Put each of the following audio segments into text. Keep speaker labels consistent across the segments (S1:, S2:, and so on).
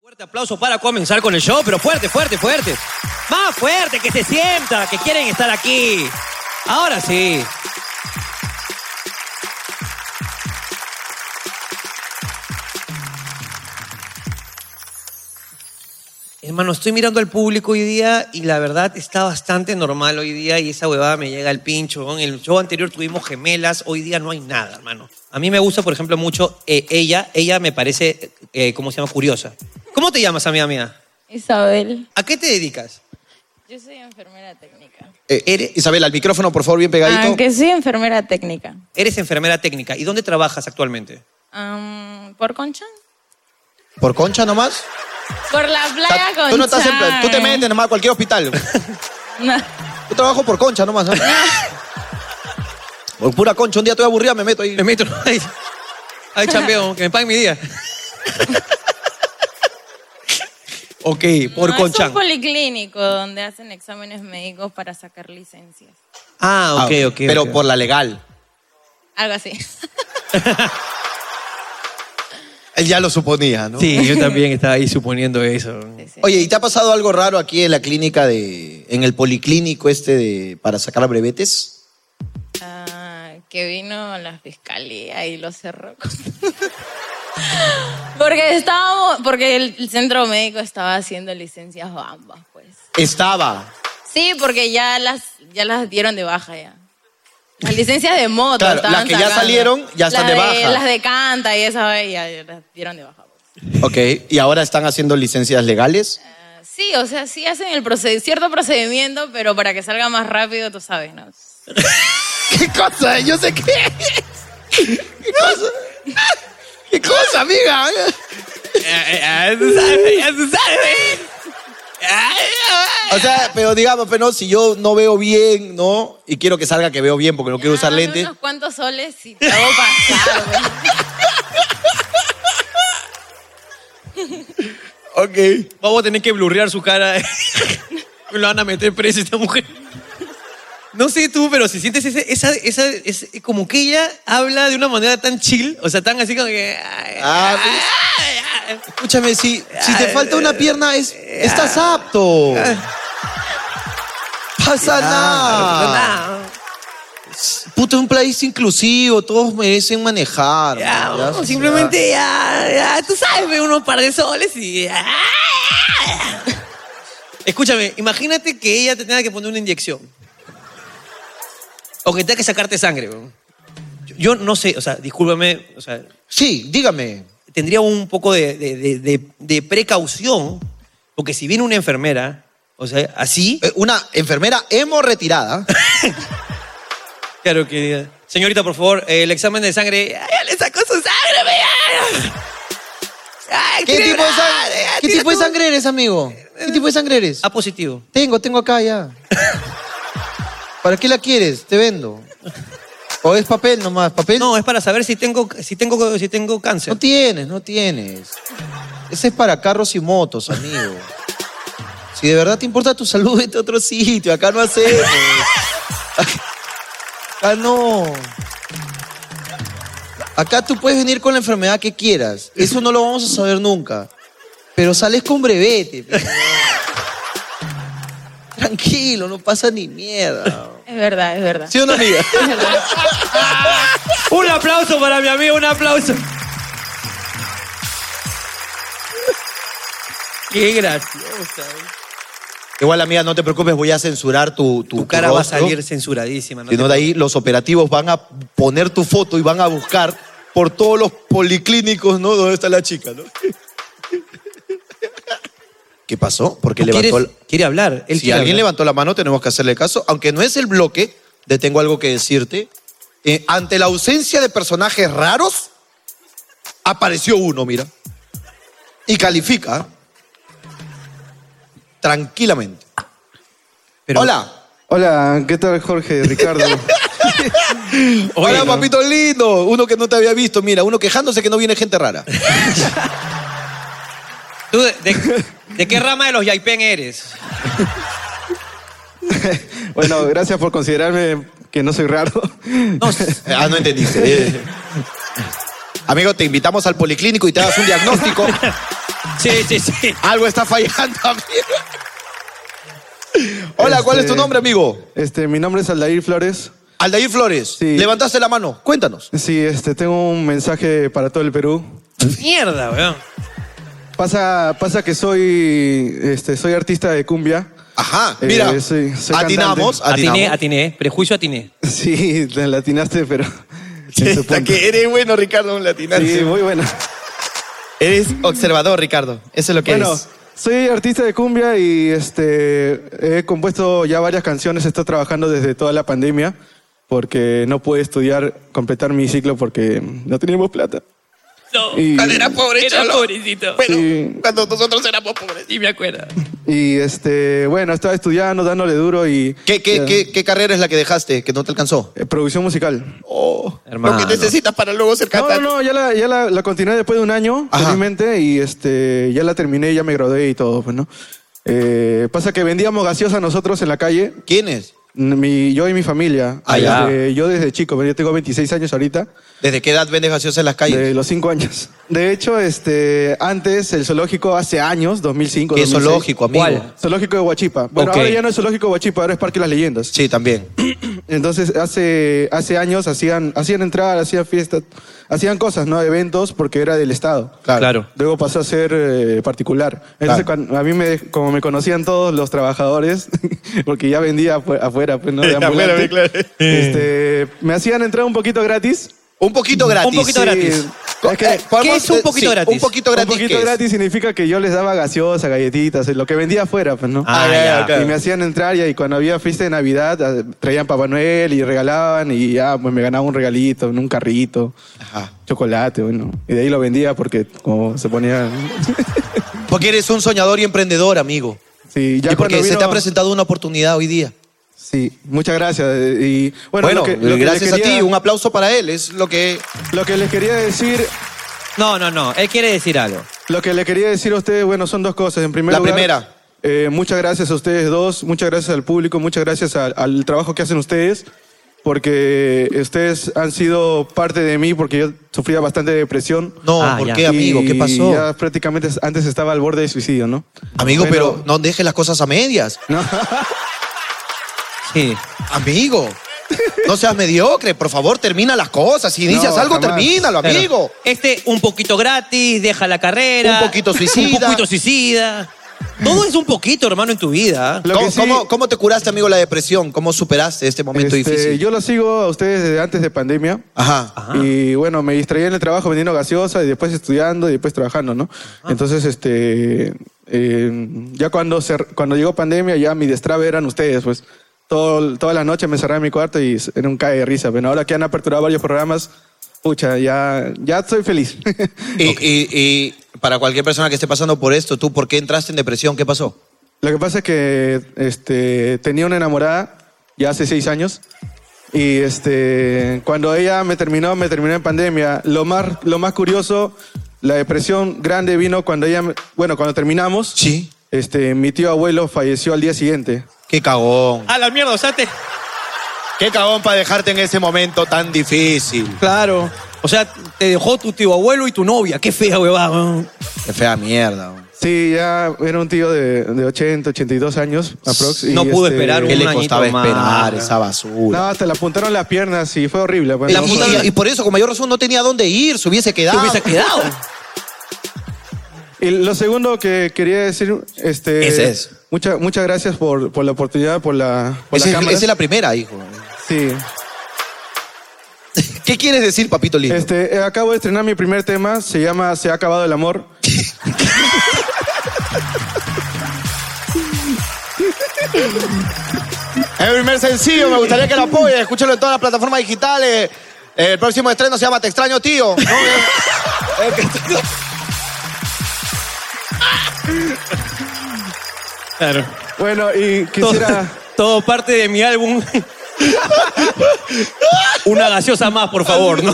S1: Fuerte aplauso para comenzar con el show, pero fuerte, fuerte, fuerte. Más fuerte, que se sienta, que quieren estar aquí. Ahora sí. Hermano, estoy mirando al público hoy día y la verdad está bastante normal hoy día y esa huevada me llega al pincho. weón. En el show anterior tuvimos gemelas, hoy día no hay nada, hermano. A mí me gusta, por ejemplo, mucho eh, ella. Ella me parece, eh, ¿cómo se llama? Curiosa. ¿Cómo te llamas, amiga mía?
S2: Isabel,
S1: ¿A qué te dedicas?
S2: yo soy enfermera técnica.
S3: Eh, Ere- Isabel, al micrófono, por favor, bien pegadito.
S2: Aunque Ah, soy enfermera técnica.
S1: Eres enfermera técnica. ¿Y dónde trabajas actualmente?
S2: Am, ¿Por Conchan?
S3: ¿Por concha nomás?
S2: Por la
S3: O sea,
S2: playa Conchan.
S3: tú, no estás en plan- tú te metes nomás a cualquier hospital. Yo
S2: No.
S3: trabajo por concha nomás. ¿no? por pura concha. Un día estoy aburrida, me meto ahí.
S1: Me meto. Ay, ay chambeón, que me paguen mi día. ok, por
S2: No, Es
S1: Conchan.
S2: un policlínico donde hacen exámenes médicos para sacar licencias.
S1: Ah,
S3: Ah,
S1: ok, ok.
S3: Pero
S1: ok.
S3: por la legal.
S2: Algo así.
S3: Él ya lo suponía, ¿no?
S1: Sí, yo también estaba ahí suponiendo eso.
S2: Sí.
S3: Oye, ¿y te ha pasado algo raro aquí en la clínica de... en el policlínico este de... para sacar brevetes?
S2: Ah, que vino la fiscalía y lo cerró. porque estábamos, porque el, el centro médico estaba haciendo licencias bambas, pues.
S3: Estaba.
S2: Sí, porque ya las, ya las dieron de baja ya. Las licencias de moto.
S3: Claro,
S2: estaban
S3: las que ya
S2: sacando.
S3: salieron, ya están
S2: Las
S3: de baja.
S2: Las de canta y esa vaina, ya, ya las dieron de baja. pues.
S3: Ok. ¿Y ahora están haciendo licencias legales?
S2: Ah, Sí, o sea, sí hacen el proced- cierto procedimiento, pero para que salga más rápido, tú sabes, ¿no?
S3: ¿Qué cosa? Yo sé qué. ¿Qué cosa? ¿Qué cosa, amiga?
S1: Eh, Ya se sabe, ya se sabe.
S3: O sea, pero digamos, pero no, si yo no veo bien, ¿no? Y quiero que salga que veo bien porque no quiero usar
S2: Dame
S3: lentes.
S2: Unos cuantos soles y te hago pasar, güey.
S3: Ok.
S1: Vamos a tener que blurrear su cara. Me lo van a meter preso esta mujer. No sé tú, pero si sientes ese- esa, esa, es como que ella habla de una manera tan chill, o sea, tan así como que. ay,
S3: Ah,
S1: ay, ay, ay.
S3: Escúchame, si, si te falta
S1: eh,
S3: una pierna, es, estás
S1: Ah.
S3: apto. Pasa nada. Puta, un país inclusivo, todos merecen manejar.
S1: Ya,
S3: man,
S1: uno
S3: ya, sociedad.
S1: simplemente ya, ya, tú sabes, ve unos par de soles y. ya. Escúchame, imagínate que ella te tenga que poner una inyección. O que tenga que sacarte sangre. weón. Yo- Yo no sé, o sea, discúlpame, o sea,
S3: Sí, dígame.
S1: tendría un poco de, de- de- de- de precaución, porque si viene una enfermera, o sea, así,
S3: Eh, Una enfermera hemo retirada.
S1: claro que diga, señorita, por favor, eh, el examen de sangre, ¡ay, ya le sacó su sangre, vea! Ay,
S3: ¿Qué
S1: quiere
S3: tipo de
S1: llorar,
S3: sangre,
S1: ya,
S3: ¿qué
S1: tira
S3: tipo de
S1: tú.
S3: sangre eres, amigo? ¿Qué tipo de sangre eres?
S1: A Ah, positivo.
S3: Tengo, tengo acá ya. ¿Para qué la quieres? Te vendo. ¿O es papel nomás? ¿Papel?
S1: No, es para saber si tengo, si tengo, si tengo cáncer.
S3: No tienes, no tienes. Ese es para carros y motos, amigo. Si de verdad te importa tu salud, vete a otro sitio. Acá no hacemos. Acá no. Acá tú puedes venir con la enfermedad que quieras. Eso no lo vamos a saber nunca. Pero sales con brevete. pe. Tranquilo, no pasa ni mierda.
S2: Es verdad, es verdad.
S3: ¿Sí o no, amiga?
S1: Un aplauso para mi amigo, un aplauso. Qué graciosa.
S3: Igual, amiga, no te preocupes, voy a censurar tu,
S1: Tu
S3: tu, tu
S1: cara va a
S3: rostro.
S1: salir censuradísima. ¿no?
S3: Si no, de ahí los operativos van a poner tu foto y van a buscar por todos los policlínicos, ¿no? ¿Dónde está la chica, no? ¿Qué pasó? Porque
S1: ¿Tú quieres-
S3: levantó. la-
S1: Quiere hablar. Él
S3: Si
S1: quiere
S3: alguien
S1: hablar.
S3: levantó la mano, tenemos que hacerle caso. Aunque no es el bloque, de tengo algo que decirte. Eh, ante la ausencia de personajes raros, apareció uno, mira. Y califica. Tranquilamente.
S1: Pero-
S3: Hola.
S4: Hola, ¿qué tal Jorge, Ricardo?
S1: Oye,
S3: Hola,
S1: ¿no?
S3: papito lindo. Uno que no te había visto, mira, uno quejándose que no viene gente rara.
S1: ¿Tú de, de- de qué rama de los Yaipen eres?
S4: bueno, gracias por considerarme que no soy raro.
S1: No, s-
S3: ah, no entendiste. Eh. Amigo, te invitamos al policlínico y te hagas un diagnóstico.
S1: Sí, sí, sí.
S3: Algo está fallando, amigo. Hola, ¿cuál es tu
S4: Este,
S3: nombre, amigo?
S4: Este, mi nombre es Aldair Flores.
S3: Aldair Flores.
S4: Sí.
S3: Levantaste la mano. Cuéntanos.
S4: Sí, este, tengo un mensaje para todo el Perú.
S1: Mierda, weón.
S4: Pasa, pasa que soy, este, soy artista de cumbia.
S3: Ajá.
S4: Eh,
S3: Mira,
S4: soy- soy
S3: atinamos,
S1: Atiné,
S3: atinamos.
S1: atiné. Prejuicio atiné.
S4: Sí, la latinaste, pero. en su
S3: Hasta
S4: punto.
S3: que eres bueno, Ricardo, un
S4: Sí,
S3: latinazo.
S4: muy buena.
S3: Eres observador, Ricardo. Eso es lo que
S4: Bueno,
S3: eres.
S4: soy artista de cumbia y este, he compuesto ya varias canciones. He estado trabajando desde toda la pandemia porque no pude estudiar, completar mi ciclo porque no teníamos plata.
S1: No.
S4: Y,
S1: pobre, Era pobrecito.
S4: Sí.
S3: cuando nosotros éramos pobres.
S1: Sí, me acuerdo.
S4: y, este, bueno, estaba estudiando, dándole duro y.
S3: ¿Qué, qué,
S4: ya,
S3: qué, qué carrera es la que dejaste que no te alcanzó?
S4: eh, Producción musical.
S3: Oh,
S1: Hermano.
S3: Lo que necesitas para luego ser
S4: No, no,
S3: cantante.
S4: no, ya la, ya la, la continué después de un año,
S3: Ajá.
S4: felizmente, y este, ya la terminé, ya me gradué y todo, pues, ¿no? Eh, pasa que vendíamos gaseosa nosotros en la calle,
S3: ¿Quién es?
S4: mi, yo y mi familia.
S3: Ah, ya.
S4: Desde- yo desde chico, bueno, yo tengo 26 años ahorita,
S3: ¿Desde qué edad vendes gaseosa en las calles?
S4: de los 5 años. De hecho, este, antes, el zoológico hace años, 2005,
S3: Que es
S4: 2006.
S3: zoológico, amigo.
S1: ¿Cuál?
S4: Zoológico de Huachipa. Bueno,
S1: Ok.
S4: ahora ya no es zoológico de Huachipa, ahora es Parque Las Leyendas.
S3: Sí, también.
S4: Entonces, hace, hace años hacían, hacían entrar, hacían fiestas, hacían cosas, ¿no? Eventos, porque era del Estado.
S3: Claro.
S1: Claro.
S4: Luego pasó a ser eh, particular. Entonces,
S3: Claro.
S4: cuan- a mí, me, como me conocían todos los trabajadores, porque ya vendía afu- afuera, pues, ¿no? De
S3: Afuera,
S4: ambulante,
S3: claro.
S4: este, me hacían entrar un poquito gratis.
S3: Un poquito gratis.
S1: Un poquito gratis.
S4: Es que
S3: Eh, podemos-
S1: ¿Qué es un
S3: eh,
S1: poquito
S3: sí,
S1: gratis?
S3: Un poquito gratis.
S4: un poquito
S3: ¿qué es?
S4: gratis significa que yo les daba gaseosa, galletitas, eh, lo que vendía afuera, pues, ¿no?
S1: Ah,
S3: Ah, ya,
S1: ya.
S3: ya, claro.
S4: Y me hacían entrar y, ahí cuando había fiesta de Navidad eh, traían Papá Noel y regalaban y ya, pues me ganaba un regalito, un carrito,
S3: Ajá.
S4: chocolate, bueno. Y de ahí lo vendía porque como se ponía...
S3: Porque eres un soñador y emprendedor, amigo.
S4: Sí, ya
S3: y porque
S4: cuando
S3: se
S4: vino-
S3: te ha presentado una oportunidad hoy día.
S4: Sí, muchas gracias. eh, Y bueno,
S3: Bueno,
S4: lo que- lo que
S3: gracias
S4: les quería-
S3: a ti, un aplauso para él. Es lo que.
S4: Lo que les quería decir,
S1: No, no, no. Él quiere decir algo.
S4: lo que le quería decir a ustedes, bueno, son dos cosas. En primer
S3: La
S4: lugar,
S3: primera.
S4: eh, muchas gracias a ustedes dos, muchas gracias al público, muchas gracias al- al trabajo que hacen ustedes, porque ustedes han sido parte de mí, porque yo sufría bastante depresión.
S3: No,
S1: Ah,
S3: ¿por
S1: ya.
S3: qué, amigo? ¿Qué
S4: Y
S3: pasó?
S4: Ya prácticamente antes estaba al borde del suicidio, ¿no?
S3: Amigo,
S4: Bueno,
S3: pero no dejes las cosas a medias.
S4: No,
S1: Sí.
S3: Amigo, no seas mediocre. Por favor, termina las cosas. Si inicias
S4: No,
S3: algo,
S4: jamás.
S3: termínalo,
S1: Claro.
S3: amigo.
S1: Este, un poquito gratis, deja la carrera.
S3: Un poquito suicida.
S1: Un poquito suicida. Todo es un poquito, hermano, en tu vida.
S4: Lo
S3: ¿Cómo,
S4: que sí-
S3: cómo- cómo te curaste, amigo, la depresión? ¿Cómo superaste este momento
S4: este,
S3: difícil?
S4: Yo lo sigo a ustedes desde antes de pandemia.
S3: Ajá.
S1: Ajá.
S4: Y bueno, me distraía en el trabajo vendiendo gaseosa y después estudiando y después trabajando, ¿no? Entonces, este, eh, ya cuando, se, cuando llegó pandemia, ya mi destrave eran ustedes, pues. Todo, toda la noche me encerraba en mi cuarto y era un cae de risa. Pero ahora que han aperturado varios programas, pucha, ya, ya estoy feliz.
S3: Y, y- y para cualquier persona que esté pasando por esto, ¿tú por qué entraste en depresión? ¿Qué pasó?
S4: Lo que pasa es que este, tenía una enamorada ya hace seis años. Y este, cuando ella me terminó, me terminó en pandemia. Lo más, lo más curioso, la depresión grande vino cuando ella, me- bueno, cuando terminamos.
S3: Sí.
S4: Este, mi tío abuelo falleció al día siguiente.
S3: Qué cagón.
S1: A la mierda, o sea, te-
S3: Qué cagón para dejarte en ese momento tan difícil.
S1: Claro. O sea, te dejó tu tío abuelo y tu novia. Qué fea, huevón.
S3: Qué fea mierda. güey.
S4: Sí, ya era un tío de, de 80, 82 años aprox. y, este,
S1: No pudo esperar
S3: ¿Qué
S1: Un
S3: le
S1: añito
S3: costaba
S1: más.
S3: esperar esa
S4: No,
S3: basura?
S4: hasta le apuntaron las piernas y fue horrible. bueno.
S3: La puta- y, y por eso, con mayor razón, no tenía dónde ir, se hubiese
S1: Te
S3: quedado.
S1: hubiese quedado.
S4: Y lo segundo que quería decir, este,
S3: Ese es.
S4: mucha- muchas gracias por, por la oportunidad, por la, por
S3: Esa
S4: la
S3: es,
S4: cámara.
S3: esa es la primera, hijo.
S4: Sí.
S3: ¿Qué quieres decir, papito lindo?
S4: Este, eh, acabo de estrenar mi primer tema, se llama Se ha acabado el amor.
S3: Es el primer sencillo, me gustaría que lo apoyes. Escúchalo en todas las plataformas digitales. El próximo estreno se llama Te extraño, tío. ¿no? Eh, eh,
S1: Claro.
S4: Bueno, y
S1: Todo,
S4: quisiera
S1: todo parte de mi álbum. Una gaseosa más, por favor, ¿no?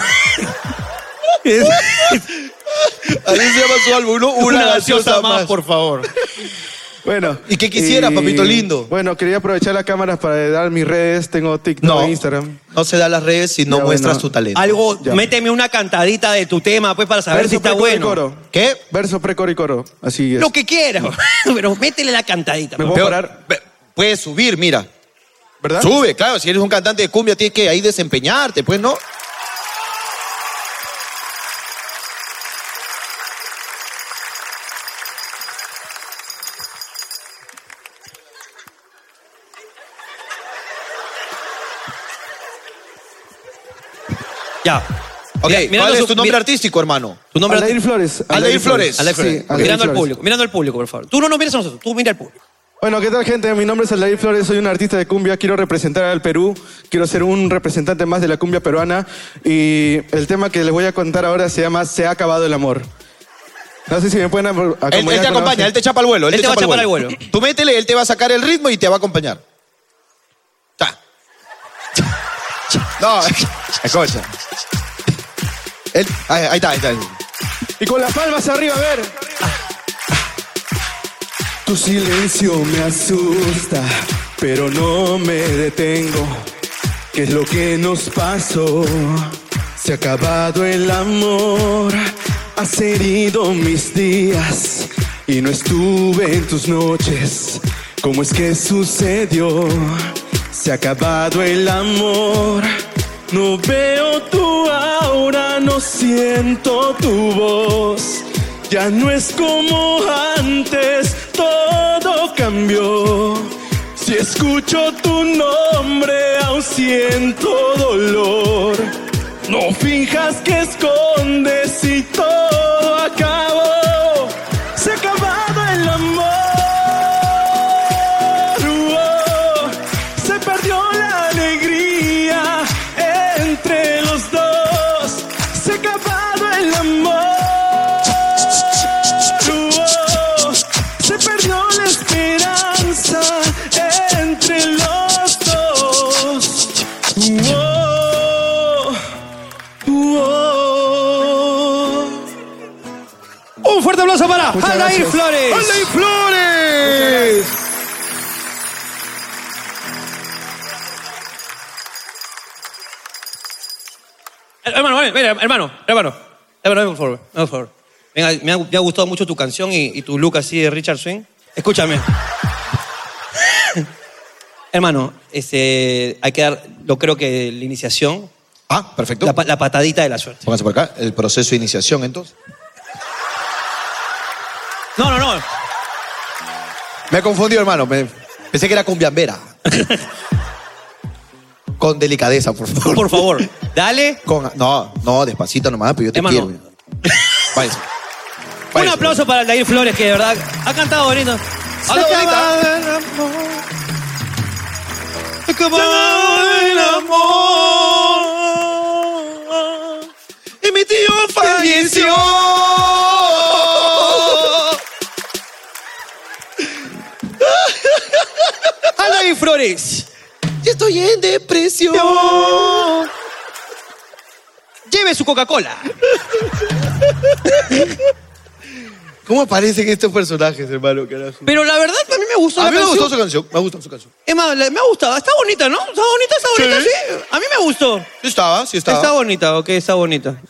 S1: Es-
S3: Así se llama su álbum, ¿no?
S1: Una gaseosa más, por favor.
S4: Bueno.
S3: ¿Y qué quisieras, papito lindo?
S4: Bueno, quería aprovechar las cámaras para dar mis redes. Tengo TikTok,
S3: No,
S4: Instagram.
S3: no se da las redes si no
S4: Ya,
S3: muestras
S4: bueno.
S3: tu talento.
S1: Algo,
S4: Ya.
S1: méteme una cantadita de tu tema, pues, para saber
S4: Verso
S1: si está
S4: pre-coro y
S1: bueno.
S4: coro.
S3: ¿Qué?
S4: Verso pre-coro y coro. Así es.
S1: Lo que quieras, pero métele la cantadita.
S4: Me
S1: pues.
S4: voy a
S3: Peor-
S4: parar,
S3: pe- Puedes subir, mira.
S4: ¿verdad?
S3: Sube, claro. Si eres un cantante de cumbia, tienes que ahí desempeñarte, pues, ¿no?
S1: Ya.
S3: Ok,
S1: Mira- mirando
S3: ¿cuál es
S1: su-
S3: tu nombre
S1: mira-
S3: artístico, hermano?
S1: Tu nombre
S4: Aldair Flores.
S3: Aldair Flores.
S1: Alex Flores.
S4: Sí, Aldair
S1: mirando al
S4: Flores.
S1: público, mirando al público, por favor. Tú no nos mires a nosotros, tú mira al público.
S4: Bueno, ¿qué tal, gente? Mi nombre es Aldair Flores, soy un artista de cumbia, quiero representar al Perú, quiero ser un representante más de la cumbia peruana y el tema que les voy a contar ahora se llama Se ha acabado el amor. No sé si me pueden acom- acompañar.
S3: Él, él te
S4: con la
S3: acompaña,
S4: voz.
S3: él te chapa al vuelo. Él,
S1: Él te va a
S3: chapa
S1: chapar
S3: al
S1: al
S3: vuelo.
S1: vuelo.
S3: Tú métele, él te va a sacar el ritmo y te va a acompañar. Ta. No, escucha. Él- ahí, ahí está, ahí está.
S4: Y con las palmas arriba, a ver. Tu silencio me asusta, pero no me detengo. ¿Qué es lo que nos pasó? Se ha acabado el amor, has herido mis días y no estuve en tus noches. ¿Cómo es que sucedió? Se ha acabado el amor. No veo tu aura, no siento tu voz. Ya no es como antes, todo cambió. Si escucho tu nombre, aún siento dolor. No finjas que escondes y todo acabó. Se ha acabado el amor. Uh-oh. Se perdió la alegría entre los dos. Se ha acabado el amor. Oh, Se perdió la esperanza entre los dos. Oh, oh.
S1: Un fuerte aplauso para
S4: Muchas
S1: Anair
S4: gracias.
S1: Flores.
S3: ¡Aldair Flores!
S1: Hermano, ven, ven, hermano, hermano. Hermano, ven, por favor, ven, por favor. Venga, me ha, me ha gustado mucho tu canción y, y tu look así de Richard Swing. Escúchame. hermano, este, hay que dar, yo creo que la iniciación,
S3: Ah, perfecto.
S1: la, pa- la patadita de la suerte.
S3: Pónganse por acá. El proceso de iniciación, entonces.
S1: No, no, no.
S3: Me he confundido, hermano. me- pensé que era cumbiambera. Con delicadeza, por favor.
S1: Por favor, dale
S3: Con- no, no, despacito nomás, pero yo te
S1: Hermano.
S3: quiero. mira. Váyanse.
S1: un
S3: Váyanse.
S1: aplauso para Aldair Flores, que de verdad ha cantado bonito.
S3: Ha cantado bonito, ¿ah?
S1: Se acabó el amor.
S3: Y mi tío falleció.
S1: Alain Flores,
S3: Y estoy en depresión.
S1: lleve su Coca-Cola.
S3: ¿Cómo aparecen estos personajes, hermano? Carajo?
S1: Pero la verdad, a mí me gustó
S3: A
S1: la
S3: mí me
S1: canción.
S3: gustó su canción. Me gustó su canción.
S1: Es más, la- me ha gustado. Está bonita, ¿no? Está bonita, está bonita,
S3: Sí.
S1: sí. A mí me gustó.
S3: Sí estaba, sí estaba. Ah,
S1: Está bonita, ok, está bonita.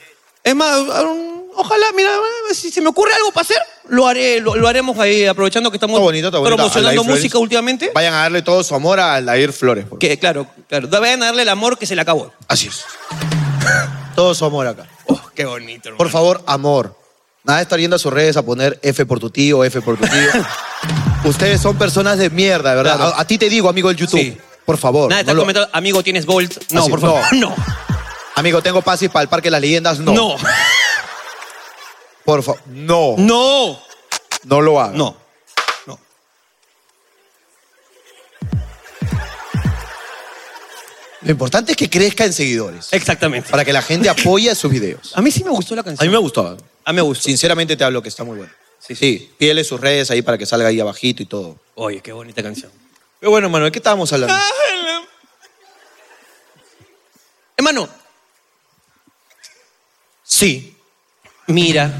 S1: Es más, um, ojalá, mira, si se me ocurre algo para hacer, lo haré, lo, lo haremos ahí, aprovechando que estamos
S3: Está bonita, está bonita.
S1: promocionando
S3: Alain Flores.
S1: música últimamente.
S3: Vayan a darle todo su amor a Aldair Flores. por favor.
S1: Que claro, claro, vayan a darle el amor que se le acabó.
S3: Así es. todo su amor acá.
S1: Oh, qué bonito, hermano.
S3: Por favor, amor. Nada de estar yendo a sus redes a poner F por tu tío, F por tu tío. Ustedes son personas de mierda, de ¿verdad?
S1: Claro.
S3: A, a ti te digo, amigo del YouTube.
S1: Sí.
S3: Por favor.
S1: Nada, está
S3: no lo-
S1: comentando, amigo, ¿tienes Bolt? No,
S3: Así,
S1: por favor,
S3: no.
S1: no.
S3: Amigo, tengo pases para el Parque de las Leyendas. No.
S1: No,
S3: Por favor. No.
S1: no,
S3: No lo hagas.
S1: no. no.
S3: Lo importante es que crezca en seguidores.
S1: Exactamente.
S3: Para que la gente apoye sus videos.
S1: A mí sí me gustó la
S3: A mí
S1: canción.
S3: me gustó.
S1: A mí me gustó.
S3: Sinceramente te hablo que está muy bueno. Sí, sí. Pídele sus redes ahí para que salga ahí abajito y todo.
S1: Oye, qué bonita canción.
S3: Pero bueno, Manuel, ¿qué estábamos hablando?
S1: Hermano,
S3: Sí.
S1: mira.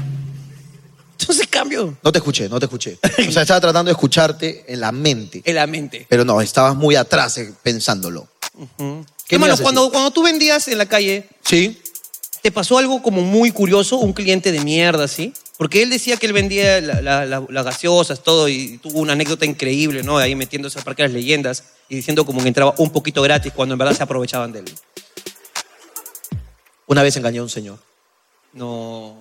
S1: Entonces cambio
S3: No te escuché, no te escuché. O sea, estaba tratando de escucharte en la mente.
S1: en la mente.
S3: Pero no, estabas muy atrás eh, pensándolo. ¿Qué me
S1: Hermano,
S3: ibas a
S1: cuando, cuando tú vendías en la calle,
S3: Sí.
S1: ¿te pasó algo como muy curioso? Un cliente de mierda, ¿sí? Porque él decía que él vendía la- la- la- las gaseosas, todo, y tuvo una anécdota increíble, ¿no? Ahí metiéndose al parque de las leyendas y diciendo como que entraba un poquito gratis cuando en verdad se aprovechaban de él.
S3: Una vez engañé a un señor.
S1: No.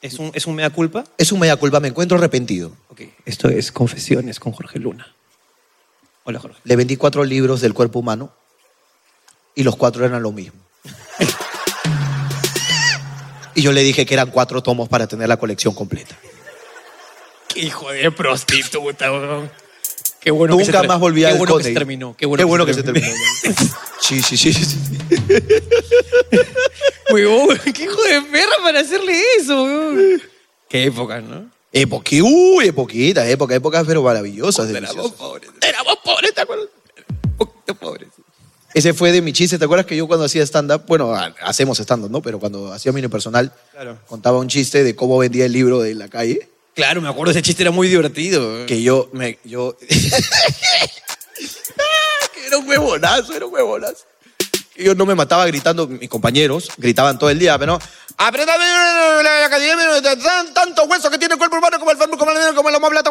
S1: ¿Es un, ¿Es un mea culpa?
S3: Es un mea culpa, me encuentro arrepentido.
S1: Ok, esto es Confesiones con Jorge Luna. Hola, Jorge.
S3: Le vendí cuatro libros del cuerpo humano y los cuatro eran lo mismo. y yo le dije que eran cuatro tomos para tener la colección completa.
S1: Qué hijo de prostituta, weón. Qué bueno que
S3: Nunca
S1: se ter-
S3: más volví a
S1: Qué bueno que se terminó. Qué bueno,
S3: que, se terminó. sí, sí, sí, sí.
S1: Weón, qué hijo de perra para hacerle eso, weón. Qué época, ¿no?
S3: Época, uy, uh, epoquita, época, épocas, pero maravillosas. deliciosas.
S1: pobres. Éramos pobres, ¿te acuerdas? Un poquito pobres.
S3: Ese fue de mi chiste. ¿Te acuerdas que yo cuando hacía stand-up, bueno, ha- hacemos stand-up, ¿no? Pero cuando hacía mi personal,
S1: Claro.
S3: contaba un chiste de cómo vendía el libro de la calle.
S1: Claro, me acuerdo, ese chiste era muy divertido. weón.
S3: Que yo me. Yo... Que era un huevonazo, era un huevonazo. Que Yo no me mataba gritando, mis compañeros gritaban todo el día, pero no. Apretame la cantidad de tan- tanto hueso que tiene el cuerpo humano como el fermo, como el como la plata,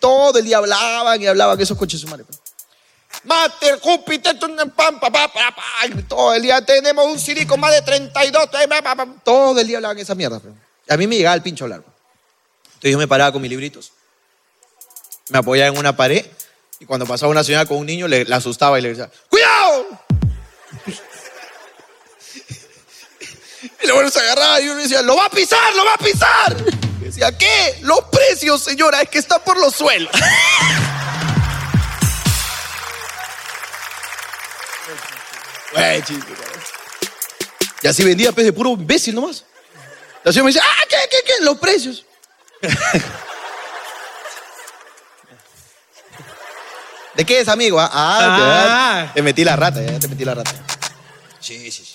S3: todo el día hablaban y hablaban esos coches humanos. Mater, Júpiter, tun- pam, pa, pa, pa, pa, y todo el día tenemos un CD con más de 32, eh, pa, pa, pa, todo el día hablaban esa mierda. pero A mí me llegaba el pincho largo. Entonces yo me paraba con mis libritos me apoyaba en una pared y cuando pasaba una señora con un niño le, la asustaba y le decía, ¡Cuidado! Y luego se agarraba y uno decía, ¡Lo va a pisar! ¡Lo va a pisar! Y decía, ¿qué? Los precios, señora, es que está por los suelos. Güey, chiste, güey. y así vendía pez de puro imbécil nomás. La señora me decía, ¡ah, qué, qué, qué! Los precios. ¿De qué es, amigo? Ah, ah,
S1: Ah.
S3: Te, te metí la rata, ya te metí la rata. Sí, sí, sí.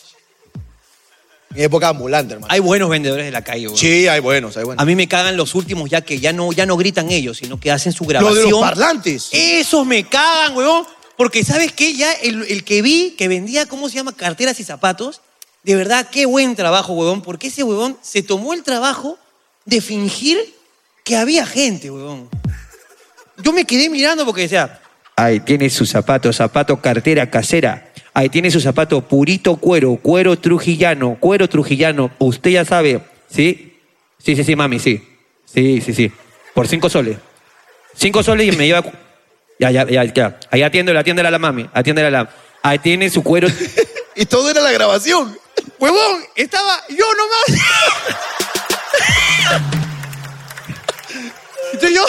S3: Mi época ambulante, hermano.
S1: Hay buenos vendedores de la calle, weón.
S3: sí, hay buenos, hay buenos.
S1: A mí me cagan los últimos ya que ya no, ya no gritan ellos, sino que hacen su
S3: Lo
S1: grabación.
S3: de los parlantes.
S1: Esos me cagan, huevón. Porque sabes qué? ya el, el que vi que vendía, ¿cómo se llama? Carteras y zapatos. De verdad, qué buen trabajo, huevón. Porque ese huevón se tomó el trabajo de fingir que había gente, huevón. Yo me quedé mirando porque decía,
S5: Ahí tiene su zapato, zapato cartera casera. Ahí tiene su zapato purito cuero, cuero trujillano, cuero trujillano. Usted ya sabe, ¿sí? Sí, sí, sí, mami, sí. Sí, sí, sí. Por cinco soles. Cinco soles y me lleva... cu- Ya, ya, ya, ya. Ahí atiéndela, atiéndela a la mami, atiéndela a la... Ahí tiene su cuero...
S3: Y todo era la grabación.
S1: huevón, estaba yo nomás. Entonces yo,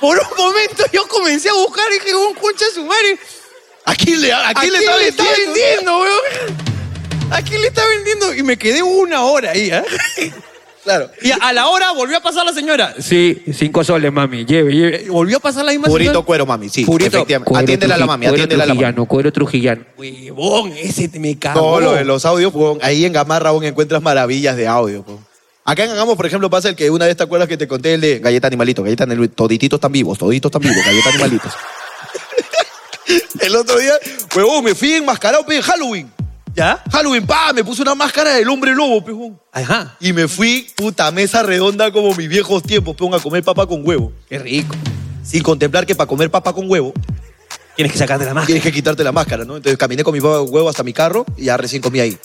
S1: por un momento, yo comencé a buscar y dije, un concha de su madre.
S3: Aquí le, aquí
S1: ¿A
S3: le
S1: quién
S3: está
S1: le está vendiendo,
S3: vendiendo?
S1: weón? ¿A quién le está vendiendo? Y me quedé una hora ahí, ¿ah?
S3: Claro.
S1: Y a la hora volvió a pasar la señora.
S5: Sí, cinco soles, mami, lleve, lleve.
S1: Volvió a pasar la misma
S3: Purito
S1: señora.
S3: cuero, mami, sí.
S5: Purito,
S3: efectivamente.
S5: cuero
S3: Atiéndela a la
S5: truji-
S3: mami,
S5: cuero
S3: atiéndela a la mami.
S5: trujillano, cuero trujillano.
S1: Huevón, ese te me cagó.
S3: Todo lo de los audios, huevón, ahí en Gamarra aún encuentras maravillas de audio. huevón. Acá en Hagamos, por ejemplo, pasa el que una vez te acuerdas que te conté el de Galleta Animalito, Galleta Animalito, todititos están vivos, todititos están vivos, Galleta Animalitos. el otro día, huevón, me fui enmascarado, pe, en Halloween.
S1: ¿Ya?
S3: Halloween, pa, me puse una máscara del hombre lobo, pe, huevón.
S1: Ajá.
S3: Y me fui, puta, mesa redonda como mis viejos tiempos, pe, huevón, a comer papa con huevo.
S1: Qué rico.
S3: Sin contemplar que para comer papa con huevo
S1: Tienes que sacarte la máscara.
S3: tienes que quitarte la máscara, ¿no? Entonces caminé con mi papá de huevo hasta mi carro y ya recién comí ahí.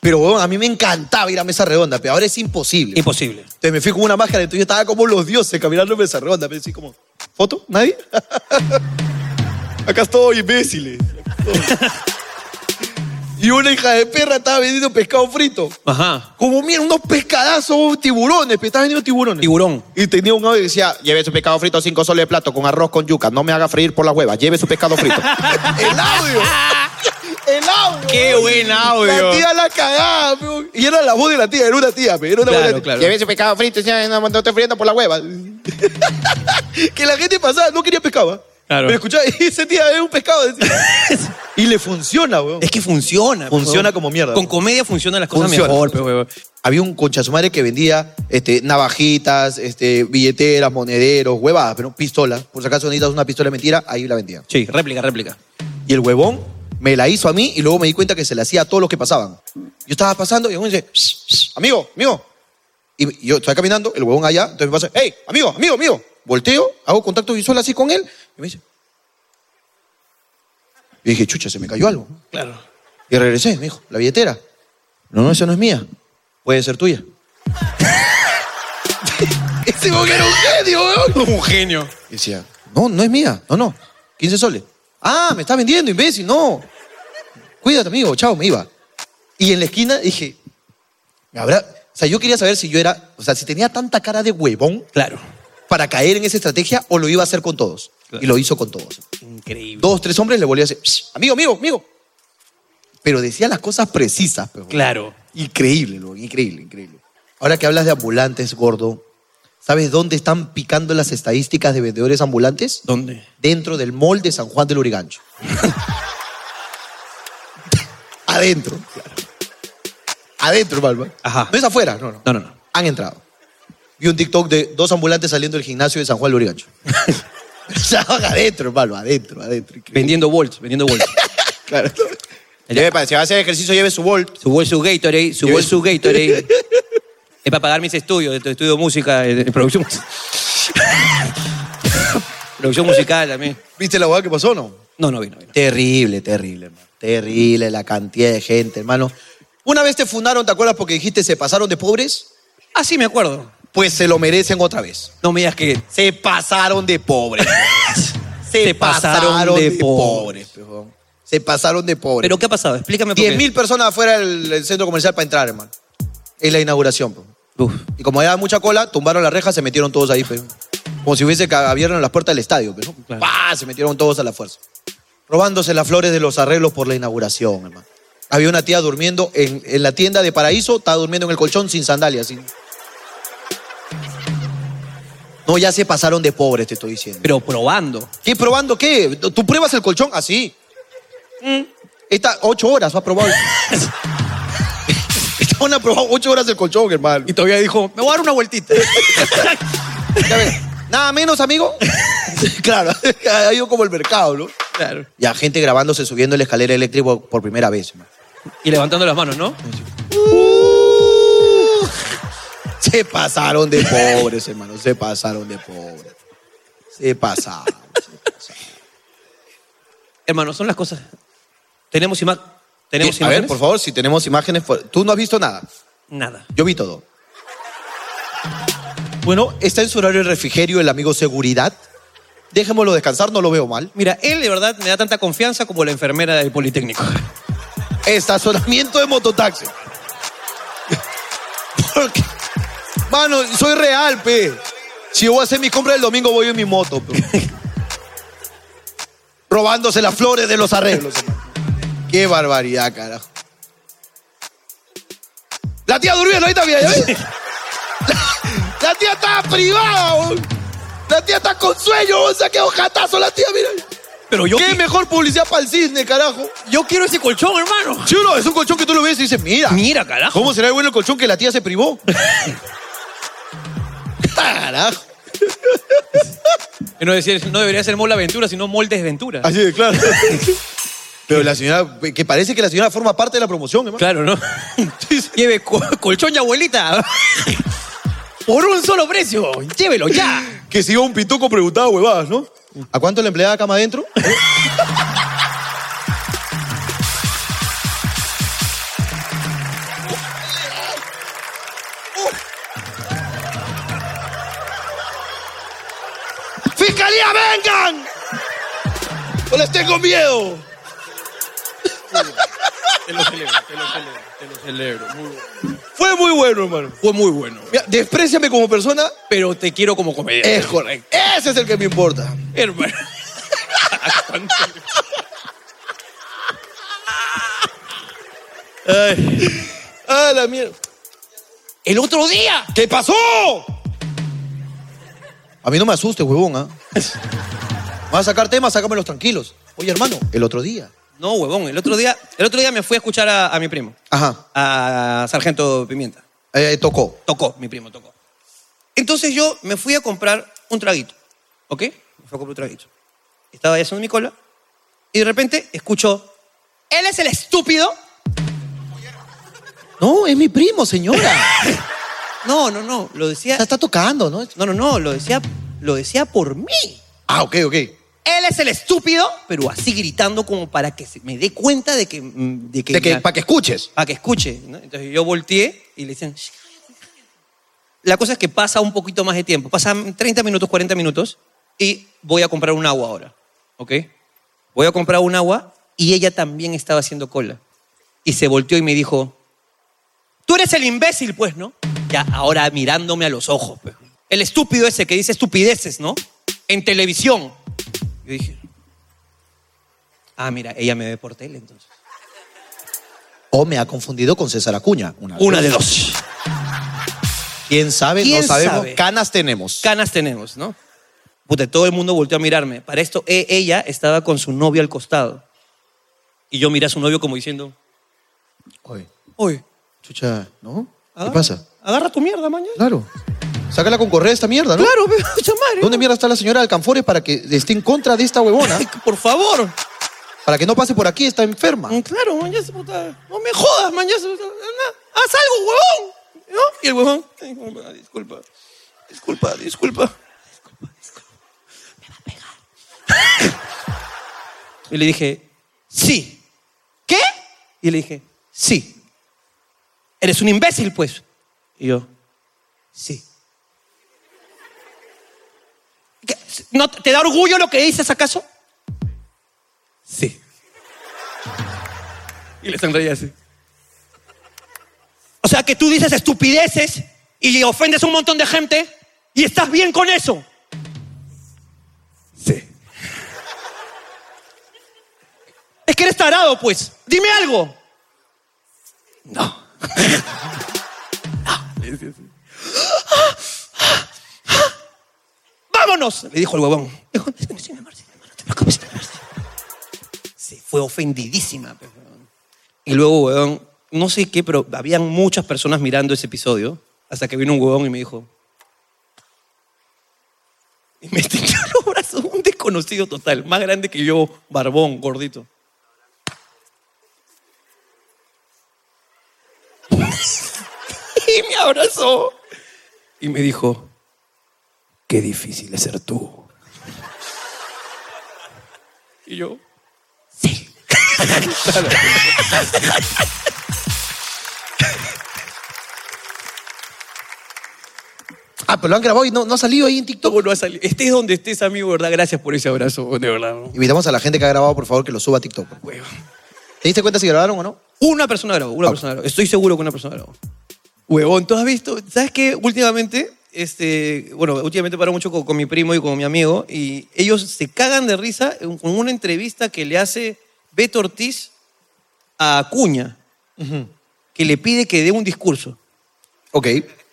S3: Pero, huevón, a mí me encantaba ir a mesa redonda, pero ahora es imposible.
S1: Imposible.
S3: Entonces me fui con una máscara, entonces yo estaba como los dioses caminando en mesa redonda. Pero así como, ¿foto? ¿Nadie? Acá estoy, imbéciles. Acá estoy. y una hija de perra estaba vendiendo pescado frito.
S1: Ajá.
S3: Como, mira, unos pescadazos, tiburones, pe, estaba vendiendo tiburones.
S1: Tiburón.
S3: Y tenía un audio que decía, lleve su pescado frito cinco soles de plato con arroz con yuca, no me haga freír por las huevas, lleve su pescado frito. el audio. El audio.
S1: Qué buen audio.
S3: La tía la cagaba, peo. Ah, y era la voz de la tía, era una tía, pe, era una
S1: Claro,
S3: buena tía.
S1: claro.
S3: Lleve su pescado frito, señora, no, no te friendo por las huevas. que la gente pasaba, no quería pescado. ¿ah?
S1: Claro.
S3: Pero escuchá, ese tío es un pescado. y le funciona, weón.
S1: Es que funciona. pues,
S3: Funciona
S1: huevón.
S3: como mierda,
S1: Con
S3: huevón.
S1: comedia funcionan las cosas
S3: Funciona.
S1: mejor, pues, huevón.
S3: Había un concha su madre que vendía este, navajitas, este, billeteras, monederos, huevadas, pero pistola. Por si acaso necesitas una pistola de mentira, ahí la vendía.
S1: Sí, réplica, réplica.
S3: Y el huevón me la hizo a mí y luego me di cuenta que se la hacía a todos los que pasaban. Yo estaba pasando y el huevón dice, "Shh, shh, amigo, amigo. Y yo estoy caminando, el huevón allá, entonces me pasa, hey, amigo, amigo, amigo. Volteo, hago contacto visual así con él y me dice. Y dije, chucha, se me cayó algo.
S1: Claro.
S3: Y regresé, me dijo, la billetera. No, no, esa no es mía. Puede ser tuya. Ese huevón era un genio, huevón.
S1: Un genio.
S3: Y decía, no, no es mía, no, no, 15 soles. Ah, me estás vendiendo, imbécil, no. Cuídate, amigo, chao, me iba. Y en la esquina dije, ¿me habrá? O sea, yo quería saber si yo era, o sea, si tenía tanta cara de huevón
S1: Claro.
S3: para caer en esa estrategia o lo iba a hacer con todos.
S1: Claro.
S3: Y lo hizo con todos.
S1: Increíble.
S3: Dos, tres hombres le volví a decir, "Psh, amigo, amigo, amigo. Pero decía las cosas precisas. pero-
S1: Claro.
S3: Increíble, loco, increíble, increíble. Ahora que hablas de ambulantes, gordo, ¿sabes dónde están picando las estadísticas de vendedores ambulantes?
S1: ¿Dónde?
S3: dentro del mall de San Juan del Urigancho. Adentro. Adentro, Palma.
S1: Ajá.
S3: No es afuera, no, no.
S1: No, no, no.
S3: Han entrado. Vi un TikTok de dos ambulantes saliendo del gimnasio de San Juan del Urigancho. Estaban adentro, hermano, adentro, adentro.
S1: Vendiendo Volt, vendiendo Volt.
S3: Claro. Lleve para- si va a hacer ejercicio, lleve su Volt.
S1: su Volt, su Gatorade, su Volt, su Gatorade. Es para pagar mis estudios, estu- estudio música, eh, de producción, mus- producción musical también.
S3: ¿Viste la hueá que pasó no?
S1: No, no vi, no vi. no.
S3: Terrible, terrible, hermano. Terrible la cantidad de gente, hermano. Una vez te fundaron, ¿te acuerdas? Porque dijiste se pasaron de pobres.
S1: Ah, sí, me acuerdo.
S3: Pues se lo merecen otra vez.
S1: No me digas que...
S3: Se pasaron de pobres. se,
S1: Se
S3: pasaron,
S1: pasaron
S3: de,
S1: de
S3: pobres. pejón. Se pasaron de pobres.
S1: ¿Pero qué ha pasado? Explícame por qué.
S3: 10.000 personas afuera del, del centro comercial para entrar, hermano. Es la inauguración. pejón.
S1: Uf.
S3: Y como había mucha cola, tumbaron las rejas, se metieron todos ahí. pejón. Como si hubiese que abrieron las puertas del estadio. pejón.
S1: Claro.
S3: ¡Pah! Se metieron todos a la fuerza. Robándose las flores de los arreglos por la inauguración, hermano. Había una tía durmiendo en, en la tienda de Paraíso, estaba durmiendo en el colchón sin sandalias. sin- No, ya se pasaron de pobres, te estoy diciendo.
S1: Pero probando.
S3: ¿Qué probando qué? ¿Tú pruebas el colchón Ah, así? Mm. Está ocho horas, ha probado. Estaban ha probado ocho horas el colchón, hermano.
S1: Y todavía dijo, me voy a dar una vueltita.
S3: Ya ves, Nada menos, amigo. claro, ha ido como el mercado, ¿no?
S1: claro.
S3: Ya gente grabándose subiendo la escalera eléctrica por- por primera vez. hermano.
S1: Y levantando las manos, ¿no?
S3: Se pasaron de pobres, hermano. Se pasaron de pobres. Se pasaron. se pasaron.
S1: Hermano, son las cosas. Tenemos imágenes. Tenemos
S3: A ver,
S1: imágenes?
S3: por favor, si tenemos imágenes. por- Tú no has visto nada.
S1: Nada.
S3: Yo vi todo. Bueno, está en su horario el refrigerio el amigo seguridad. Dejémoslo descansar, no lo veo mal.
S1: Mira, él de verdad me da tanta confianza como la enfermera del Politécnico.
S3: Estacionamiento de mototaxi. Porque, mano, soy real, pe. Si yo voy a hacer mi compra el domingo, voy en mi moto, pe. Robándose las flores de los arreglos. hermano. Qué barbaridad, carajo. La tía durmiendo ahí también, ¿ya ves? La, la tía está privada, weón. La tía está con sueño, weón. Se ha quedado jatazo la tía, mira.
S1: Pero yo,
S3: Qué
S1: qui-
S3: mejor publicidad para el cisne, carajo.
S1: yo quiero ese colchón, hermano.
S3: Sí, no, es un colchón que tú lo ves y dices, mira.
S1: Mira, carajo.
S3: ¿Cómo será de bueno el colchón que la tía se privó? Carajo.
S1: Y No, decir, no debería ser Mol Aventura, sino Mol Desventura.
S3: Así de claro. Pero la señora, que parece que la señora forma parte de la promoción, hermano.
S1: Claro, ¿no? Lleve co- colchón y abuelita. Por un solo precio. Llévelo ya.
S3: Que si iba un pituco preguntaba huevadas, ¿no? ¿A cuánto la empleada cama adentro? ¡Uh! ¡Fiscalía, vengan! ¡No les tengo miedo!
S1: Te lo celebro, te lo celebro, te lo celebro.
S3: Fue muy bueno, hermano.
S1: Fue muy bueno.
S3: Mira, despreciame como persona.
S1: Pero te quiero como comediante.
S3: Es correcto. Ese es el que me importa.
S1: Hermano.
S3: ¡Ah, la mierda!
S1: El otro día.
S3: ¿Qué pasó? A mí no me asustes, huevón, ¿ah? Vas a sacar temas, sácamelos tranquilos. Oye, hermano, el otro día.
S1: No, huevón. El otro día, el otro día me fui a escuchar a, a mi primo,
S3: Ajá.
S1: Ah, a Sargento Pimienta.
S3: Eh, tocó.
S1: Tocó, mi primo tocó. Entonces yo me fui a comprar un traguito, ¿ok? Me fui a comprar un traguito. Estaba ahí haciendo mi cola y de repente escucho, él es el estúpido.
S3: No, es mi primo, señora.
S1: No, no, no, lo
S3: O sea,
S1: decía,
S3: está tocando, ¿no?
S1: no, no, no, lo decía, lo decía por mí.
S3: Ah, ok, ok.
S1: Él es el estúpido, pero así gritando como para que se- me dé cuenta de que... mm, De que,
S3: De que,
S1: me-
S3: para que escuches.
S1: para que escuche. ¿no? Entonces yo volteé y le dicen, "Shh, cállate, cállate". la cosa es que pasa un poquito más de tiempo, pasan 30 minutos, 40 minutos y voy a comprar un agua ahora, ¿ok? Voy a comprar un agua y ella también estaba haciendo cola y se volteó y me dijo, tú eres el imbécil, pues, ¿no? Ya ahora mirándome a los ojos, pues. el estúpido ese que dice estupideces, ¿no? En televisión. Yo dije, ah, mira, ella me ve por tele entonces.
S3: O me ha confundido con César Acuña.
S1: Una de
S3: vez.
S1: dos.
S3: ¿Quién sabe?
S1: ¿Quién
S3: no sabemos.
S1: sabe?
S3: Canas tenemos.
S1: canas tenemos, ¿no? Puta, todo el mundo volteó a mirarme. Para esto, e- ella estaba con su novio al costado. Y yo miré a su novio como diciendo,
S3: Oye,
S1: oye,
S3: chucha, ¿no? ¿Qué
S1: agarra-
S3: pasa?
S1: Agarra tu mierda, mañana.
S3: Claro. Sácala con correa esta mierda, ¿no?
S1: Claro, pero, puta madre.
S3: ¿Dónde mierda está la señora Alcanfores para que esté en contra de esta huevona?
S1: Por favor.
S3: Para que no pase por aquí, está enferma.
S1: Mm, Claro, mañana se puta. No me jodas, mañana se puta. na- Haz algo, huevón. ¿No? Y el huevón, "Ay, huevón, disculpa, disculpa, disculpa, disculpa, disculpa. Me va a pegar. y le dije, sí. ¿Qué? Y le dije, sí. Eres un imbécil, pues. Y yo, sí. ¿Qué? ¿No te- ¿Te da orgullo lo que dices acaso? Sí. Y le sonreía así. O sea que tú dices estupideces y ofendes a un montón de gente y estás bien con eso. Sí. Es que eres tarado, pues. Dime algo. No. No. Le decía así. ¡Vámonos! Le dijo el huevón. Dijo, "Sí, mi amor, sí, mi amor, no te preocupes, mi amor, sí". Sí, fue ofendidísima. pues, huevón. Y luego, huevón, no sé qué, pero habían muchas personas mirando ese episodio hasta que vino un huevón y me dijo... Y me estrechó los brazos, un desconocido total, más grande que yo, barbón, gordito. Y me abrazó. Y me dijo, qué difícil es ser tú. Y yo, sí.
S3: Ah, pero lo han grabado y no, no ha salido ahí en TikTok.
S1: Todo no ha salido. Estés donde estés, amigo, ¿verdad? Gracias por ese abrazo, de verdad. ¿no?
S3: Invitamos a la gente que ha grabado, por favor, que lo suba a TikTok.
S1: Huevo.
S3: ¿Te diste cuenta si grabaron o no? Ah.
S1: Una persona grabó, una
S3: Ok.
S1: persona grabó. Estoy seguro que una persona grabó. Huevón, ¿tú has visto? ¿Sabes qué? Últimamente, este, bueno, últimamente paro mucho con, con mi primo y con mi amigo y ellos se cagan de risa en- con una entrevista que le hace Beto Ortiz a Acuña, que le pide que dé un discurso.
S3: Ok,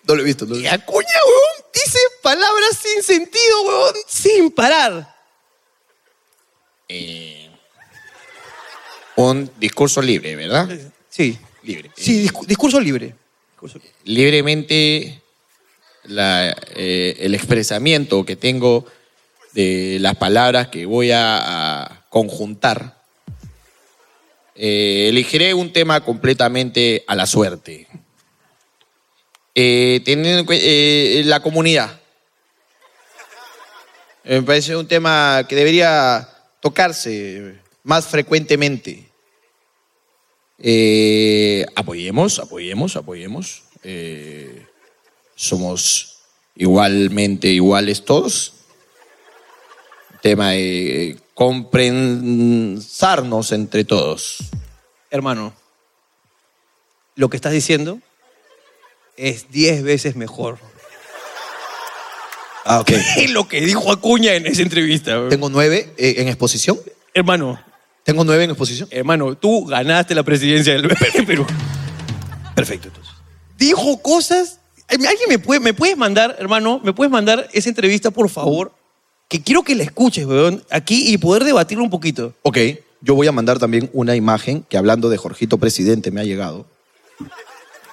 S3: no lo he visto. no lo he
S1: Y
S3: visto.
S1: Acuña, huevón, dice palabras sin sentido, huevón, sin parar.
S6: Un discurso libre, ¿verdad?
S1: Sí.
S6: Libre.
S1: Sí, discu- discurso libre.
S6: Libremente la, eh, el expresamiento que tengo de las palabras que voy a, a conjuntar. Eh, elegiré un tema completamente a la suerte. Eh, teniendo en cuen- eh, la comunidad. Eh, Me parece un tema que debería tocarse más frecuentemente. Eh, apoyemos, apoyemos, apoyemos. Eh, somos igualmente iguales todos. Tema de compensarnos entre todos.
S1: hermano, lo que estás diciendo es 10 veces mejor
S3: Ah, ok.
S1: que lo que dijo Acuña en esa entrevista. bro.
S3: Tengo nueve eh, en exposición.
S1: Hermano,
S3: Tengo nueve en exposición.
S1: hermano, tú ganaste la presidencia del Perú.
S3: Perfecto, entonces.
S1: Dijo cosas. ¿Alguien me puede me puedes mandar, hermano, me puedes mandar esa entrevista, por favor? que quiero que la escuches, weón, aquí y poder debatirlo un poquito.
S3: Ok, yo voy a mandar también una imagen que hablando de Jorgito Presidente me ha llegado.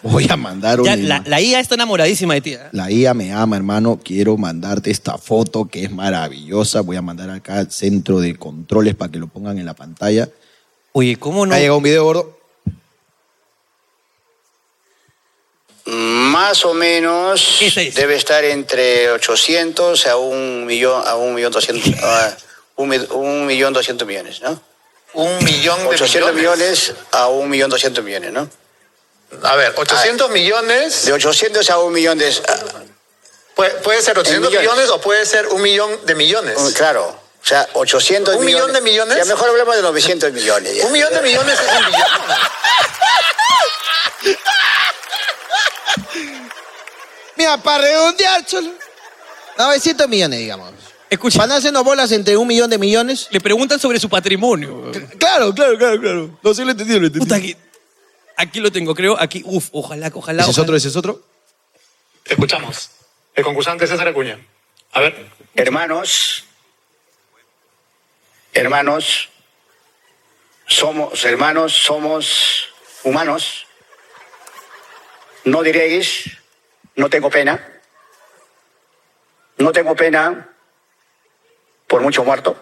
S3: Voy a mandar una
S1: Ya, la,
S3: ima-
S1: la IA está enamoradísima de ti. ¿eh?
S3: La IA me ama, hermano. Quiero mandarte esta foto que es maravillosa. Voy a mandar acá al centro de controles para que lo pongan en la pantalla.
S1: Oye, ¿cómo no?
S3: Me ha llegado un video gordo.
S7: Más o menos
S1: Sí, sí, sí.
S7: debe estar entre 800 a un millón, a un millón doscientos, a un, mi- un millón doscientos millones, ¿no?
S8: Un millón de
S7: 800 millones a un millón doscientos millones, ¿no? Ah,
S8: A ver, 800 millones.
S7: De 800 a un millón de... a-
S8: Puede, puede ser 800
S7: millones.
S8: millones o puede ser un millón de millones.
S7: un- claro, o sea, 800
S8: ¿Un millón de millones?
S7: Ya mejor hablemos de 900 millones. ya.
S8: Un millón de millones es un billón.
S6: Mira, para redondear, solo. 900 millones, digamos.
S1: Escucha.
S6: Van a hacernos bolas entre un millón de millones.
S1: Le preguntan sobre su patrimonio. weón.
S6: Claro, claro, claro, claro. No sé, lo entendí, lo entendí.
S1: Puta, aquí, aquí lo tengo, creo. Aquí, uf, ojalá, ojalá.
S3: ¿Ese es
S1: ojalá.
S3: otro? ¿Ese es otro?
S9: Te escuchamos. El concursante César Acuña. A ver.
S7: Hermanos, hermanos, somos hermanos, somos humanos. No diréis, no tengo pena. No tengo pena por mucho muerto,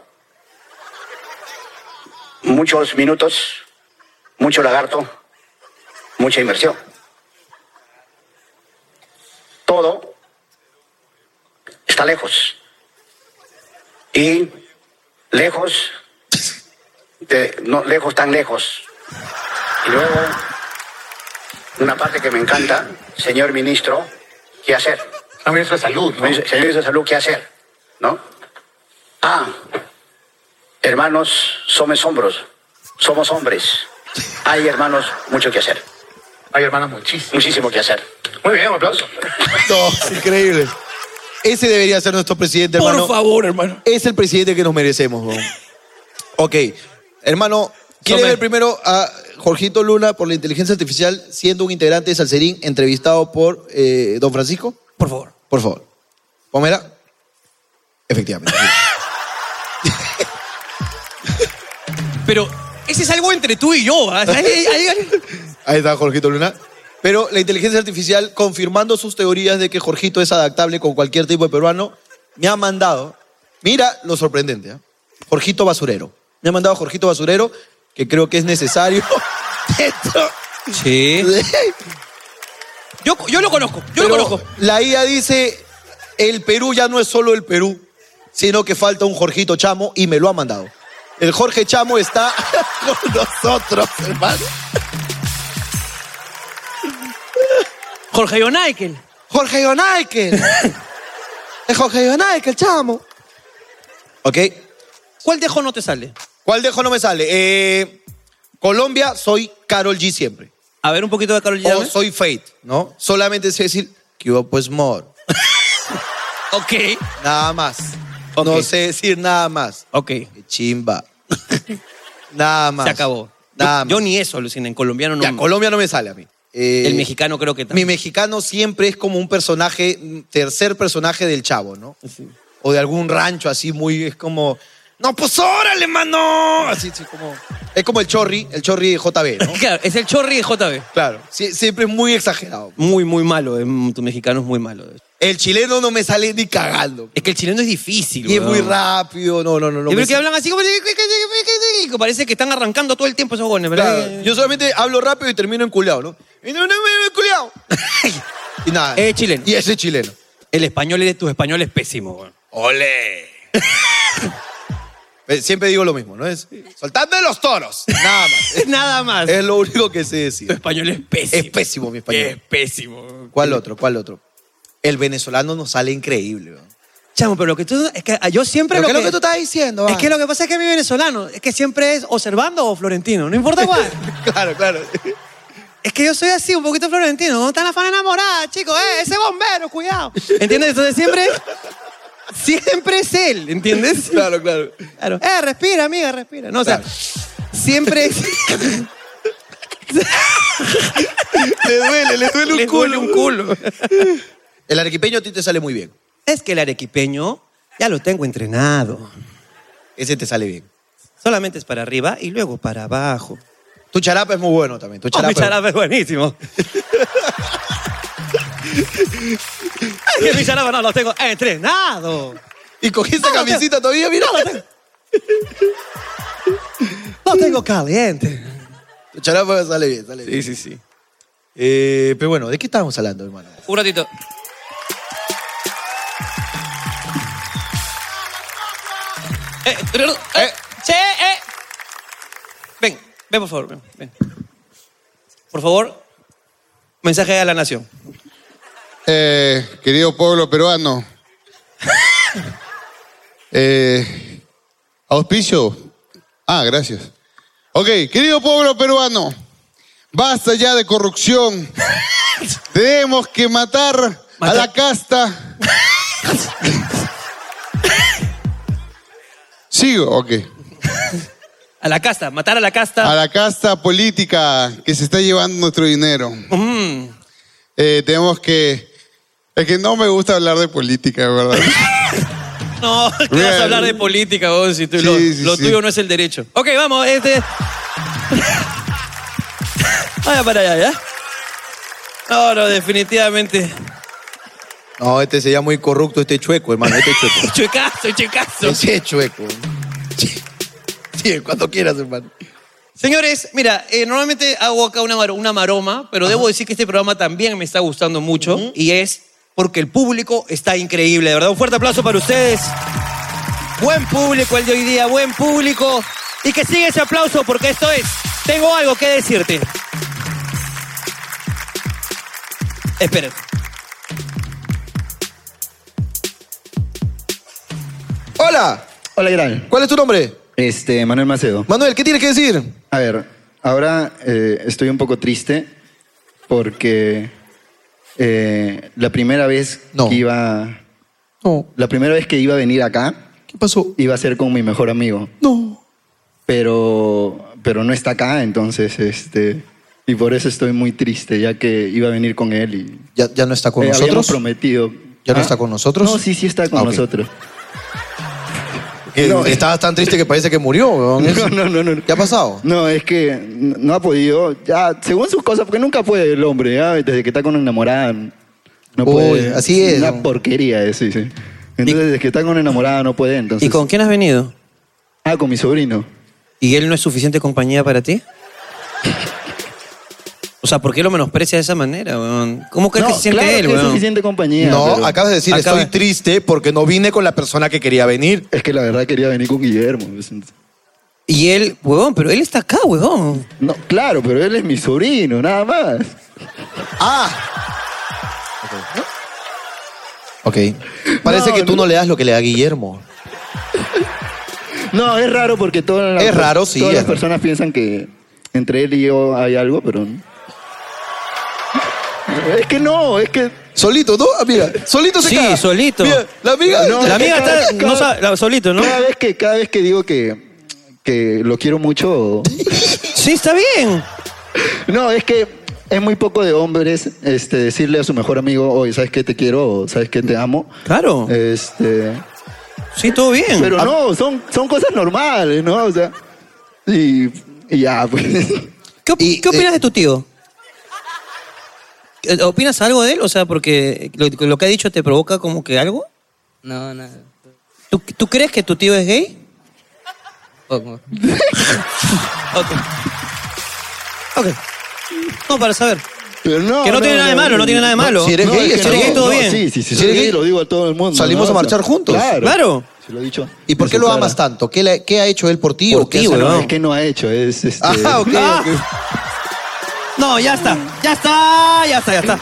S7: muchos minutos, mucho lagarto, mucha inversión. Todo está lejos. Y lejos, de- no lejos tan lejos. Y luego, una parte que me encanta, señor ministro, ¿qué hacer?
S9: La ministra de Salud, ¿no?
S7: Señor ministro de Salud, ¿qué hacer? ¿No? Ah, hermanos, somos hombros, somos hombres. Hay hermanos, mucho que hacer,
S9: Ay, hermana, muchísimo.
S7: muchísimo que hacer.
S9: Muy bien, un aplauso.
S3: No, increíble. Ese debería ser nuestro presidente,
S1: Por
S3: hermano.
S1: favor, hermano.
S3: Es el presidente que nos merecemos, weón. Ok, hermano, ¿quieres
S1: Sommer.
S3: ver primero a Jorgito Luna por la inteligencia artificial siendo un integrante de Salserín entrevistado por eh, don Francisco?
S1: Por favor.
S3: Por favor. Pomera. Efectivamente.
S1: Pero ese es algo entre tú y yo. ¿ah? O sea, ahí- ahí- ahí-
S3: Ahí está Jorgito Luna. Pero la inteligencia artificial, confirmando sus teorías de que Jorgito es adaptable con cualquier tipo de peruano, me ha mandado, mira lo sorprendente, ¿ah? Jorgito Basurero. Me ha mandado Jorgito Basurero, que creo que es necesario dentro
S1: Sí.
S3: de-
S1: Yo, yo lo conozco, yo lo
S3: Pero
S1: conozco.
S3: La IA dice, el Perú ya no es solo el Perú, sino que falta un Jorgito Chamo y me lo ha mandado. El Jorge Chamo está con nosotros, hermano.
S1: Jorge Jonaikel.
S3: Jorge Yonaiken. Es Jorge Yonaiken, chamo. Ok.
S1: ¿Cuál dejo no te sale?
S3: ¿Cuál dejo no me sale? Eh, Colombia, soy Carol G siempre.
S1: A ver un poquito de Carol G.
S3: O
S1: dame.
S3: soy Fate, ¿no? Solamente sé decir, que hubo pues more.
S1: Ok.
S3: Nada más.
S1: Ok.
S3: No sé decir nada más.
S1: Ok.
S3: Qué chimba. nada más.
S1: Se acabó.
S3: Nada
S1: Yo, yo
S3: más.
S1: ni eso, alucina. En colombiano no.
S3: Ya, Colombia no me sale a mí. Eh,
S1: el mexicano creo que
S3: Mi
S1: también.
S3: mexicano siempre es como un personaje, un tercer personaje del chavo, ¿no? O de algún rancho así muy, es como, no, pues órale, mano. Así, sí, como, es como el chorri, el chorri de JB, ¿no?
S1: Claro, es el chorri de JB.
S3: claro, sí, siempre es muy exagerado.
S1: Muy, muy malo. eh, Tu mexicano es muy malo.
S3: El chileno no me sale ni cagando.
S1: Es que el chileno es difícil.
S3: Y es
S1: weón.
S3: muy rápido, no, no, no. no
S1: Yo
S3: me
S1: creo que hablan así como... Parece que están arrancando todo el tiempo esos gones, ¿verdad?
S3: Claro, yo solamente hablo rápido y termino enculeado, ¿no? Y no, no, no, enculeado. y nada.
S1: Es chileno.
S3: Y ese es chileno.
S1: El español de tus españoles es pésimo, weón.
S3: Eh, Siempre digo lo mismo, ¿no? Es soltadme los toros. Nada más. Es-
S1: Nada más.
S3: es lo único que sé
S1: Tu
S3: decir.
S1: español es pésimo.
S3: Es pésimo mi
S1: Es
S3: español.
S1: pésimo.
S3: ¿Cuál otro? ¿Cuál otro? El venezolano nos sale increíble. weón.
S1: Chamo, pero lo que tú... Es que yo siempre
S3: ¿Pero
S1: lo
S3: qué es
S1: que...
S3: lo que tú estás diciendo?
S1: Es que lo que pasa es que mi venezolano es que siempre es o Servando o Florentino, no importa cuál.
S3: Claro, claro.
S1: es que yo soy así, un poquito Florentino. ¿Dónde están las fan enamoradas, chicos? ¡Eh, ese bombero, cuidado! ¿Entiendes? Entonces siempre... Siempre es él, ¿entiendes?
S3: Claro, claro.
S1: Claro. Eh, respira, amiga, respira. No, o sea,
S3: Claro.
S1: siempre es...
S3: Le duele, le duele un
S1: Les
S3: culo.
S1: duele un culo.
S3: El arequipeño a ti te sale muy bien.
S1: Es que el arequipeño Ya lo tengo entrenado.
S6: Ese te sale bien.
S1: Solamente es para arriba y luego para abajo.
S6: Tu charapa es muy bueno también. Tu
S1: Oh,
S6: charapa.
S1: mi charapa es buenísimo. es que mi charapa no lo tengo entrenado.
S6: Y cogí esa
S1: No, no,
S6: camisita todavía, mira.
S1: Lo tengo caliente.
S6: Tu charapa sale bien, sale bien.
S4: Sí, sí, sí.
S6: Eh, pero bueno, ¿de qué estábamos hablando, hermano?
S2: Un ratito.
S1: Eh, pero- eh, che, eh. Ven, ven por favor, ven, ven. Por favor, mensaje a la nación.
S10: Eh, querido pueblo peruano, eh, auspicio. Ah, gracias. Ok, querido pueblo peruano, basta ya de corrupción. Tenemos que matar, a la casta. Sigo, ok.
S1: A la casta, matar a la
S10: A
S1: casta.
S10: la casta política que se está llevando nuestro dinero.
S1: Mm.
S10: Eh, tenemos que... Es que no me gusta hablar de política, de verdad.
S1: No, que vas
S10: Real.
S1: a hablar de política vos, si tú- lo,
S10: Sí, sí,
S1: lo
S10: sí.
S1: tuyo no es el derecho. Ok, vamos, este. Vaya para allá, ¿ya? No, no, definitivamente.
S6: No, este sería muy corrupto, este chueco, hermano, este chueco.
S1: Chuecazo, chuecazo.
S3: Este
S6: Ese chueco. Sí, cuando quieras, hermano.
S1: Señores, mira, eh, normalmente hago acá una, mar- una maroma, pero debo decir que este programa también me está gustando mucho y es porque el público está increíble, de verdad. Un fuerte aplauso para ustedes. Buen público el de hoy día, buen público. Y que siga ese aplauso porque esto es, tengo algo que decirte. Esperen.
S6: Hola,
S11: Hola, ¿qué tal?
S6: ¿cuál es tu nombre?
S11: Este, Manuel Macedo.
S6: Manuel, ¿qué tienes que decir?
S11: A ver, ahora eh, estoy un poco triste porque eh, la primera vez
S6: No.
S11: que iba.
S6: No,
S11: La primera vez que iba a venir acá
S6: ¿qué pasó?
S11: iba a ser con mi mejor amigo.
S6: No.
S11: Pero. Pero no está acá, entonces, este. Y por eso estoy muy triste, ya que iba a venir con él y.
S6: ¿Ya, ya no está con
S11: eh, habíamos
S6: nosotros?
S11: prometido.
S6: ¿Ya no
S11: Ah,
S6: está con nosotros?
S11: No, sí, sí está con
S6: Ah, ok.
S11: nosotros.
S6: Que
S11: No, es-
S6: Estabas tan triste que parece que murió, weón.
S11: No, no, no, no.
S6: ¿Qué ha pasado?
S11: No, es que n- no ha podido. Ya, según sus cosas, porque nunca puede el hombre, ya, desde que está con una enamorada. No
S6: Uy,
S11: puede.
S6: así es,
S11: Una
S6: ¿no?
S11: porquería, eh, sí, sí. Entonces, desde que está con una enamorada, no puede. Entonces,
S1: ¿Y con quién has venido?
S11: Ah, con mi sobrino.
S1: ¿Y él no es suficiente compañía para ti? O sea, ¿por qué lo menosprecia de esa manera, weón? ¿Cómo crees
S11: no,
S1: que se siente
S11: claro
S1: él,
S11: que es
S1: weón?
S11: suficiente compañía.
S6: no,
S11: pero
S6: acabas de decir,
S1: Acaba-
S6: estoy triste porque no vine con la persona que quería venir.
S11: Es que la verdad quería venir con Guillermo. pues, entonces-
S1: Y él, huevón, pero él está acá, huevón.
S11: No, claro, pero él es mi sobrino, nada más.
S6: ¡Ah! Ok. Parece
S11: No,
S6: que tú no.
S11: no.
S6: le das lo que le da Guillermo.
S11: No, es raro porque todas las,
S6: Es raro, sí,
S11: todas
S6: es
S11: las
S6: raro.
S11: personas piensan que entre él y yo hay algo, pero. no. Es que no, es que.
S6: Solito, ¿no? Ah, mira, solito se
S1: Sí,
S6: caga.
S1: solito.
S6: Mira, la amiga...
S11: No,
S1: la
S11: es que
S1: amiga
S11: cada-
S1: está no
S11: cada-
S1: sabe- la- solito, ¿no?
S11: Cada vez que, cada vez que digo que, que lo quiero mucho.
S1: Sí, está bien.
S11: No, es que es muy poco de hombres este, decirle a su mejor amigo, oye, ¿sabes qué te quiero? O, ¿Sabes qué te amo?
S1: Claro.
S11: Este,
S1: Sí, todo bien. Ah.
S11: pero no, son, son cosas normales, ¿no? O sea, y, y ya, pues.
S1: ¿Qué, op-
S6: Y,
S1: qué opinas
S6: eh,
S1: de tu tío? Eh, ¿Opinas algo de él? O sea, porque lo, lo que ha dicho te provoca como que algo.
S12: No, nada.
S1: ¿Tú, tú crees que tu tío es gay?
S12: Poco.
S1: Ok. Ok. No, para saber.
S11: Pero no,
S1: Que no tiene nada de malo, no tiene nada de malo.
S6: si eres
S11: No,
S6: gay,
S11: es que
S6: si eres
S11: no,
S6: gay, todo
S11: no,
S1: bien.
S11: Sí, sí, sí.
S6: Si
S11: Si
S6: eres gay,
S11: lo digo a todo el mundo.
S6: salimos
S11: ¿no?
S6: a marchar juntos.
S11: Claro.
S1: Claro.
S11: Se lo he dicho.
S6: ¿Y por qué
S11: En su
S6: lo amas
S11: cara.
S6: tanto? ¿Qué, le- qué ha hecho él por ti?
S1: Por
S6: o qué
S1: ti,
S6: hace-
S1: weón.
S11: No, es que no ha hecho, es este.
S6: Ah, ok,
S1: Ah.
S6: ok.
S1: No, ya está. Ya está, ya está, ya está.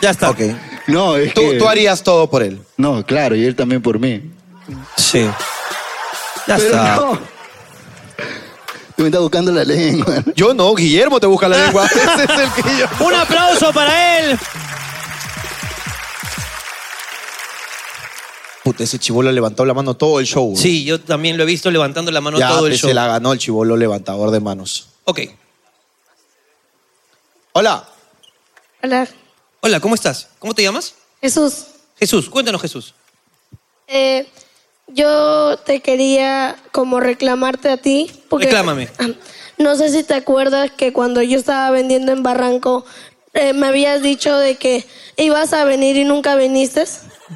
S1: Ya está.
S6: Ok.
S11: No, es
S6: Tú,
S11: que.
S6: tú harías todo por él.
S11: No, claro, y él también por mí.
S1: Sí. Ya
S11: Pero
S1: está.
S11: no. Tú me estás buscando la lengua.
S6: Yo no, Guillermo te busca la lengua. Ese es el que yo.
S1: Un aplauso para él.
S6: Puta, ese chivolo levantó la mano todo el show. bro.
S1: Sí, yo también lo he visto levantando la mano
S6: ya
S1: todo el
S6: pues,
S1: show.
S6: se la ganó el chivolo levantador de manos.
S1: Ok.
S6: Hola.
S13: Hola,
S1: Hola, ¿cómo estás? ¿Cómo te llamas?
S13: Jesús.
S1: Jesús, cuéntanos, Jesús.
S13: Eh, yo te quería como reclamarte a ti. Porque Ah,
S1: Reclámame.
S13: No sé si te acuerdas que cuando yo estaba vendiendo en Barranco, eh, me habías dicho de que ibas a venir y nunca viniste.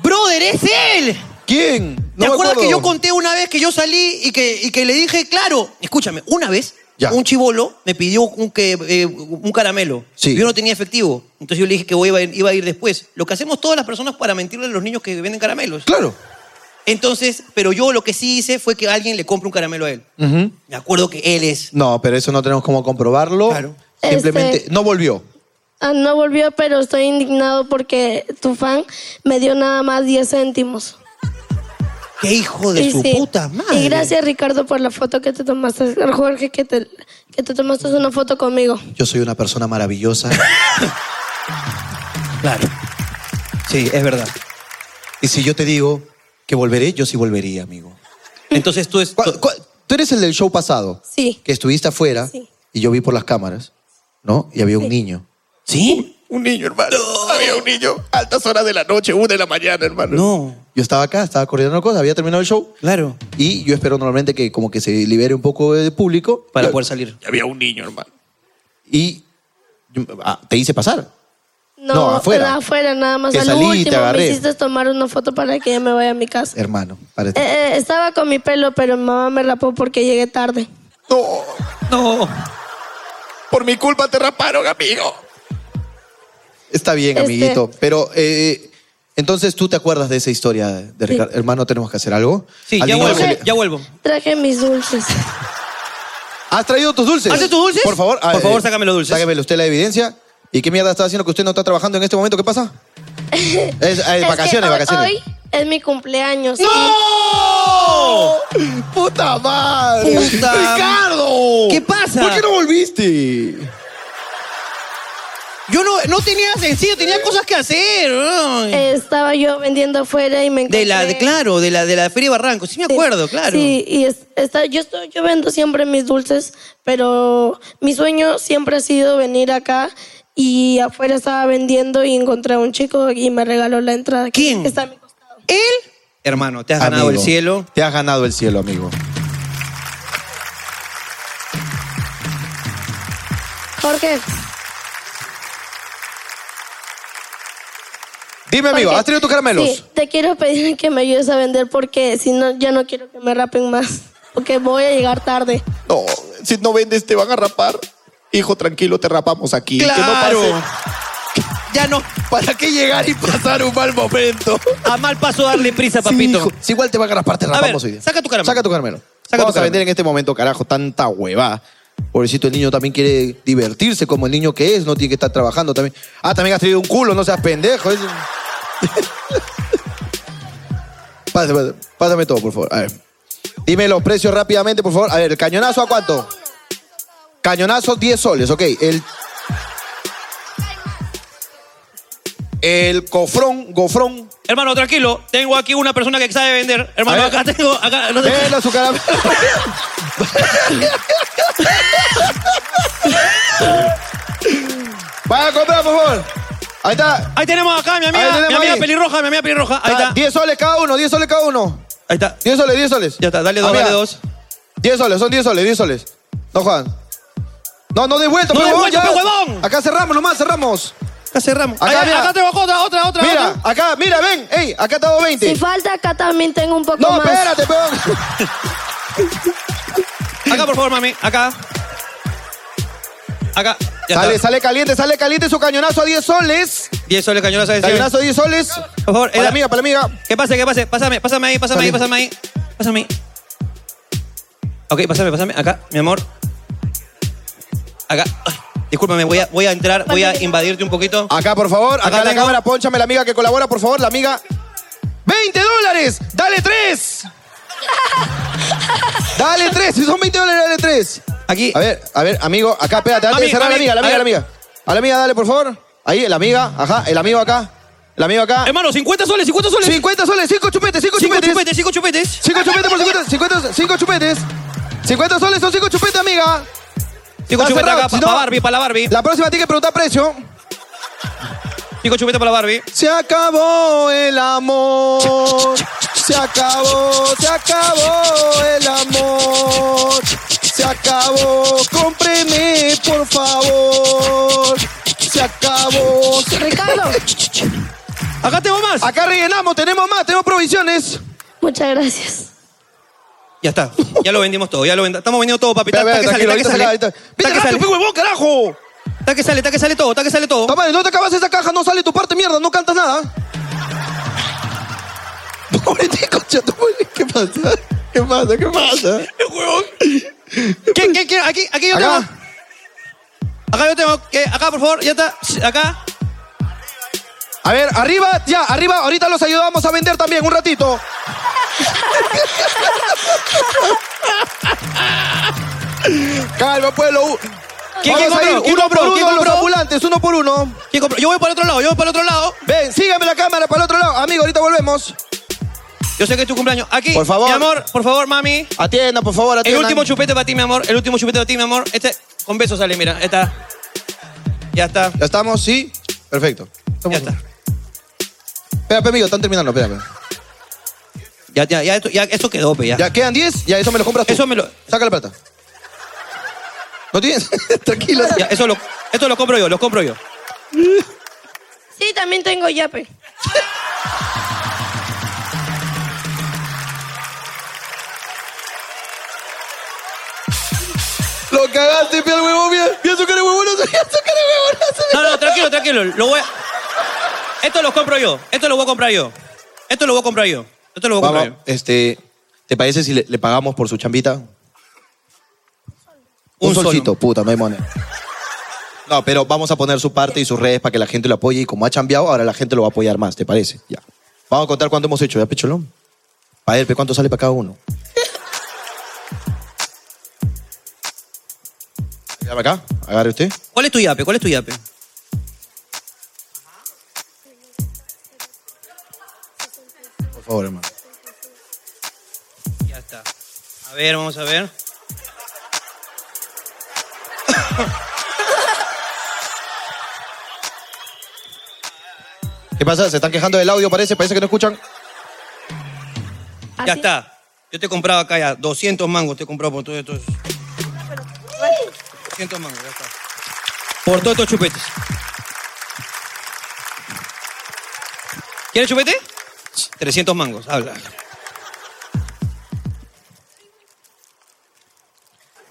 S1: ¡Brother, es él!
S3: ¿Quién?
S1: ¿Te acuerdas que yo conté una vez que yo salí y que, y que le dije, claro, escúchame, una vez un chivolo me pidió un, que, eh, un caramelo. Yo no tenía efectivo. Entonces yo le dije que iba a, ir, iba a ir después. Lo que hacemos todas las personas para mentirle a los niños que venden caramelos.
S3: Claro.
S1: Entonces, pero yo lo que sí hice fue que alguien le compre un caramelo a él.
S3: Ujú.
S1: Me acuerdo que él es.
S3: No, pero eso no tenemos cómo comprobarlo. Simplemente
S13: Este-
S3: no volvió.
S13: Ah, no volvió, pero estoy indignado porque tu fan me dio nada más 10 céntimos.
S1: ¡Qué hijo de
S13: Y
S1: su
S13: sí.
S1: puta madre!
S13: Y gracias, Ricardo, por la foto que te tomaste. Jorge, que te, que te tomaste una foto conmigo.
S3: Yo soy una persona maravillosa.
S1: claro. Sí, es verdad.
S3: Y si yo te digo que volveré, yo sí volvería, amigo.
S1: Entonces tú es.
S3: Tú eres el del show pasado.
S13: Sí.
S3: Que estuviste afuera y yo vi por las cámaras, ¿no? Y había un niño.
S1: ¿Sí?
S6: Un niño, hermano. Había un niño. Altas horas de la noche, una de la mañana, hermano.
S1: No.
S3: Yo estaba acá, estaba coordinando cosas, había terminado el show.
S1: Claro.
S3: Y yo espero normalmente que como que se libere un poco de público.
S1: Para poder salir.
S6: Había un niño, hermano.
S3: Y yo- ah, te hice pasar.
S13: No,
S3: No, afuera.
S13: era afuera, nada más.
S3: Que
S13: Al
S3: salí y te
S13: último
S3: agarré.
S13: me hiciste tomar una foto para que ya me vaya a mi casa.
S3: Hermano, para
S13: Eh, eh, estaba con mi pelo, pero mi mamá me rapó porque llegué tarde.
S6: No.
S1: No.
S6: Por mi culpa te raparon, amigo.
S3: Está bien,
S13: Este-
S3: amiguito. Pero eh, entonces tú te acuerdas de esa historia de Ricardo. Hermano, tenemos que hacer algo.
S1: Sí,
S3: Al
S1: ya
S3: niño
S1: vuelvo,
S3: se le-
S1: ya vuelvo.
S13: Traje mis dulces.
S3: ¿Has traído tus dulces?
S13: ¿Has traído tus dulces?
S3: Por favor,
S1: Por favor,
S3: sácame los dulces. Sácamelo usted la evidencia. ¿Y qué mierda está haciendo que usted no está trabajando en este momento? ¿Qué pasa? Es, eh,
S13: que
S3: vacaciones,
S13: hoy-
S3: vacaciones.
S13: Hoy es mi cumpleaños.
S3: ¡No! ¡Puta madre!
S13: Puta.
S3: ¡Ricardo!
S1: ¿Qué pasa?
S3: ¿Por qué no volviste?
S1: Yo no, no tenía sencillo, tenía cosas que hacer. ay.
S13: Estaba yo vendiendo afuera y me encontré...
S1: De la, de- claro, de la, de la Feria de Barranco. Sí me acuerdo, claro.
S13: Sí, y es- está, yo, estoy, yo vendo siempre mis dulces, pero mi sueño siempre ha sido venir acá y afuera estaba vendiendo y encontré a un chico y me regaló la entrada. ¿Quién? Está a mi costado.
S1: ¿Él? Hermano, te has ganado
S3: Amigo,
S1: el cielo.
S3: Te has ganado el cielo, amigo.
S13: Jorge,
S3: Dime, amigo,
S13: Jorge,
S3: ¿has traído tus caramelos?
S13: sí, te quiero pedir que me ayudes a vender porque si no, ya no quiero que me rapen más. Porque voy a llegar tarde.
S6: No, si no vendes te van a rapar. Hijo, tranquilo, te rapamos aquí. Que no
S1: Claro.
S6: pase.
S1: Ya no.
S6: ¿Para qué llegar y pasar un mal momento?
S1: A mal paso darle prisa,
S6: Sí,
S1: papito.
S6: hijo.
S3: Si igual te va a agarrar parte, rapamos hoy día.
S1: Saca tu caramelo.
S3: Saca tu caramelo.
S1: Saca
S3: Vamos
S1: tu
S3: a
S1: caramelo.
S3: vender en este momento, carajo, tanta hueva. Pobrecito, el niño también quiere divertirse como el niño que es, no tiene que estar trabajando también. Ah, también has traído un culo, no seas pendejo. Es- Pásame, pásame, pásame todo, por favor. A ver. Dime los precios rápidamente, por favor. A ver, ¿el cañonazo a cuánto? Cañonazo 10 soles, ok. El, el cofrón, gofrón.
S1: Hermano, tranquilo. Tengo aquí una persona que sabe vender. Hermano,
S3: A ver.
S1: acá tengo. Acá, Ah,
S14: Eh,
S1: no te-
S3: Vela su caramelo. Vaya a comprar, por favor. Ahí está.
S1: Ahí tenemos acá, mi
S3: Ahí
S1: amiga.
S3: tenemos
S1: Mi amiga
S3: ahí.
S1: pelirroja, mi amiga pelirroja. Ahí está.
S3: 10 soles cada uno, 10 soles cada uno.
S1: Ahí está.
S3: 10 soles, 10 soles.
S1: Ya está, dale dos,
S3: Amiga.
S1: dale dos.
S3: 10 soles, son 10 soles, 10 soles. No, Juan. No, no de vuelta,
S1: No
S3: pe,
S1: de
S3: huevón,
S1: vuelta,
S3: ya.
S1: pe, huevón.
S3: Acá cerramos nomás, cerramos.
S1: Acá cerramos.
S3: Acá,
S1: Ahí-
S3: mira.
S1: acá tengo otra, otra, otra.
S3: mira,
S1: otra.
S3: acá, mira, ven. Ey, acá está 20.
S13: Si falta, acá también tengo un poco
S3: no,
S13: más.
S3: espérate, peón.
S1: Acá, por favor, mami. Acá. Acá. Ya
S3: Sale,
S1: está.
S3: sale caliente, sale caliente su cañonazo a 10 soles.
S1: 10 soles cañonazo. de cien.
S3: Cañonazo a 10 soles.
S1: Por favor,
S3: Para la amiga, para la amiga.
S1: Que pase, que pase. Pásame, pásame ahí, pásame ahí, pásame ahí. Pásame ahí. Ok, pásame, pásame. Acá, mi amor. Acá. Ay, discúlpame, voy a, voy a entrar, voy a invadirte un poquito.
S3: Acá, por favor, acá,
S1: Acá
S3: en la
S1: tengo.
S3: cámara, ponchame la amiga que colabora, por favor, la amiga. ¡20 dólares! ¡Dale 3! ¡Dale 3! Si son 20 dólares, dale 3.
S1: Aquí.
S3: A ver, a ver, amigo, acá, espérate, antes de
S1: Mami,
S3: cerrar la
S1: mami,
S3: amiga, la amiga,
S1: a
S3: la
S1: ver.
S3: amiga. A la amiga, dale, por favor. Ahí, la amiga, ajá, el amigo acá. El amigo acá.
S1: Hermano, 50 soles, 50 soles.
S3: 50 Ah. soles, 5 chupetes, 5
S1: Cinco
S3: chupetes.
S1: chupetes, cinco chupetes.
S3: 5 chupetes por 50, 50, 5 chupetes. 50 soles son 5 chupetes, amiga.
S1: Cinco
S3: Está
S1: chupetes
S3: cerrado,
S1: acá,
S3: si
S1: para
S3: no-
S1: Barbie, para la Barbie.
S3: La próxima tiene que preguntar precio.
S1: Pico chupete para Barbie.
S3: Se acabó el amor. Se acabó, se acabó el amor. Se acabó, cómpreme por favor. Se acabó. Ricardo.
S1: Acá tengo más.
S3: Acá rellenamos, tenemos más, tenemos provisiones.
S13: Muchas gracias.
S1: Ya está. Ya lo vendimos todo. Ya lo vend- Estamos vendiendo todo, papi. Está
S3: Ve, ve,
S1: está que sale,
S3: tranquilo,
S1: está que
S3: ahorita
S1: sale.
S3: saca, ahorita. pues,
S1: Está que sale.
S3: carajo!
S1: Está que sale, está que sale todo, está que sale todo.
S3: no te acabas esa caja, no sale tu parte, mierda, no cantas nada. Pobre tío, concha, tu madre, ¿qué pasa? ¿Qué pasa? ¿Qué pasa?
S1: Eh, ¿Qué, qué, qué? Aquí, aquí yo tengo. Acá yo tengo. ¿Qué? Acá, por favor, ya está. Acá.
S3: A ver, arriba, ya, arriba, ahorita los ayudamos a vender también, un ratito. Calma, pueblo.
S1: ¿Quién- quién
S3: Vamos a ir
S1: compró? ¿Quién
S3: uno
S1: compró?
S3: por uno,
S1: ¿Quién
S3: los
S1: compró?
S3: ambulantes, uno por uno.
S1: Yo voy para el otro lado, yo voy para el otro lado.
S3: Ven, sígame la cámara para el otro lado. Amigo, ahorita volvemos.
S1: Yo sé que es tu cumpleaños. Aquí,
S3: Por favor.
S1: mi amor, por favor, mami.
S3: Atienda, por favor,
S1: El
S3: atienda.
S1: último chupete para ti, mi amor. El último chupete para ti, mi amor. Este, con besos sale, mira. Está. Ya está.
S3: Ya estamos, sí. Perfecto.
S1: Ya está.
S3: Espera, pe, amigo, están terminando, espera. pe.
S1: Ya, ya, ya, esto, ya, esto quedó, pe, ya.
S3: Ya quedan 10, ya eso me lo compras tú.
S1: Eso me lo.
S3: Saca la plata. ¿No tienes? Tranquilo.
S1: Ya, eso lo, esto lo compro yo, lo compro yo.
S13: Sí, también tengo yape.
S3: Lo cagaste, pie al huevo, mira. Mira su cara de huevonazo, mira su cara de huevonazo.
S1: No, no, tranquilo, tranquilo. Lo voy a- Esto lo compro yo. Esto lo voy a comprar yo. Esto lo voy a comprar yo. Esto lo voy a comprar
S3: Vamos, este, ¿te parece si le, le pagamos por su chambita? Un, solcito, puta, no hay moneda. No, pero vamos a poner su parte y sus redes para que la gente lo apoye y como ha chambeado, ahora la gente lo va a apoyar más, ¿te parece? Ya. Vamos a contar cuánto hemos hecho, ¿ya, Pecholón? Para ver, pe, ¿cuánto sale para cada uno? Dame acá, agarre usted.
S1: yo. ¿Cuál es tu yape? ¿Cuál es tu yape?
S3: Por favor, hermano.
S1: Ya está. A ver, vamos a ver.
S3: ¿Qué pasa? ¿Se están quejando del audio? Parece, parece que no escuchan.
S1: Ya está. Yo te he comprado acá ya 200 mangos, te he comprado por todos estos. 200 mangos, ya está. Por todos estos chupetes. ¿Quieres chupete? 300 mangos, habla.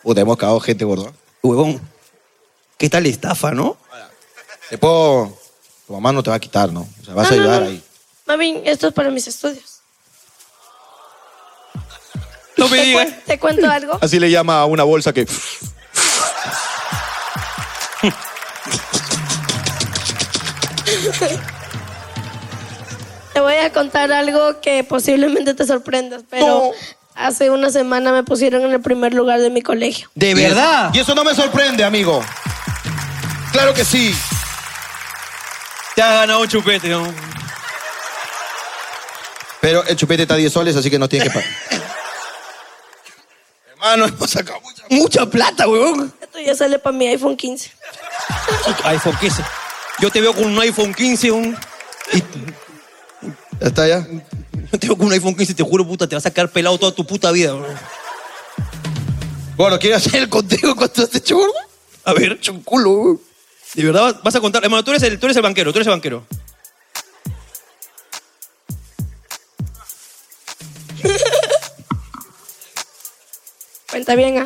S3: Puta, hemos cagado gente, gordo.
S1: Huevón. ¿Qué tal estafa, no?
S3: Te puedo... Tu mamá no te va a quitar, ¿no? O sea, vas a
S13: No, no,
S3: ayudar
S13: no.
S3: ahí.
S13: Mami, esto es para mis estudios.
S1: No me
S13: ¿Te,
S1: digas.
S13: cuen- te cuento algo?
S3: Así le llama a una bolsa que...
S13: Te voy a contar algo que posiblemente te sorprendas, pero hace una semana me pusieron en el primer lugar de mi colegio.
S1: ¿De
S3: verdad? Y eso no me sorprende, amigo. Claro que sí.
S1: Te has ganado un chupete, ¿no?
S3: Pero el chupete está a 10 soles, así que no tienes que pagar. Hermano, hemos sacado mucha,
S1: mucha plata, weón.
S13: Esto ya sale para mi iPhone 15.
S1: iPhone 15. Yo te veo con un iPhone 15, un.
S3: ¿Ya está ya?
S1: Yo te veo con un iPhone 15, te juro, puta, te vas a quedar pelado toda tu puta vida, weón.
S3: Bueno, quiero hacer el conteo cuánto has hecho, gordo.
S1: A ver.
S3: Un culo, weón.
S1: De verdad vas a contar. Hermano, tú eres el, tú eres el banquero, tú eres el banquero.
S13: Cuenta bien, ¿ah?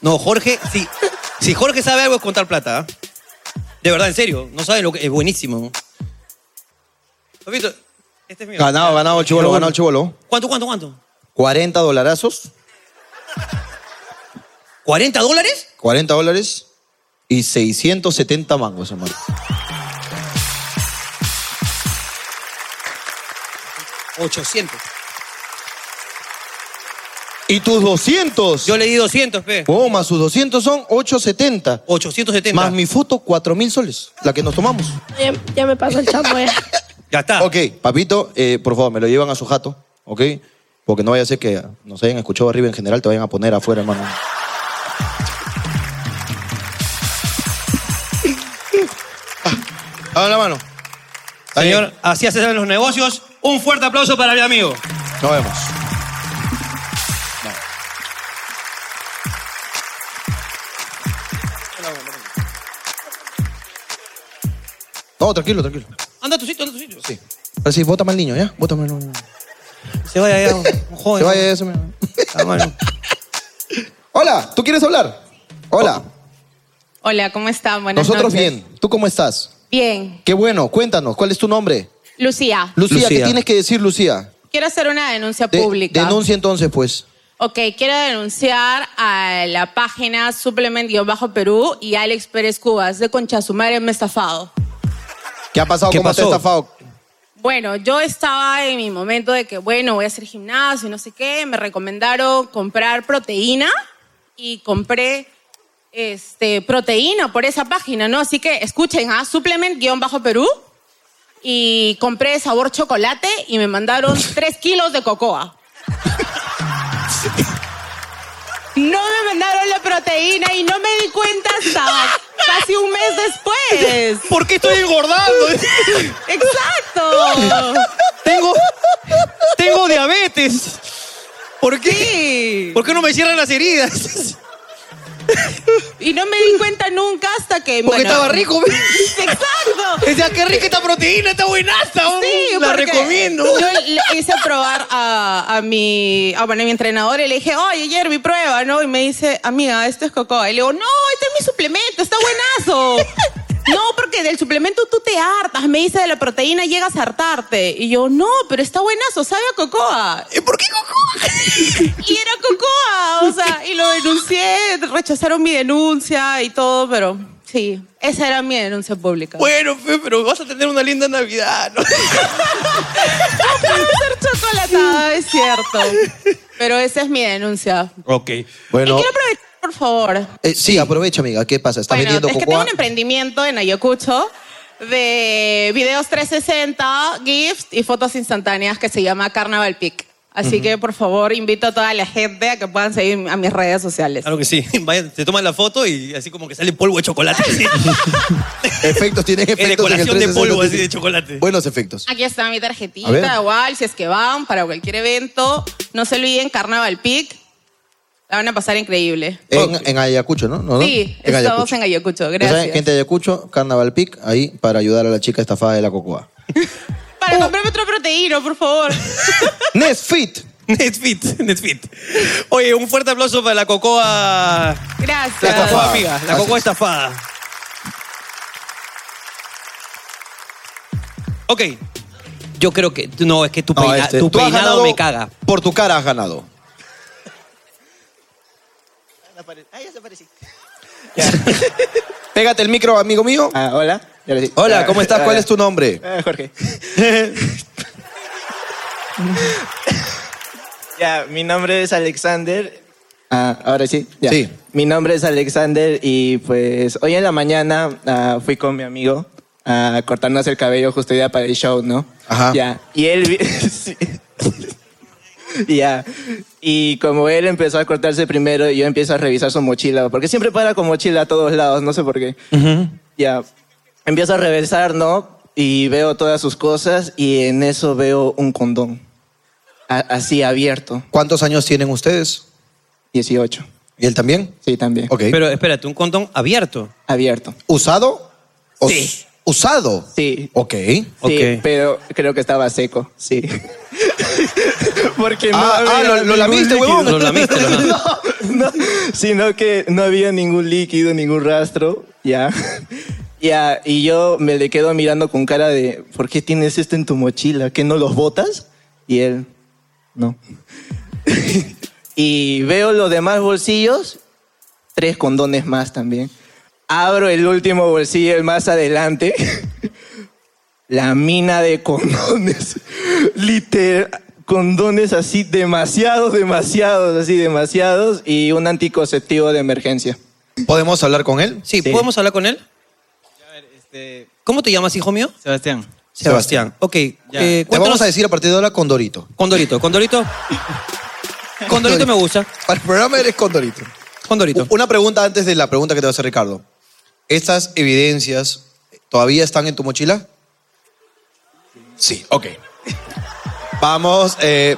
S1: No, Jorge, si, si Jorge sabe algo es contar plata. ¿ah? De verdad, en serio. No sabe lo que. Es buenísimo. Papito, este es mío.
S3: Ganado, ganado el chivolo, ganado el chivolo.
S1: ¿Cuánto, cuánto, cuánto?
S3: 40 dolarazos,
S1: ¿40 dólares?
S3: 40 dólares y 670 mangos, hermano.
S1: ¿800?
S3: ¿Y tus 200?
S1: Yo le di 200, pe.
S3: Oh, más sus 200 son 870.
S1: 870.
S3: Más mi foto, 4000 soles, la que nos tomamos.
S13: Ya, ya me pasó el chamo, ya.
S1: Ya está.
S3: Ok, papito, eh, por favor, me lo llevan a su jato, ¿ok? Porque no vaya a ser que nos hayan escuchado arriba en general, te vayan a poner afuera, hermano. Ah, la mano.
S1: Señor, así hacen los negocios. Un fuerte aplauso para mi amigo.
S3: Nos vemos. No, tranquilo, tranquilo.
S1: Anda a tu sitio, anda a tu sitio. Sí.
S3: Ahora sí, bótame al niño, ¿ya? Bótame al niño.
S1: Se vaya ya, un un joven. Ah,
S3: Se vaya ya, se me- Hola, ¿tú quieres hablar? Hola,
S2: Hola, ¿cómo están? Buenas
S3: nosotros
S2: noches.
S3: bien. ¿Tú cómo estás?
S2: Bien.
S3: Qué bueno, cuéntanos, ¿cuál es tu nombre?
S2: Lucía,
S3: Lucía, ¿qué
S2: Lucía.
S3: tienes que decir, Lucía?
S2: quiero hacer una denuncia
S3: De-
S2: pública.
S3: Denuncia entonces, pues.
S2: Ok, quiero denunciar a la página Suplement-Perú y Alex Pérez Cubas de Concha su madre me ha estafado.
S3: ¿Qué ha pasado?
S5: ¿Qué
S3: ¿Cómo
S5: pasó?
S3: te has estafado?
S2: Bueno, yo estaba en mi momento de que, bueno, voy a hacer gimnasio y no sé qué. Me recomendaron comprar proteína y compré este, proteína por esa página, ¿no? Así que escuchen ¿ah? a Suplement-Perú y compré sabor chocolate y me mandaron 3 kilos de cocoa. No me mandaron la proteína y no me di cuenta hasta casi un mes después.
S1: ¿Por qué estoy engordando?
S2: Exacto.
S1: Tengo, tengo diabetes. ¿Por qué? ¿Por qué no me cierran las heridas?
S2: Y no me di cuenta nunca hasta que.
S1: Porque estaba rico, ve.
S2: Exacto.
S1: Decía, qué rica esta proteína, está buenaza, oh,
S2: Sí,
S1: la
S2: porque
S1: recomiendo.
S2: Yo le hice probar a, a mi, a, bueno, a mi entrenador y le dije, oye, Jeremy, prueba, ¿no? Y me dice, amiga, esto es cocoa. Y le digo, no, este es mi suplemento, está buenazo. No, porque del suplemento tú te hartas. Me dice, de la proteína llegas a hartarte. Y yo, no, pero está buenazo, sabe a cocoa. ¿Y por qué cocoa? y era cocoa, o sea, y lo denuncié, rechazaron mi denuncia y todo, pero sí, esa era mi denuncia pública.
S1: Bueno, fe, pero vas a tener una linda Navidad, ¿no?
S2: ser chocolatada, Ah, es cierto. Pero esa es mi denuncia.
S1: Ok.
S3: Bueno,
S2: Y quiero aprovechar, por favor.
S3: eh, sí, aprovecha, amiga. ¿Qué pasa? ¿Estás
S2: Bueno, es
S3: vendiendo
S2: que tengo
S3: cocoa?
S2: un emprendimiento en Ayacucho de videos 360, gifts y fotos instantáneas que se llama Carnaval Peak. Así que, por favor, invito a toda la gente a que puedan seguir a mis redes sociales.
S1: Claro que sí. Vayan, se toman la foto y así como que sale polvo de chocolate. así.
S3: Efectos, tienes
S1: Es
S3: efectos. en el
S1: decoración de
S3: 360,
S1: polvo así
S3: tienes-
S1: de chocolate.
S3: Buenos efectos.
S2: Aquí está mi
S3: A ver.
S2: tarjetita, igual, si es que van para cualquier evento. No se olviden, Carnaval Peak. La van a pasar increíble.
S3: En, en Ayacucho, ¿no? ¿No, no?
S2: Sí,
S3: en
S2: estamos
S3: Ayacucho.
S2: en
S3: Ya
S2: Ayacucho,
S3: saben,
S2: gracias.
S3: gente de Ayacucho, Carnaval Peak, ahí para ayudar a la chica estafada de la cocoa.
S2: Para comprarme otro proteíno, por favor.
S3: Netfit.
S1: Netfit, Netfit. Oye, un fuerte aplauso para la cocoa. La
S2: Gracias.
S1: cocoa amiga, la cocoa estafada. Ok.
S5: Yo creo que. No, es que tu,
S3: No,
S5: peina-
S3: este,
S5: tu
S3: tú has
S5: peinado
S3: ganado-
S5: me caga.
S3: Por tu cara has ganado. Pégate el micro, amigo mío.
S12: hola.
S3: Hola, ¿cómo estás?
S12: Ah,
S3: ¿Cuál
S12: ya.
S3: es tu nombre?
S12: Eh, Jorge. ya, mi nombre es Alexander. Ah, ahora sí. ya.
S3: Sí.
S12: Mi nombre es Alexander y pues hoy en la mañana ah, fui con mi amigo a cortarnos el cabello justo ya para el show, ¿no?
S3: Ajá.
S12: Ya. Y él. vi- sí. Ya. Y como él empezó a cortarse primero, yo empiezo a revisar su mochila, porque siempre para con mochila a todos lados, no sé por qué. Ya, empiezo a revisar, ¿no? Y veo todas sus cosas y en eso veo un condón. A- así abierto.
S3: ¿Cuántos años tienen ustedes?
S12: 18.
S3: ¿Y él también?
S12: Sí, también.
S3: Ok.
S1: Pero espérate, un condón abierto.
S12: Abierto.
S3: ¿Usado? ¿O
S12: Sí.
S3: s- ¿Usado?
S12: Sí.
S3: Ok.
S12: Sí,
S1: Ok.
S12: pero creo que estaba seco, sí. Porque no
S3: Ah,
S12: había
S3: ah, lo- lo
S12: ningún
S3: lamiste,
S12: líquido.
S3: huevón. Lo lamiste, lo lamiste.
S12: No, no, sino que no había ningún líquido, ningún rastro, ya. Ya, y yo me le quedo mirando con cara de, ¿por qué tienes esto en tu mochila? ¿Que no los botas? Y él, no. y veo los demás bolsillos, tres condones más también. Abro el último bolsillo, el más adelante. La mina de condones. Literal. Condones así, demasiados, demasiados, así, demasiados. Y un anticonceptivo de emergencia.
S3: ¿Podemos hablar con él?
S1: Sí,
S12: Sí.
S1: ¿podemos hablar con él? ¿Cómo te llamas, hijo mío?
S12: Sebastián.
S1: Sebastián. Ok. eh,
S3: Ya. Eh, Te vamos a decir a partir de ahora Condorito.
S1: Condorito, Condorito. Condorito me gusta.
S3: Para el programa eres Condorito.
S1: Condorito.
S3: U- Una pregunta antes de la pregunta que te va a hacer Ricardo. ¿Estas evidencias todavía están en tu mochila?
S6: Sí, ok.
S3: Vamos, eh,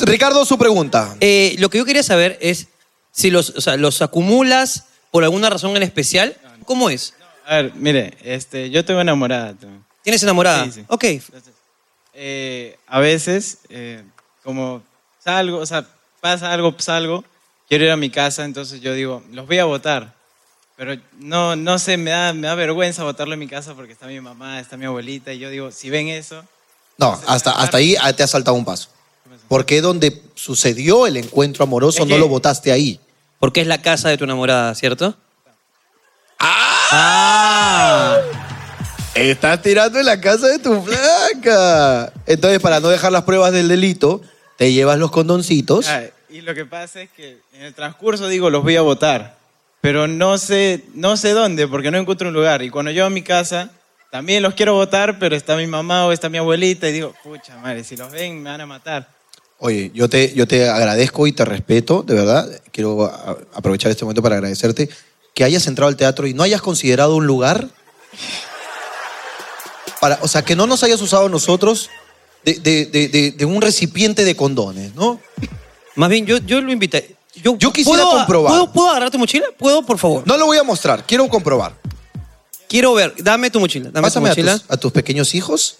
S3: Ricardo, su pregunta.
S1: Eh, lo que yo quería saber es si los, o sea, los acumulas por alguna razón en especial. ¿Cómo es?
S15: A ver, mire, este, yo tengo enamorada. también.
S1: ¿Tienes enamorada?
S15: Sí, sí.
S1: Ok.
S15: Eh, a veces, eh, como salgo, o sea, pasa algo, salgo, quiero ir a mi casa, entonces yo digo, los voy a votar. Pero no, no sé, me da, me da vergüenza votarlo en mi casa porque está mi mamá, está mi abuelita, y yo digo, si ven eso,
S3: No, hasta, hasta ahí ah, te has saltado un paso. Porque donde sucedió el encuentro amoroso, no lo votaste ahí.
S1: Porque es la casa de tu enamorada, ¿cierto?
S3: Ah. Estás tirando en la casa de tu flaca. Entonces, para no dejar las pruebas del delito, te llevas los condoncitos.
S15: Ah, y lo que pasa es que en el transcurso digo, los voy a votar, pero no sé, no sé dónde, porque no encuentro un lugar. Y cuando llego a mi casa, también los quiero votar, pero está mi mamá o está mi abuelita, y digo, pucha madre, si los ven me van a matar.
S3: Oye, yo te, yo te agradezco y te respeto, de verdad. Quiero a- aprovechar este momento para agradecerte que hayas entrado al teatro y no hayas considerado un lugar. Para, o sea, que no nos hayas usado nosotros de, de- de- de- de un recipiente de condones, ¿no?
S1: Más bien, yo, yo lo invité. Yo,
S3: quisiera
S1: ¿puedo-
S3: comprobar.
S1: ¿puedo, puedo agarrar tu mochila? ¿Puedo, por favor?
S3: No lo voy a mostrar, quiero comprobar.
S1: Quiero ver, dame tu mochila. Dame
S3: Pásame a
S1: tu mochila.
S3: tus, a tus pequeños hijos.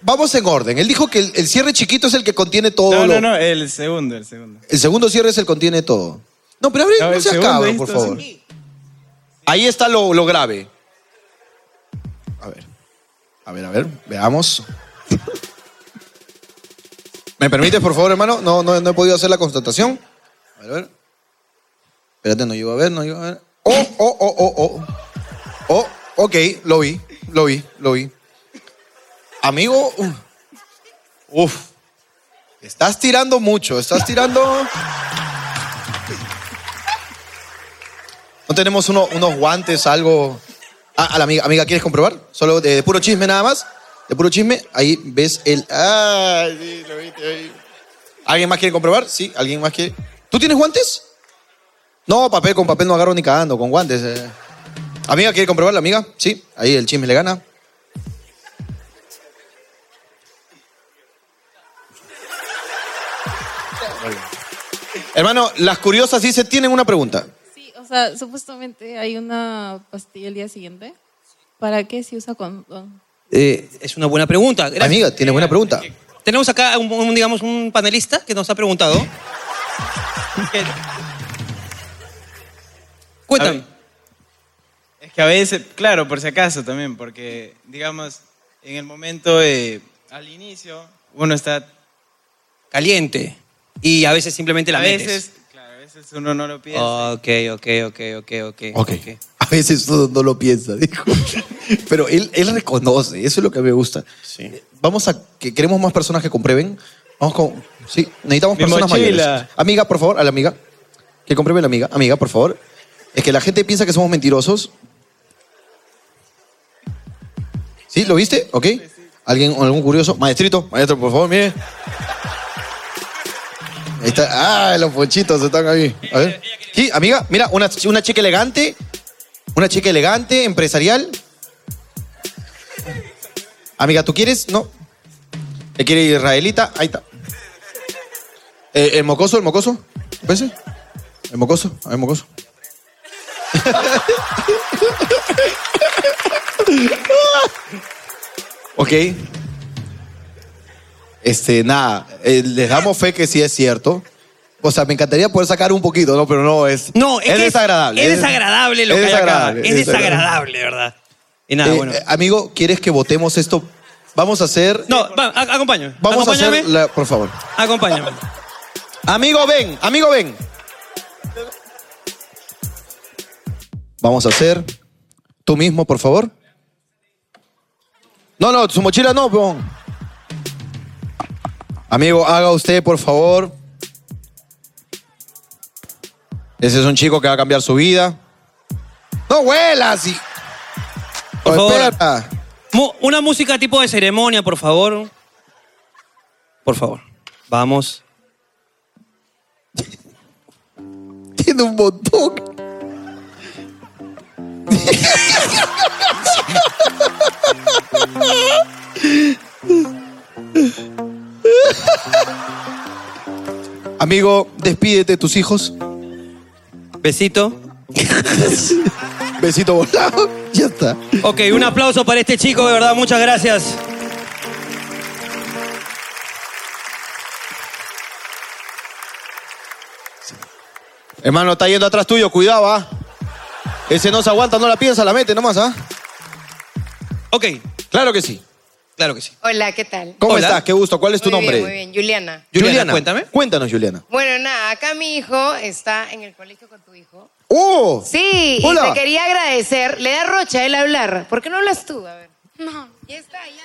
S3: Vamos en orden. Él dijo que el, el cierre chiquito es el que contiene todo.
S15: No,
S3: lo-
S15: no, no, el segundo, el segundo.
S3: El segundo cierre es el que contiene todo. No, pero abre,
S15: No,
S3: no,
S15: el
S3: seas
S15: segundo,
S3: cabrón,
S15: ahí
S3: por
S15: está,
S3: favor. Ahí está lo, lo grave. A ver. A ver, a ver. Veamos. ¿Me permites, por favor, hermano? No, no, no he podido hacer la constatación. A ver, a ver. Espérate, no llego a ver, no llego a ver. Oh, oh, oh, oh, oh. Oh, ok, lo vi, lo vi, lo vi. Amigo, uf. uf. Estás tirando mucho, estás tirando. ¿No tenemos uno- unos guantes, algo? Ah, a la amiga, amiga, ¿quieres comprobar? Solo de, de puro chisme nada más. De puro chisme, ahí ves el. Ah, sí, lo viste ahí. ¿Alguien más quiere comprobar? Sí, alguien más quiere. ¿Tú tienes guantes? No, papel con papel no agarro ni cagando, con guantes. eh. Amiga, ¿quiere comprobar la amiga? Sí, ahí el chisme le gana. Hermano, las curiosas sí se tienen una pregunta.
S16: Sí, o sea, supuestamente hay una pastilla el día siguiente. ¿Para qué se usa condón?
S1: Eh, es una buena pregunta. Gracias.
S3: Amiga, tiene buena pregunta.
S1: Tenemos acá un, un, digamos, un panelista que nos ha preguntado. Cuéntame.
S15: Es que a veces, claro, por si acaso también, porque digamos, en el momento, eh, al inicio, uno está...
S1: Caliente. Y a veces simplemente la
S15: a
S1: metes.
S15: veces, claro, a veces uno no lo piensa.
S1: Ok, ok, ok, ok, ok.
S3: Ok. A veces uno no lo piensa, dijo. Pero él, él reconoce, eso es lo que me gusta. Vamos a, que queremos más personas que comprueben. Vamos con, sí, necesitamos
S15: Mi
S3: personas
S15: mochila.
S3: mayores. Amiga, por favor, a la amiga. Que compruebe la amiga. Amiga, por favor. Es que la gente piensa que somos mentirosos. ¿Sí? ¿Lo viste? ¿Ok? ¿Alguien, algún curioso? Maestrito, maestro, por favor, mire. Ahí está. Ah, los pochitos están ahí. A ver. Sí, amiga, mira, una, una chica elegante. Una chica elegante, empresarial. Amiga, ¿tú quieres? No. ¿Le quiere israelita? Ahí está. Eh, ¿El mocoso, el mocoso? ¿Te parece? ¿El mocoso? A ver, mocoso. ok. Este, nada, eh, les damos fe que sí es cierto. O sea, me encantaría poder sacar un poquito, ¿no? Pero no es.
S1: No, es, que
S3: desagradable.
S1: Es desagradable lo
S3: es
S1: que hay acá.
S3: desagradable,
S1: Es
S3: es
S1: desagradable, de ¿verdad? Y nada,
S3: Eh,
S1: bueno.
S3: eh, amigo, ¿quieieres que votemos esto? Vamos a hacer.
S1: No, va, a- acompáñame.
S3: Vamos
S1: acompáñame,
S3: a hacer. la- por favor.
S1: Acompáñame.
S3: Amigo, ven, amigo, ven. Vamos a hacer. Tú mismo, por favor. No, no, su mochila no, pon. Amigo, haga usted, por favor. Ese es un chico que va a cambiar su vida. No huelas. y-
S1: Por
S3: Oh,
S1: favor.
S3: espera.
S1: Mu- una música tipo de ceremonia, por favor. Por favor. Vamos.
S3: Tiene un montón. Amigo, despídete de tus hijos. Besito. Besito volado. Ya está.
S5: Ok, un aplauso para este chico, de verdad, muchas gracias.
S3: Hermano, está yendo atrás tuyo, cuidado, ah. Ese no se aguanta, no la piensa, la mete nomás, ah.
S1: Ok.
S3: Claro que sí.
S1: Claro que sí.
S17: Hola, ¿qué tal?
S3: ¿Cómo estás? Qué gusto. ¿Cuál es tu
S17: Muy bien,
S3: nombre?
S17: muy bien, Juliana.
S3: Juliana, cuéntame. Cuéntanos, Juliana.
S17: Bueno, nada, acá mi hijo está en el colegio con tu hijo.
S3: ¡Oh!
S17: Sí,
S3: Hola.
S17: y te quería agradecer. Le da rocha el hablar. ¿Por qué no hablas tú? A ver. No, ya está, ya.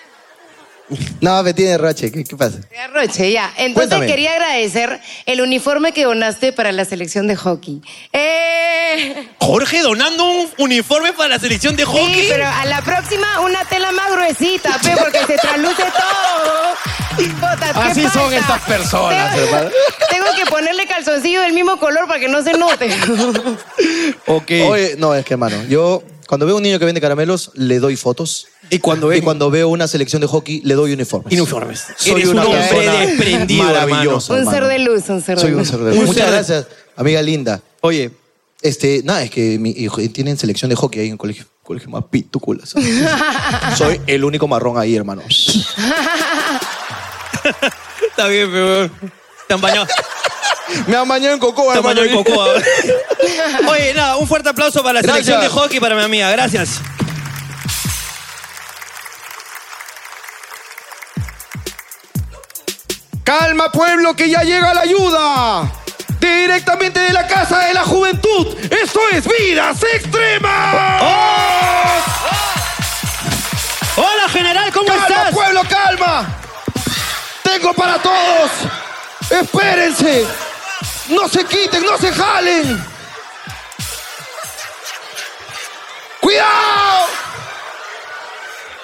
S3: No, me tiene rache. ¿Qué, qué pasa?
S17: Le da rocha, ya. Entonces
S3: Cuéntame.
S17: quería agradecer el uniforme que donaste para la selección de hockey. Eh...
S1: Jorge donando un uniforme para la selección de hockey.
S17: Sí, pero ah, a la próxima una tela más gruesita, pe, porque se trasluce todo. Puta, ¿qué
S1: Ah,
S3: Así
S17: pasa?
S3: son estas personas, hermano.
S17: Tengo que ponerle calzoncillo del mismo color para que no se note.
S3: Oye, no, es que hermano, yo cuando veo un niño que vende caramelos, le doy fotos. Y cuando veo, una selección de hockey, le doy uniformes. Uniformes. Soy
S1: Eres
S3: una
S1: un hombre
S3: persona
S1: desprendido,
S3: maravillosa,
S17: un
S3: hermano.
S17: ser de luz, un ser
S3: Soy
S17: de
S3: un
S17: luz.
S3: cerdo. Muchas gracias, amiga linda. Oye, este, nada, es que mi hijo tienen selección de hockey ahí en el colegio. Colegio más pituculas. Soy el único marrón ahí, hermano.
S1: Está bien, pero. Están bañados.
S3: Me han bañado en cocoa,
S1: Están bañados en cocoa. Oye, nada, un fuerte aplauso para la
S5: Gracias.
S1: selección de hockey para mi amiga. Gracias.
S3: ¡Calma, pueblo, que ya llega la ayuda! Directamente de la Casa de la Juventud. ¡Esto es Vidas Extremas!
S1: Oh. ¡Hola, general! ¿Cómo
S3: calma,
S8: estás?
S3: pueblo, calma! ¡Tengo para todos! ¡Espérense! ¡No se quiten, no se jalen! ¡Cuidado!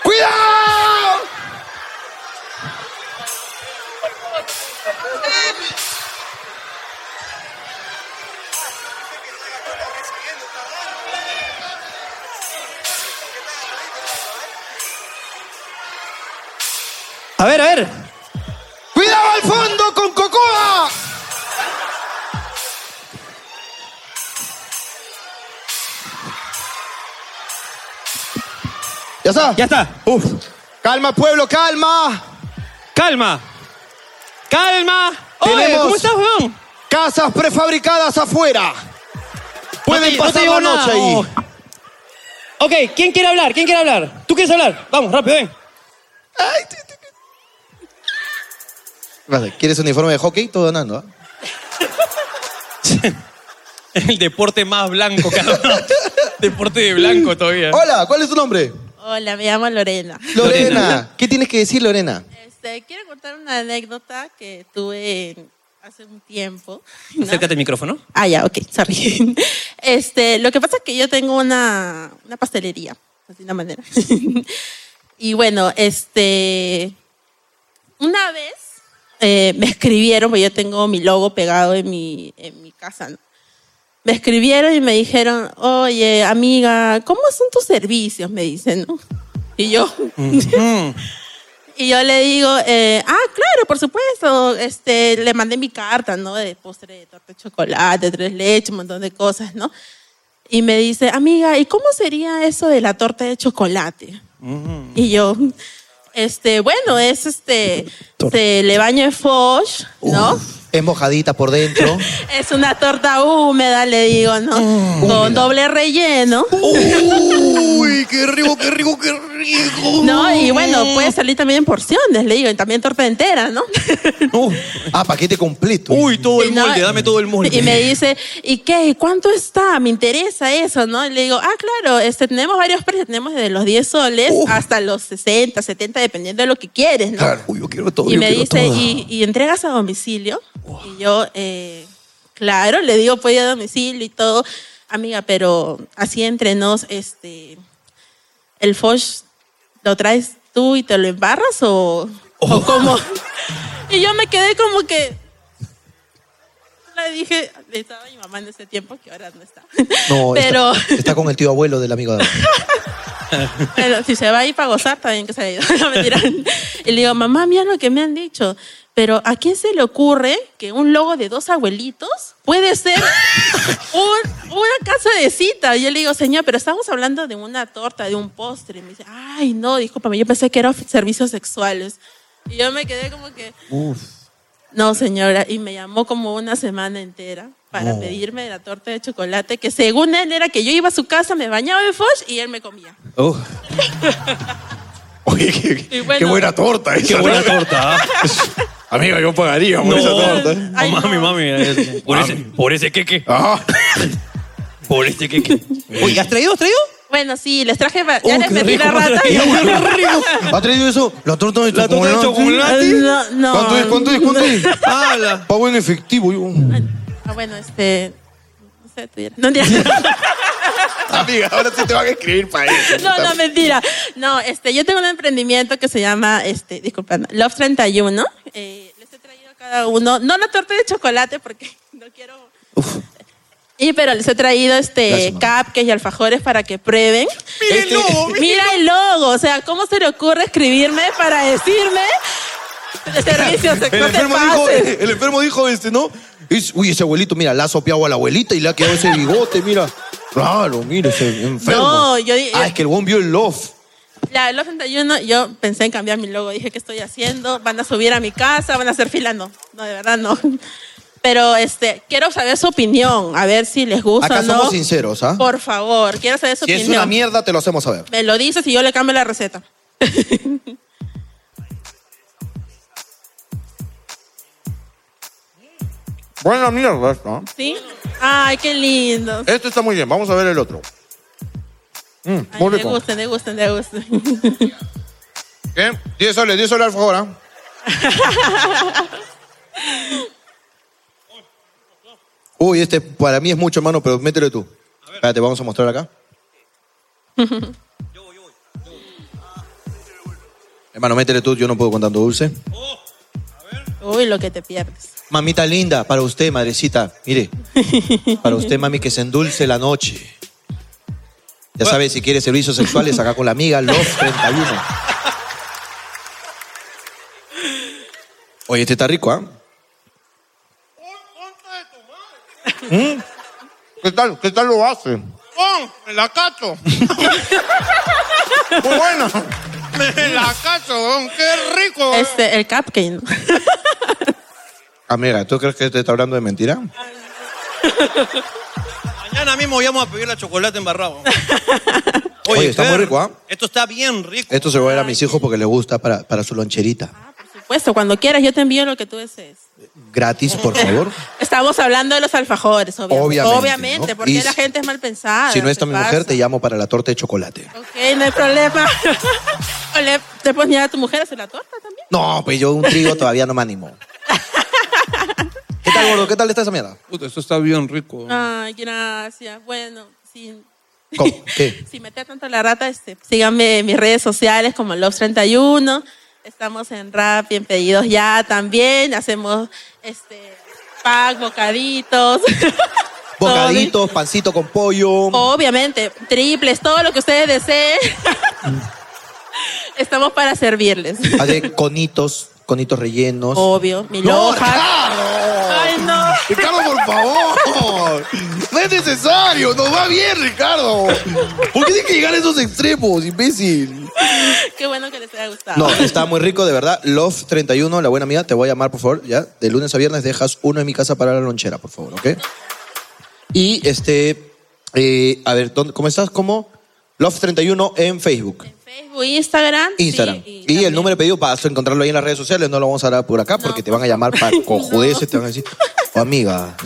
S3: ¡Cuidado!
S5: A ver, a ver.
S3: ¡Cuidado al fondo con Cocoa! ¿Ya está? Ya
S5: está.
S3: Uf. Calma, pueblo, calma.
S5: Calma. Calma.
S1: Oye, ¿cómo estás,
S5: weón?
S3: Casas prefabricadas afuera. Pueden
S1: te- no te
S3: pasar
S1: digo
S3: la noche
S1: nada,
S3: ahí.
S1: oh.
S5: Ok, ¿quién quiere hablar? ¿Quién quiere hablar? ¿Tú quieres hablar? Vamos, rápido, ven.
S3: Vale, ¿Quieres uniforme de hockey? Todo donando, ¿ah?
S1: El deporte más blanco, cabrón. deporte de blanco todavía.
S3: Hola, ¿cuál es tu nombre?
S18: Hola, me llamo Lorena.
S3: Lorena. ¿Qué tienes que decir, Lorena?
S18: Este, quiero contar una anécdota que tuve hace un tiempo.
S1: Acércate al micrófono.
S18: Ah, ya, ok, sorry. Este, lo que pasa es que yo tengo una, una pastelería, así de una manera. y bueno, este, una vez eh, me escribieron, porque yo tengo mi logo pegado en mi, en mi casa, ¿no? Me escribieron y me dijeron, oye, amiga, ¿cómo son tus servicios? Me dicen, ¿no? Y yo, y yo le digo, eh, ah, claro, por supuesto. Este, le mandé mi carta, ¿no? De postre de torta de chocolate, tres leches, un montón de cosas, ¿no? Y me dice, amiga, ¿y cómo sería eso de la torta de chocolate? Y yo, este, bueno, es este, se le baña en Foch, ¿no?
S3: Es mojadita por dentro.
S18: Es una torta húmeda, le digo, ¿no? Con doble relleno.
S3: Uy, qué rico, qué rico, qué rico.
S18: No, y bueno, puede salir también en porciones, le digo, y también torta entera, ¿no?
S3: Ah, paquete completo. Uy, todo
S18: el Y no- molde, dame
S3: todo el
S18: Y me dice, ¿y qué? ¿Cuánto está? Me interesa eso, ¿no? Y le digo, ah, claro, este, tenemos varios precios, tenemos desde los 10 soles hasta los 60, 70, dependiendo de lo que quieres, ¿no?
S3: Uy, yo quiero todo.
S18: y
S3: yo
S18: me
S3: quiero
S18: dice,
S3: todo.
S18: ¿Y, y entregas a domicilio? Y yo, eh, claro, le digo, pues a domicilio y todo. Amiga, pero así entre nos, este, el Foch, ¿lo traes tú y te lo embarras
S3: Oh.
S18: o, o cómo? Y yo me quedé como que... le dije, le estaba mi mamá en ese tiempo, que ahora no está.
S3: No,
S18: Pero-
S3: está, está con el tío abuelo del amigo de
S18: Pero si se va a ir para gozar, también que se haya ido. No, mentira. Y le digo, mamá, mira lo que me han dicho. Pero ¿a quién se le ocurre que un logo de dos abuelitos puede ser un- una casa de cita? Y yo le digo, señor, pero estamos hablando de una torta, de un postre. Y me dice, ay, no, discúlpame, yo pensé que eran servicios sexuales. Y yo me quedé como que, no, señora. Y me llamó como una semana entera para
S19: No.
S18: pedirme la torta de chocolate, que según él era que yo iba a su casa, me bañaba en Foch y él me comía.
S6: Oye, qué,
S18: Y bueno,
S6: qué buena torta esa.
S1: Qué buena torta. ¿ah?
S6: Amigo, yo pagaría por
S1: No.
S6: esa torta.
S1: Oh, mami, mami.
S3: Ah.
S1: Por ese, por ese queque. Por ese queque. Oye, ¿has traído? ¿Has traído?
S18: Bueno, sí, les traje. pa- Ya
S1: Oh,
S18: les
S1: qué
S18: metí
S1: rico,
S18: la rata.
S1: qué
S3: ¿Ha traído eso? ¿La torta de
S1: ¿La torta de
S3: chocolate?
S1: chocolate?
S18: No, no.
S3: ¿Cuánto es? ¿Cuánto es? ¿Cuánto es?
S1: Habla.
S3: Pago en efectivo. yo.
S18: Ah, bueno, este. No sé, tuviera. No, mentira.
S6: Amiga, ahora sí te van a escribir para eso.
S18: no, no, mentira. No, este, yo tengo un emprendimiento que se llama, este, disculpa, Love 31. Eh, les he traído a cada uno, no la torta de chocolate porque no quiero. Y pero les he traído este cupcakes y alfajores para que prueben. Mira el logo. Mira el logo. O sea, ¿cómo se le ocurre escribirme para decirme de servicios?
S3: El
S18: no te
S3: enfermo dijo,
S18: pases?
S3: el enfermo dijo este, ¿no? Es- uy, ese abuelito, mira, le ha sopeado a la abuelita y le ha quedado ese bigote, mira. Claro, mira, ese enfermo.
S18: No, yo di-
S3: Ah, es que el buen vio el love.
S18: La Love 31, yo pensé en cambiar mi logo. Dije, ¿qué estoy haciendo? ¿Van a subir a mi casa? ¿Van a hacer fila? No, no, de verdad no. Pero este, quiero saber su opinión, a ver si les gusta
S3: Acá
S18: o no.
S3: somos sinceros, ¿ah?
S18: Por favor, quiero saber su
S3: Si es
S18: opinión.
S3: una mierda, te lo hacemos saber.
S18: Me lo dices y yo le cambio la receta.
S3: Buena mierda esta. ¿ah?
S18: ¿Sí? Ay, qué lindo.
S3: Este está muy bien, vamos a ver el otro. Mm, muy
S18: Me
S3: rico.
S18: gusten, me gusten, me gusten.
S3: ¿Qué? 10 soles, 10 soles al favor, ¿ah? Uy, este para mí es mucho, hermano, pero mételo tú. Espérate, vamos a mostrar acá. Hermano, métele tú, yo no puedo con tanto dulce.
S18: Uy, lo que te pierdes.
S3: Mamita linda, para usted, madrecita, mire. Para usted, mami, que se endulce la noche. Ya sabe, si quiere servicios sexuales, acá con la amiga Love 31. Oye, este está rico, ¿ah? Mm. ¿Qué tal? ¿Qué tal lo hace?
S8: ¡Oh! ¡Me la cacho!
S3: Muy bueno.
S8: ¡Me la cacho, don! ¡Qué rico!
S18: Este, el cupcake. ¿no?
S3: Amiga, ¿tú crees que te está hablando de mentira?
S1: Mañana mismo íbamos a pedir la chocolate embarrado.
S3: Oye, está muy rico, ¿ah?
S1: Esto está bien rico.
S3: Esto se lo voy a dar a mis hijos porque les gusta para, para su loncherita.
S18: Por supuesto, cuando quieras yo te envío lo que tú desees.
S3: Gratis, por favor.
S18: Estamos hablando de los alfajores, obviamente.
S3: Obviamente,
S18: Obviamente,
S3: ¿no?
S18: porque
S3: Y
S18: la
S3: si-
S18: gente es mal pensada.
S3: Si no está
S18: ¿qué
S3: mi mujer,
S18: pasa?
S3: te llamo para la torta de chocolate.
S18: Ok, no hay problema. O le- te puedes mirar a tu mujer a hacer la torta.
S3: No, pues yo un trío todavía no me animo. ¿Qué tal, gordo? ¿Qué tal está esa mierda? Puta, esto está bien rico.
S18: Ay, gracias. Bueno, sin,
S3: ¿Cómo? ¿Qué?
S18: sin meter tanto la rata, este, síganme en mis redes sociales como Love31. Estamos en Rap y en Pedidos Ya también. Hacemos este pack, bocaditos.
S3: Bocaditos, pancito con pollo.
S18: Oh. Obviamente, triples, todo lo que ustedes deseen. Estamos para servirles.
S3: Hace conitos, conitos rellenos.
S18: Obvio, mi
S3: ¡No,
S18: loja. Ay, no.
S3: Ricardo, por favor. No es necesario. Nos va bien, Ricardo. ¿Por qué tienes que llegar a esos extremos, imbécil?
S18: Qué bueno que les haya gustado.
S3: No, está muy rico, de verdad. Love 31, la buena amiga, te voy a llamar, por favor. Ya, de lunes a viernes dejas uno en mi casa para la lonchera, por favor, ¿ok? Y este, eh, a ver, ¿dónde- ¿cómo estás? ¿Cómo? Love 31 en Facebook,
S18: Facebook, Instagram. sí,
S3: Instagram. y el número de pedido para encontrarlo ahí en las redes sociales. No lo vamos a dar por acá porque te van a llamar para cojudeces, te van a decir, oh, amiga,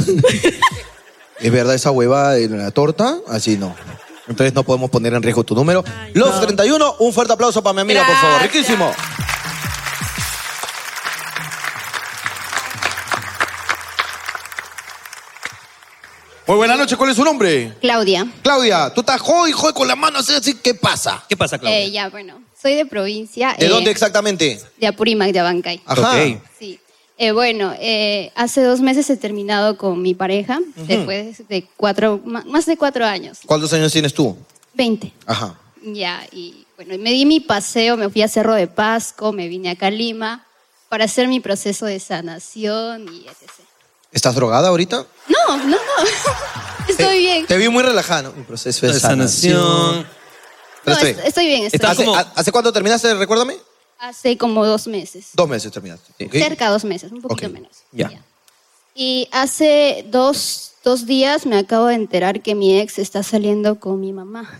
S3: ¿es verdad esa hueva de la torta? Así no. Entonces no podemos poner en riesgo tu número. Love 31, un fuerte aplauso para mi amiga, por favor. Riquísimo. Muy buena noche, ¿cuál es su nombre?
S14: Claudia.
S3: Claudia, tú estás joy, joy con la mano así, así, ¿qué pasa? ¿Qué pasa,
S14: Eh, ya, bueno. Soy de provincia.
S3: ¿De
S14: eh,
S3: dónde exactamente?
S14: De Apurímac, de Abancay.
S3: Ajá.
S14: Sí.
S19: Eh, bueno, eh, hace dos meses he terminado con mi pareja,
S3: Ujú.
S19: después de cuatro, ma- más de cuatro años,
S3: ¿Cuántos años tienes tú?
S19: 20.
S3: Ajá.
S19: Ya, y bueno, me di mi paseo, me fui a Cerro de Pasco, me vine acá a Lima para hacer mi proceso de sanación y etc.
S3: ¿Estás drogada ahorita?
S19: No, no, no, estoy bien.
S3: Te vi muy relajada. ¿no? Un proceso de
S1: De
S3: sanación.
S1: sanación.
S3: Pero
S19: No,
S3: estoy ah,
S19: es-
S3: bien.
S19: estoy bien, estoy
S3: ¿Hace,
S19: bien.
S3: a- ¿Hace cuánto terminaste? Recuérdame.
S19: Hace como dos meses,
S3: Dos meses terminaste. ¿ok?
S19: cerca de dos meses, un poquito
S3: Ok.
S19: menos.
S3: Ya.
S19: Y hace dos, dos días me acabo de enterar que mi ex está saliendo con mi mamá.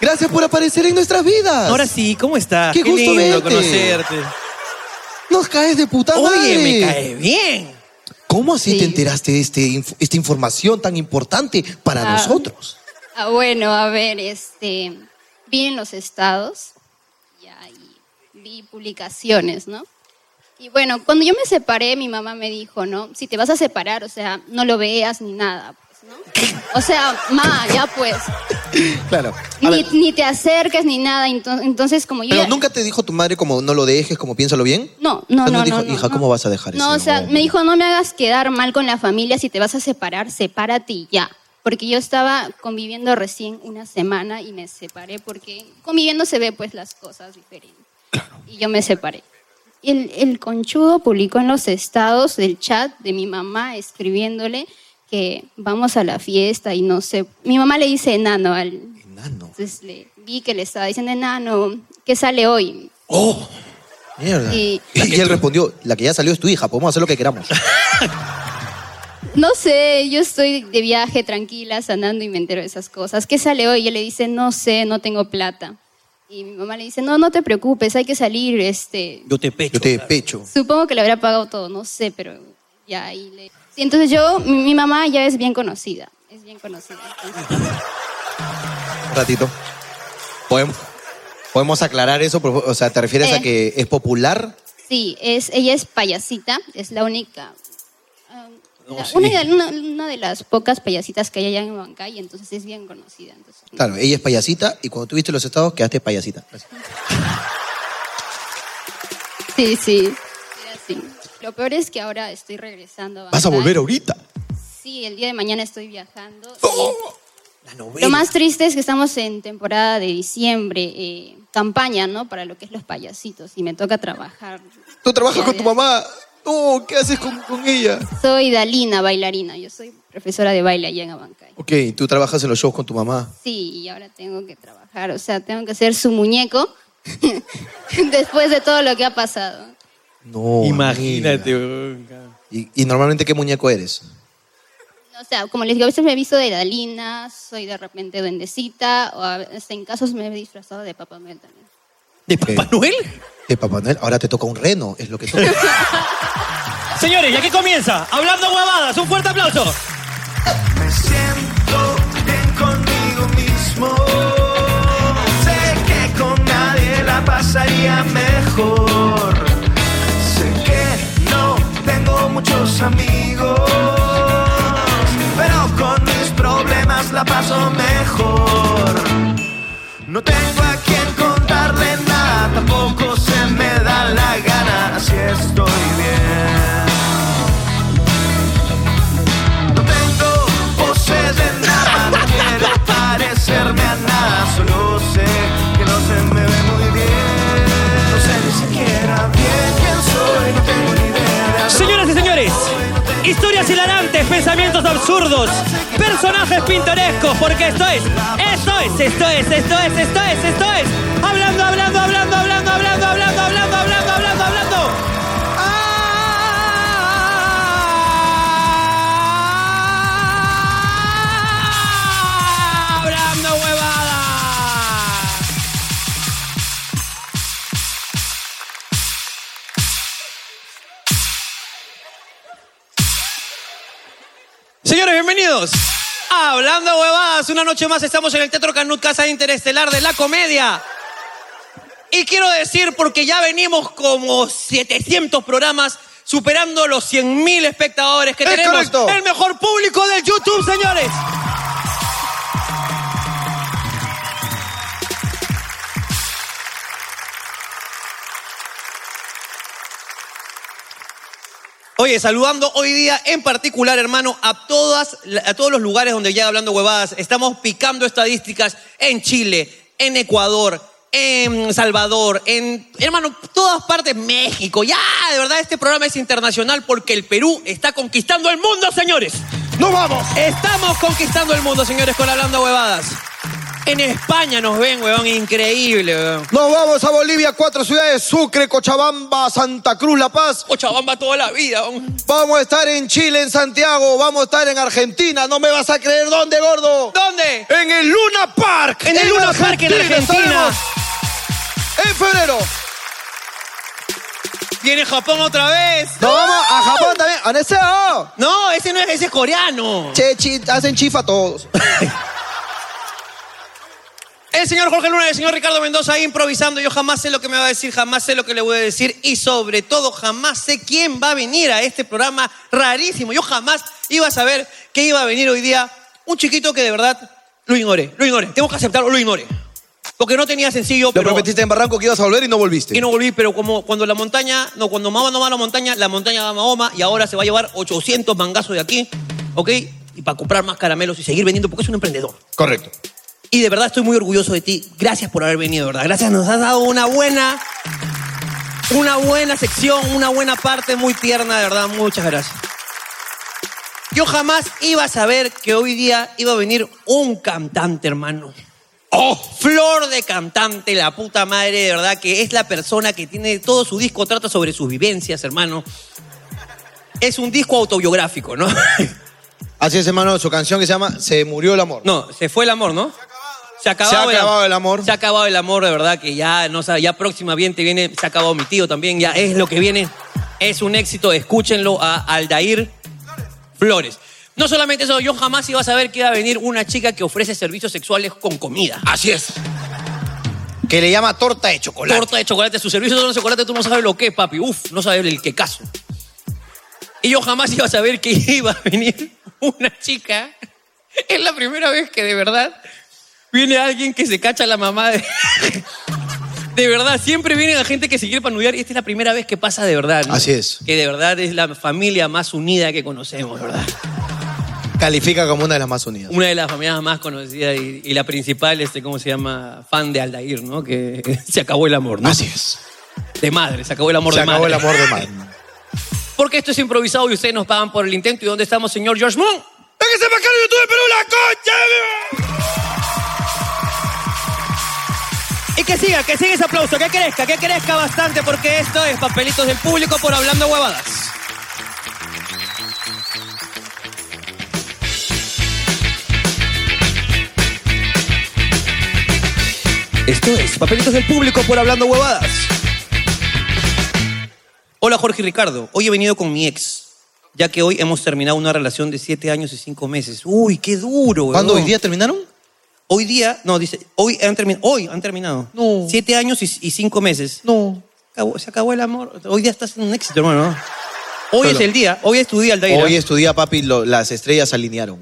S3: Gracias por aparecer en nuestras vidas.
S1: Ahora sí, ¿cómo estás?
S3: Qué gusto
S1: lindo
S3: verte.
S1: conocerte.
S3: Nos caes de puta
S1: Oye,
S3: madre.
S1: me cae bien.
S3: ¿Cómo así te enteraste de este inf- esta información tan importante para
S19: Ah.
S3: nosotros?
S19: Ah, bueno, a ver, este, vi en los estados ya, y vi publicaciones, ¿no? Y bueno, cuando yo me separé, mi mamá me dijo, ¿no? Si te vas a separar, o sea, no lo veas ni nada, pues, ¿no? O sea, ma, ya pues,
S3: Claro. A
S19: ni,
S3: ver,
S19: ni te acerques ni nada. Ento- Entonces, como yo...
S3: pero
S19: ya-
S3: nunca te dijo tu madre como no lo dejes, como piénsalo bien.
S19: No, no,
S3: O sea,
S19: no,
S3: dijo,
S19: no, no,
S3: hija, ¿cómo vas a dejar eso?
S19: No, o sea, me dijo, no me hagas quedar mal con la familia, si te vas a separar, sepárate y ya. Porque yo estaba conviviendo recién una semana y me separé porque conviviendo se ve pues las cosas diferentes. Y yo me separé. Y El, el conchudo publicó en los estados del chat de mi mamá escribiéndole que vamos a la fiesta y no sé. Mi mamá le dice enano al... Entonces le vi que le estaba diciendo enano, que sale hoy.
S3: ¡Oh! Mierda.
S19: Y-
S3: y él respondió, la que ya salió es tu hija, podemos hacer lo que queramos.
S19: No sé, yo estoy de viaje tranquila, sanando y me entero de esas cosas. ¿Qué sale hoy? Y él le dice, no sé, no tengo plata. Y mi mamá le dice, no, no te preocupes, hay que salir. Este,
S1: Yo te pecho. Yo
S3: te pecho.
S19: supongo que le habrá pagado todo, no sé, pero ya. Y, le- y entonces yo, mi, mi mamá ya es bien conocida, es bien conocida. Entonces,
S3: Un ratito. Podemos, podemos aclarar eso, por favor? o sea, ¿te refieres a
S19: Eh.
S3: que es popular?
S19: sí, es, ella es payasita, es la única,
S3: No,
S19: la-
S3: Oh, sí.
S19: una, de- una- una de las pocas payasitas que hay allá en Huancay, entonces es bien conocida. Entonces,
S3: Claro, ella es payasita y cuando tuviste los estados quedaste payasita.
S19: Sí, sí. Era así. Lo peor es que ahora estoy regresando.
S3: Vas a volver ahorita. ¡Oh!
S19: Sí, el día de mañana estoy viajando. Lo más triste es que estamos en temporada de diciembre, eh, campaña, ¿no? Para lo que es los payasitos y me toca trabajar.
S3: Tú trabajas con tu mamá. No, ¿qué haces con, con ella?
S19: Soy Dalina, bailarina. Yo soy profesora de baile allá en Abancay.
S3: Ok, tú trabajas en los shows con tu mamá.
S19: Sí, y ahora tengo que trabajar, o sea, tengo que ser su muñeco después de todo lo que ha pasado.
S3: No. Imagínate. Y, y normalmente qué muñeco eres?
S19: O sea, como les digo, a veces me he visto de Dalina, soy de repente duendecita, o a veces en casos me he disfrazado de Papá Noel también.
S3: ¿De Papá Noel? Eh, De Papá Noel. Ahora te toca un reno, es lo que toca.
S1: Señores, ya que comienza, hablando huevadas, un fuerte aplauso.
S14: Me siento bien conmigo mismo. Sé que con nadie la pasaría mejor. Sé que no tengo muchos amigos. Pero con mis problemas la paso mejor. No tengo a quien contarle nada, tampoco se me da la gana, así estoy bien. No tengo poses de nada, no quiero parecerme a nada, solo sé que no se me ve muy bien. No sé ni siquiera bien quién soy, no tengo ni idea.
S1: Señoras y señores, historias hilarantes, pensamientos absurdos, personajes pintorescos, porque esto es, esto es, esto es, esto es, esto es, esto es. Hablando, hablando, hablando, hablando, hablando, hablando, hablando, hablando, hablando, hablando. Hablando huevada. Señores, bienvenidos. a Hablando huevadas, una noche más estamos en el Teatro Canut Casa Interestelar de la Comedia. Y quiero decir, porque ya venimos como 700 programas superando los 100.000 espectadores que
S14: Es
S1: tenemos.
S14: correcto.
S1: El mejor público del YouTube, señores. Oye, saludando hoy día en particular, hermano, a, todas, a todos los lugares donde ya hablando huevadas, estamos picando estadísticas en Chile, en Ecuador, en Salvador, en, hermano, todas partes, México. Ya, de verdad, este programa es internacional porque el Perú está conquistando el mundo, señores. ¡No vamos! Estamos conquistando el mundo, señores, con Hablando Huevadas. En España nos ven, huevón, increíble, huevón.
S3: Nos vamos a Bolivia, cuatro ciudades, Sucre, Cochabamba, Santa Cruz, La Paz.
S1: Cochabamba toda la vida.
S3: Vamos a estar en Chile, en Santiago, vamos a estar en Argentina, no me vas a creer dónde, gordo.
S1: ¿Dónde?
S3: En el Luna Park.
S1: En el Luna Park, en Argentina.
S3: estaremos En febrero.
S1: Viene Japón otra vez.
S3: Nos vamos a Japón también. ¡Aneseo!
S1: No, ese no es, ese es coreano.
S3: Che, chi- hacen chifa todos.
S1: El señor Jorge Luna y el señor Ricardo Mendoza ahí improvisando. Yo jamás sé lo que me va a decir, jamás sé lo que le voy a decir y sobre todo jamás sé quién va a venir a este programa rarísimo. Yo jamás iba a saber que iba a venir hoy día un chiquito que de verdad lo ignoré, lo ignoré. Tengo que aceptarlo, lo ignoré. Porque no tenía sencillo,
S3: Lo
S1: pero...
S3: prometiste en Barranco que ibas a volver y no volviste.
S1: Y no volví, pero como cuando la montaña, no, cuando Mahoma no va a la montaña, la montaña va a Mahoma y ahora se va a llevar 800 mangazos de aquí, ¿ok? Y para comprar más caramelos y seguir vendiendo, porque es un emprendedor.
S3: Correcto.
S1: Y de verdad estoy muy orgulloso de ti. Gracias por haber venido, de ¿verdad? Gracias, nos has dado una buena, una buena sección, una buena parte muy tierna, de verdad. Muchas gracias. Yo jamás iba a saber que hoy día iba a venir un cantante, hermano. ¡Oh! Flor de cantante, la puta madre, de verdad, que es la persona que tiene todo su disco, trata sobre sus vivencias, hermano. Es un disco autobiográfico, ¿no?
S3: Así es, hermano, su canción que se llama Se murió el amor.
S1: No, se fue el amor, ¿no? Se ha
S3: Se ha
S1: acabado,
S3: acabado
S1: el amor. Se ha acabado el amor, de verdad, que ya, no sabe, ya próxima bien te viene, se ha acabado mi tío también, ya es lo que viene. Es un éxito, escúchenlo a Aldair Flores. No solamente eso, yo jamás iba a saber que iba a venir una chica que ofrece servicios sexuales con comida. Así es.
S3: Que le llama torta de chocolate.
S1: Torta de chocolate, sus servicios son de chocolate, tú no sabes lo que es, papi. Uf, no sabes el que caso. Y yo jamás iba a saber que iba a venir una chica. Es la primera vez que de verdad viene alguien que se cacha a la mamá de... De verdad, siempre viene la gente que se quiere panudear y esta es la primera vez que pasa de verdad. ¿no?
S3: Así es.
S1: Que de verdad es la familia más unida que conocemos, ¿verdad?
S3: Califica como una de las más unidas.
S1: Una de las familias más conocidas y, y la principal, este, ¿cómo se llama? Fan de Aldair, ¿no? Que se acabó el amor, ¿no? Así
S3: es.
S1: De madre, se acabó el amor
S3: Se
S1: de
S3: acabó
S1: madre.
S3: el amor de madre.
S1: Porque esto es improvisado y ustedes nos pagan por el intento. ¿Y dónde estamos, señor George Moon?
S14: ¡Déjese para acá en YouTube, Perú, la concha!
S1: Y que siga, que siga ese aplauso, que crezca, que crezca bastante, porque esto es Papelitos del Público por Hablando Huevadas. Esto es Papelitos del Público por Hablando Huevadas. Hola Jorge y Ricardo, hoy he venido con mi ex, ya que hoy hemos terminado una relación de 7 años y 5 meses. Uy, qué duro.
S3: ¿Cuándo, hoy día
S1: terminaron? Hoy día, no, dice, hoy han terminado. Hoy han terminado. No. Siete años y, y cinco meses. No. se acabó el amor. Hoy día estás en un éxito, hermano. Hoy
S3: Solo.
S1: es el día. Hoy es tu día, Aldair. ¿eh?
S3: Hoy estudia, papi, lo- las estrellas se alinearon.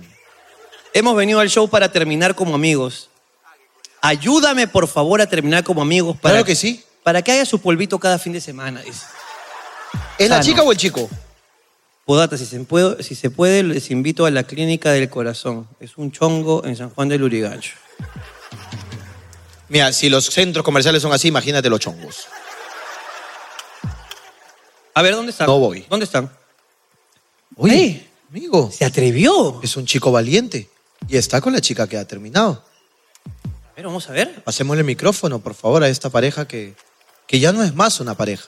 S1: Hemos venido al show para terminar como amigos. Ayúdame, por favor, a terminar como amigos. Para,
S3: Claro que sí.
S1: Para que haya su polvito cada fin de semana, dice.
S3: ¿Es la
S1: Sano.
S3: chica o el chico?
S1: Podata, si se, puede, si se puede, les invito a la Clínica del Corazón. Es un chongo en San Juan del Urigancho.
S3: Mira, si los centros comerciales son así, imagínate los chongos.
S1: A ver, ¿dónde están?
S3: No voy.
S1: ¿Dónde están?
S3: Oye, amigo.
S1: Se atrevió.
S3: Es un chico valiente. Y está con la chica que ha terminado.
S1: A ver, vamos a ver.
S3: Pasémosle el micrófono, por favor, a esta pareja que, que ya no es más una pareja.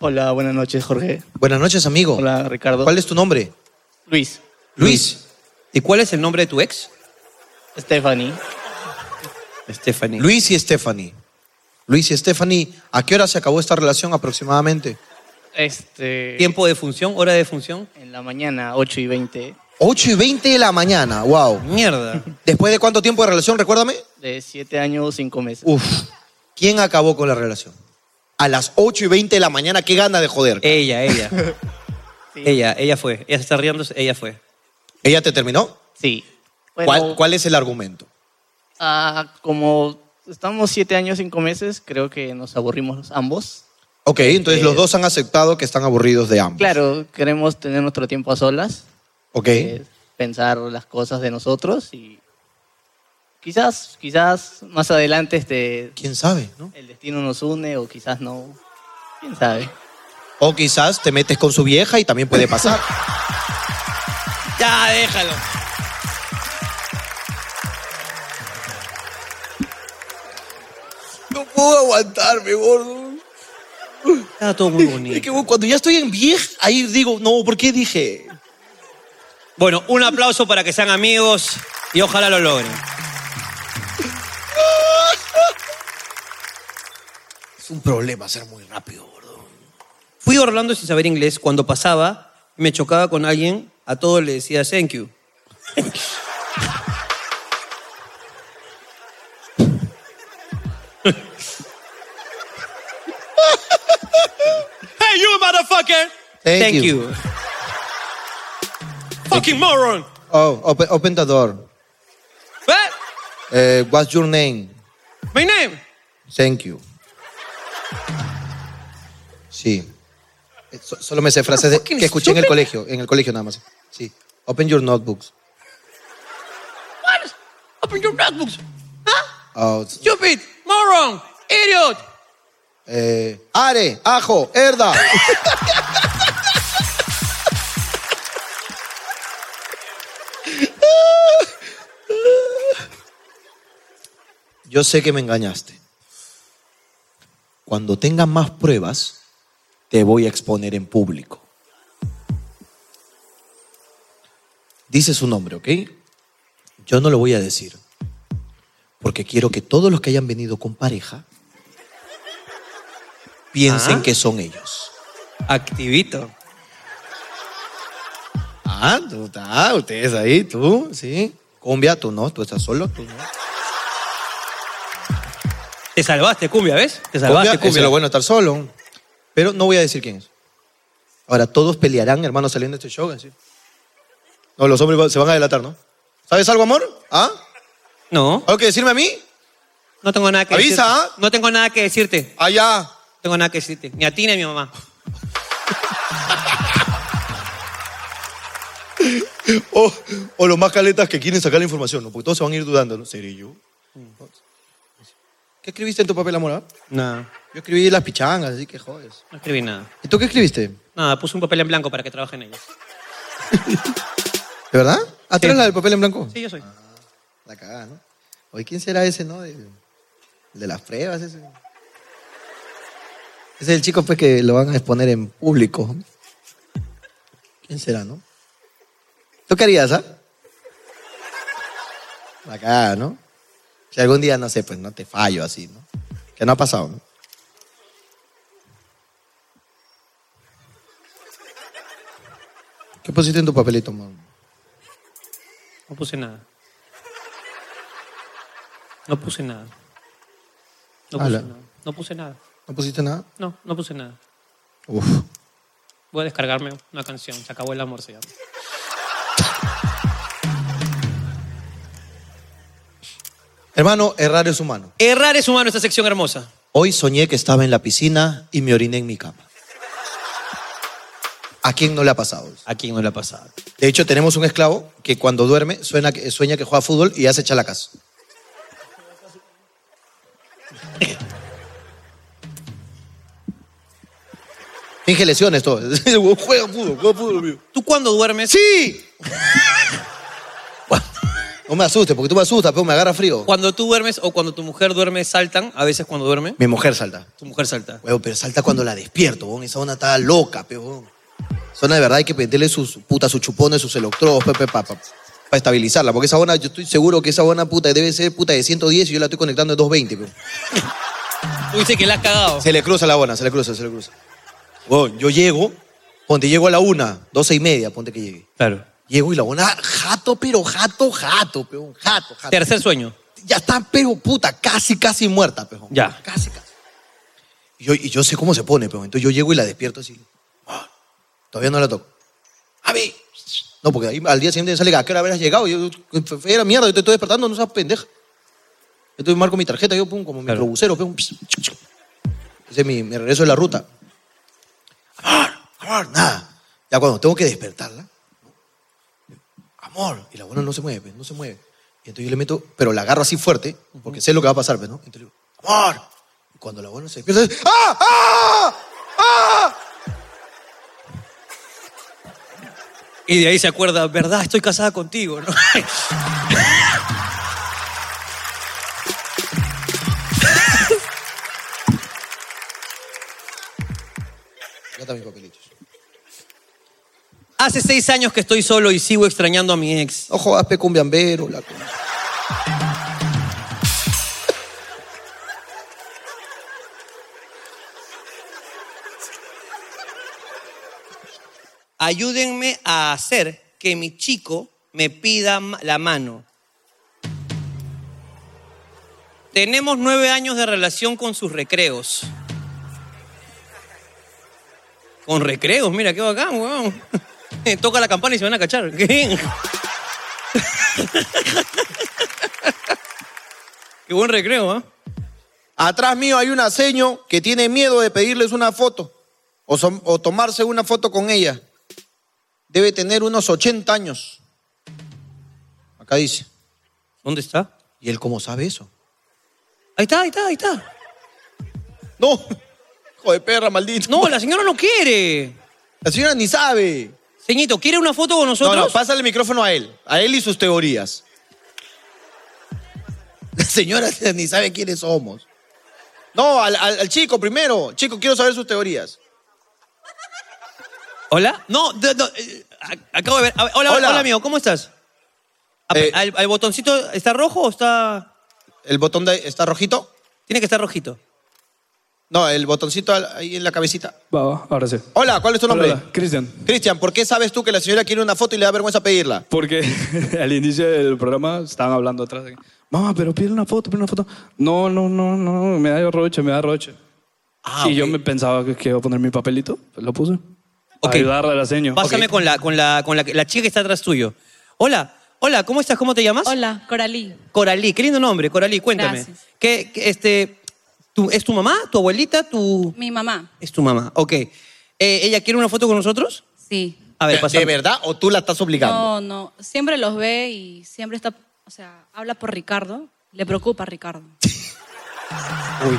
S20: Hola, Ah, buenas noches, Jorge.
S3: Buenas noches, amigo.
S20: Hola, Ricardo.
S3: ¿Cuál es tu nombre?
S20: Luis.
S1: Luis. ¿Y cuál es el nombre de tu ex?
S20: Stephanie.
S1: Stephanie.
S3: Luis y Stephanie. Luis y Stephanie, ¿a qué hora se acabó esta relación aproximadamente?
S20: Este.
S1: ¿Tiempo de función? ¿Hora de función?
S20: En la mañana, 8 y 20.
S3: 8 y 20 de la mañana, wow.
S1: Mierda.
S3: ¿Después de cuánto tiempo de relación, recuérdame?
S20: De 7 años, 5 meses.
S3: Uf. ¿Quién acabó con la relación? A las 8 y 20 de la mañana, qué gana de joder.
S1: Ella, ella. Ella, ella fue. Ella se está riendo, ella fue.
S3: ¿Ella te terminó?
S20: Sí.
S3: ¿Cuál, cuál es el argumento?
S20: Ah, como estamos 7 años, 5 meses, creo que nos aburrimos ambos.
S3: Ok, entonces
S20: Eh,
S3: los dos han aceptado que están aburridos de ambos.
S20: Claro, queremos tener nuestro tiempo a solas, eh,
S3: Ok.
S20: pensar las cosas de nosotros y quizás, quizás más adelante este.
S3: ¿Quién sabe? no?
S20: El destino nos une o quizás no. ¿Quién sabe?
S3: O quizás te metes con su vieja y también puede pasar.
S1: Ya, déjalo.
S3: No puedo aguantarme, gordo.
S1: Está todo muy bonito.
S3: Es que bueno, cuando ya estoy en vieja, ahí digo, no, ¿por qué dije?
S1: Bueno, un aplauso para que sean amigos y ojalá lo logren.
S3: Es un problema ser muy rápido.
S1: Fui a Orlando sin saber inglés. Cuando pasaba y me chocaba con alguien, a todos le decía thank you.
S14: Hey, you motherfucker!
S3: Thank,
S1: Thank
S3: you.
S1: Fucking moron.
S3: Oh, open, open the door.
S1: What?
S3: Eh, what's your name?
S1: My name.
S3: Thank you. Sí. Eh, so- solo me sé frases de-
S1: fucking
S3: que escuché en el
S1: stupid.
S3: colegio, en el colegio nada más. Sí. Open your notebooks.
S1: What? Open your notebooks.
S3: Oh,
S1: Stupid. Moron. Idiot.
S3: eh, are, ajo, herda. Yo sé que me engañaste. Cuando tenga más pruebas, te voy a exponer en público. Dice su nombre, ¿ok? Yo no lo voy a decir. Porque quiero que todos los que hayan venido con pareja piensen
S1: Ah.
S3: que son ellos.
S1: Activito.
S3: Ah, tú, ah, ustedes ahí, tú, sí. Cumbia, tú no, tú estás solo, tú no.
S1: Te salvaste, cumbia, ¿ves? Te
S3: Cumbia,
S1: salvaste,
S3: eso es
S1: cumbia.
S3: lo bueno estar solo. Pero no voy a decir quién es. Ahora, todos pelearán, hermano, saliendo de este show. así. No, los hombres va- se van a delatar, ¿no? ¿Sabes algo, amor? ¿Ah?
S1: No.
S3: ¿Algo que decirme a mí?
S1: No tengo nada que
S3: Avisa,
S1: decirte.
S3: ¿ah?
S1: No tengo nada que decirte.
S3: Allá. No
S1: tengo nada que decirte. Ni a ti ni a mi mamá.
S3: O, o los más caletas que quieren sacar la información, ¿no? Porque todos se van a ir dudando, ¿no? ¿Seré yo? ¿Qué escribiste en tu papel, amor? ah?
S1: Nada.
S3: Yo escribí las pichangas, así que jodes.
S1: No escribí nada.
S3: ¿Y tú qué escribiste?
S1: Nada, puse un papel en blanco para que trabajen ellos.
S3: ¿De verdad? ¿Ah, tú eres la del papel en blanco?
S1: Sí, yo soy.
S3: La cagada, ¿no? Oye, ¿quién será ese, no? De, de las pruebas, ese. Ese es el chico, pues, que lo van a exponer en público. ¿Quién será, no? ¿Tú qué harías, ah? La cagada, ¿no? Si algún día, no sé, pues, no te fallo así, ¿no? Que no ha pasado, ¿no? ¿Qué pusiste en tu papelito, amor?
S1: No puse nada. No puse nada. No puse
S3: Ala.
S1: nada. No puse nada.
S3: ¿No pusiste nada?
S1: No, no puse nada.
S3: Uf.
S1: Voy a descargarme una canción. Se acabó el amor, se llama.
S3: Hermano, errar es humano.
S1: Errar es humano esta sección hermosa.
S3: Hoy soñé que estaba en la piscina y me oriné en mi cama. ¿A quién no le ha pasado?
S1: ¿A quién no le ha pasado?
S3: De hecho, tenemos un esclavo que cuando duerme suena que- sueña que juega fútbol y hace echa la casa. Finge lesiones todo. juega fútbol, juega fútbol, amigo.
S1: ¿Tú cuando duermes?
S3: ¡Sí! no me asustes, porque tú me asustas, pero me agarra frío.
S1: Cuando tú duermes o cuando tu mujer duerme, saltan. A veces cuando duerme,
S3: Mi mujer salta.
S1: tu mujer salta.
S3: Huevo, pero salta cuando la despierto, huevón. Esa onda está loca, peón. Zona de verdad hay que meterle sus putas, sus chupones, sus electrodos, pepe, para estabilizarla. Porque esa onda, yo estoy seguro que esa onda puta debe ser puta de 110 y yo la estoy conectando de 220, peón.
S1: Tú dices que la has cagado.
S3: Se le cruza la bona, se le cruza, se le cruza. Huevón, yo llego, ponte, llego a la una, doce y media, ponte que llegue.
S1: Claro.
S3: Llego y la bona, jato, pero jato, jato, peón, jato, jato.
S1: Tercer sueño.
S3: Ya está, pero puta, casi, casi muerta, peón.
S1: Ya.
S3: Casi, casi. Y yo, y yo sé cómo se pone, pero entonces yo llego y la despierto así. Ah, Todavía no la toco. A mí. No, porque ahí al día siguiente sale, ¿a qué hora habrás llegado? Y Yo, era mierda, yo te estoy despertando, no seas pendeja. Entonces marco mi tarjeta, yo pum, como microbusero, pum, pss, ch, ch. Entonces mi- me regreso de la ruta. Amor, amor, nada. Ya cuando tengo que despertarla, amor, y la buena no se mueve, pues, no se mueve. Y entonces yo le meto, pero la agarro así fuerte, porque sé lo que va a pasar, pues, ¿no? Entonces le digo, amor. Y cuando la buena se despierta, es, ¡ah! ¡ah! ¡ah!
S1: Y de ahí se acuerda, ¿verdad? Estoy casada contigo, ¿no?
S3: Ya está mi papelito.
S1: Hace seis años que estoy solo y sigo extrañando a mi ex.
S3: Ojo, hazpe cumbiambero, la
S1: Ayúdenme a hacer que mi chico me pida ma- la mano. Tenemos nueve años de relación con sus recreos. Con recreos, mira qué bacán, weón. Toca la campana y se van a cachar. Qué, qué buen recreo, ¿ah?
S3: Atrás mío hay una seño que tiene miedo de pedirles una foto o, som- o tomarse una foto con ella. Debe tener unos 80 años. Acá dice.
S1: ¿Dónde está?
S3: ¿Y él cómo sabe eso?
S1: Ahí está, ahí está, ahí está.
S3: No. Hijo de perra, maldito.
S1: No, la señora no quiere.
S3: La señora ni sabe.
S1: Señito, ¿quiere una foto con
S3: No,
S1: nosotros?
S3: no, pásale el micrófono a él. A él y sus teorías. La señora ni sabe quiénes somos. No, al, al- al chico primero. Chico, quiero saber sus teorías.
S1: ¿Hola? No, no, no, eh, ac- acabo de ver. A ver, hola, hola,
S3: Hola. Eh,
S1: hola, amigo, ¿cómo estás? A- ¿al, al botoncito está rojo o está...?
S3: ¿El botón de, está rojito?
S1: Tiene que estar rojito.
S3: No, el botoncito al- ahí en la cabecita.
S4: Va, va, ahora sí.
S3: Hola, ¿cuál es tu nombre?
S4: Hola, hola, Cristian.
S3: Cristian, ¿por qué sabes tú que la señora quiere una foto y le da vergüenza pedirla?
S4: Porque al inicio del programa estaban hablando atrás. de, Mamá, pero pide una foto, pide una foto. No, no, no, no, me da roche, me da roche.
S21: Ah,
S4: y yo me pensaba que, que iba a poner mi papelito, pues lo puse.
S1: Ok.
S4: Para Ayudarle a la seño.
S1: Pásame con, la, con, la, con la, la chica que está atrás tuyo. Hola, hola, ¿cómo estás? ¿Cómo te llamas?
S22: Hola, Coralí.
S1: Coralí, qué lindo nombre, Coralí, cuéntame.
S22: Gracias.
S1: ¿Qué, qué, este, tu- ¿Es tu mamá, tu abuelita, tu...?
S22: Mi mamá.
S1: Es tu mamá, ok. Eh, ¿Ella quiere una foto con nosotros?
S22: Sí.
S1: A ver, pásame.
S3: ¿De verdad o tú la estás obligando?
S22: No, no. Siempre los ve y siempre está. O sea, habla por Ricardo. Le preocupa a Ricardo.
S1: Uy.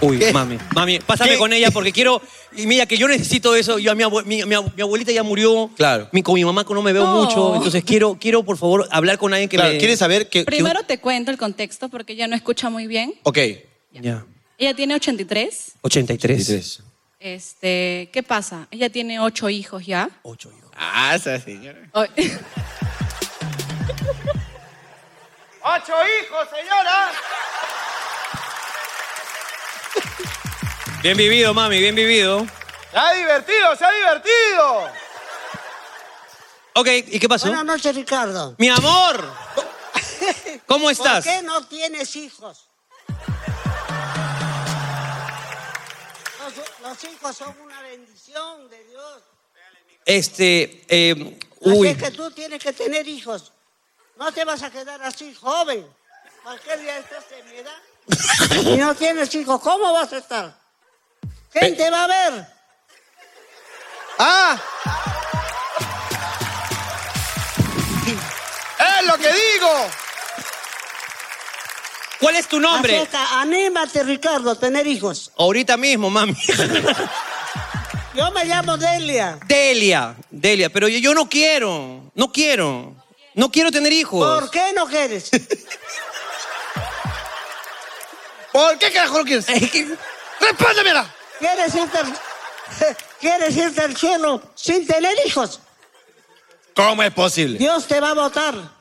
S1: Uy, mami. Mami, pásame con ella porque quiero. Y mira, que yo necesito eso. Yo a mi, abue- mi- mi ab- mi abuelita ya murió. Claro. con mi mamá que no me veo
S22: No.
S1: mucho. Entonces quiero, quiero, por favor, hablar con alguien que
S3: Claro,
S1: me.
S3: ¿quieres saber que.
S22: Primero te cuento el contexto porque ella no escucha muy bien.
S3: Ok.
S1: Ya.
S22: Ella tiene 83.
S1: 83.
S22: Este, ¿Qué pasa? Ella tiene ocho hijos ya.
S6: Ah, esa señora.
S22: O-
S14: ¡Ocho hijos, señora!
S1: Bien vivido, mami, bien vivido.
S14: ¡Se ha divertido, se ha divertido!
S1: Ok, ¿y qué pasó?
S21: Buenas noches, Ricardo.
S1: Mi amor. ¿Cómo estás?
S21: ¿Por qué no tienes hijos? Los, los hijos son una bendición de Dios.
S1: Este. eh,
S21: Así
S1: uy.
S21: es que tú tienes que tener hijos. No te vas a quedar así, joven. Cualquier día estás en mi edad. Y no tienes hijos, ¿cómo vas a estar? ¿Quién te va a ver?
S3: ¡Ah!
S21: ¡Es lo que digo!
S1: ¿Cuál es tu nombre? Oh.
S21: Así es que anímate, Ricardo, a tener hijos.
S1: Ahorita mismo, mami.
S21: Yo me llamo Delia.
S1: Delia, Delia, pero yo, yo no quiero. No quiero. No quiero tener hijos.
S21: ¿Por qué no quieres?
S3: ¿Por qué carajo no quieres?
S21: ¡Respóndemela! ¿Quieres irte, al- ¿Quieres irte al cielo sin tener hijos?
S3: ¿Cómo es posible?
S21: Dios te va a votar.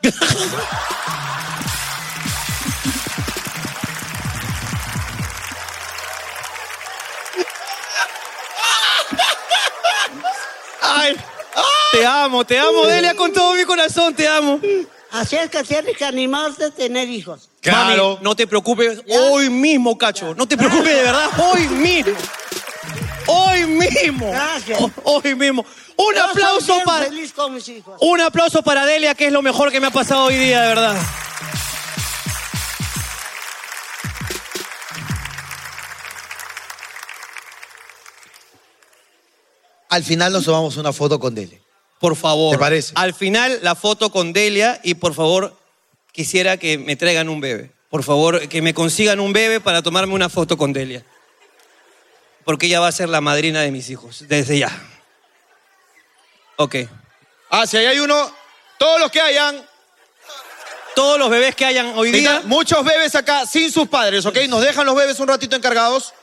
S1: Ay, te amo, te amo, Delia, con todo mi corazón, te amo.
S21: Así es que tienes que animarte a tener hijos.
S1: Claro. no te preocupes hoy mismo, cacho. No te preocupes de verdad hoy mismo. Hoy mismo.
S21: Gracias.
S1: Hoy mismo. Un
S21: Yo soy
S1: aplauso
S21: bien
S1: para
S21: feliz con mis hijos.
S1: un aplauso para Delia, que es lo mejor que me ha pasado hoy día, de verdad.
S23: Al final nos tomamos una foto con Dele.
S1: Por favor.
S23: ¿Te parece?
S1: Al final, la foto con Delia y por favor, quisiera que me traigan un bebé. Por favor, que me consigan un bebé para tomarme una foto con Delia. Porque ella va a ser la madrina de mis hijos, desde ya. Ok.
S3: Ah, si ahí hay uno, todos los que hayan.
S1: Todos los bebés que hayan hoy
S3: día. Muchos bebés acá sin sus padres, ¿ok? Nos dejan los bebés un ratito encargados.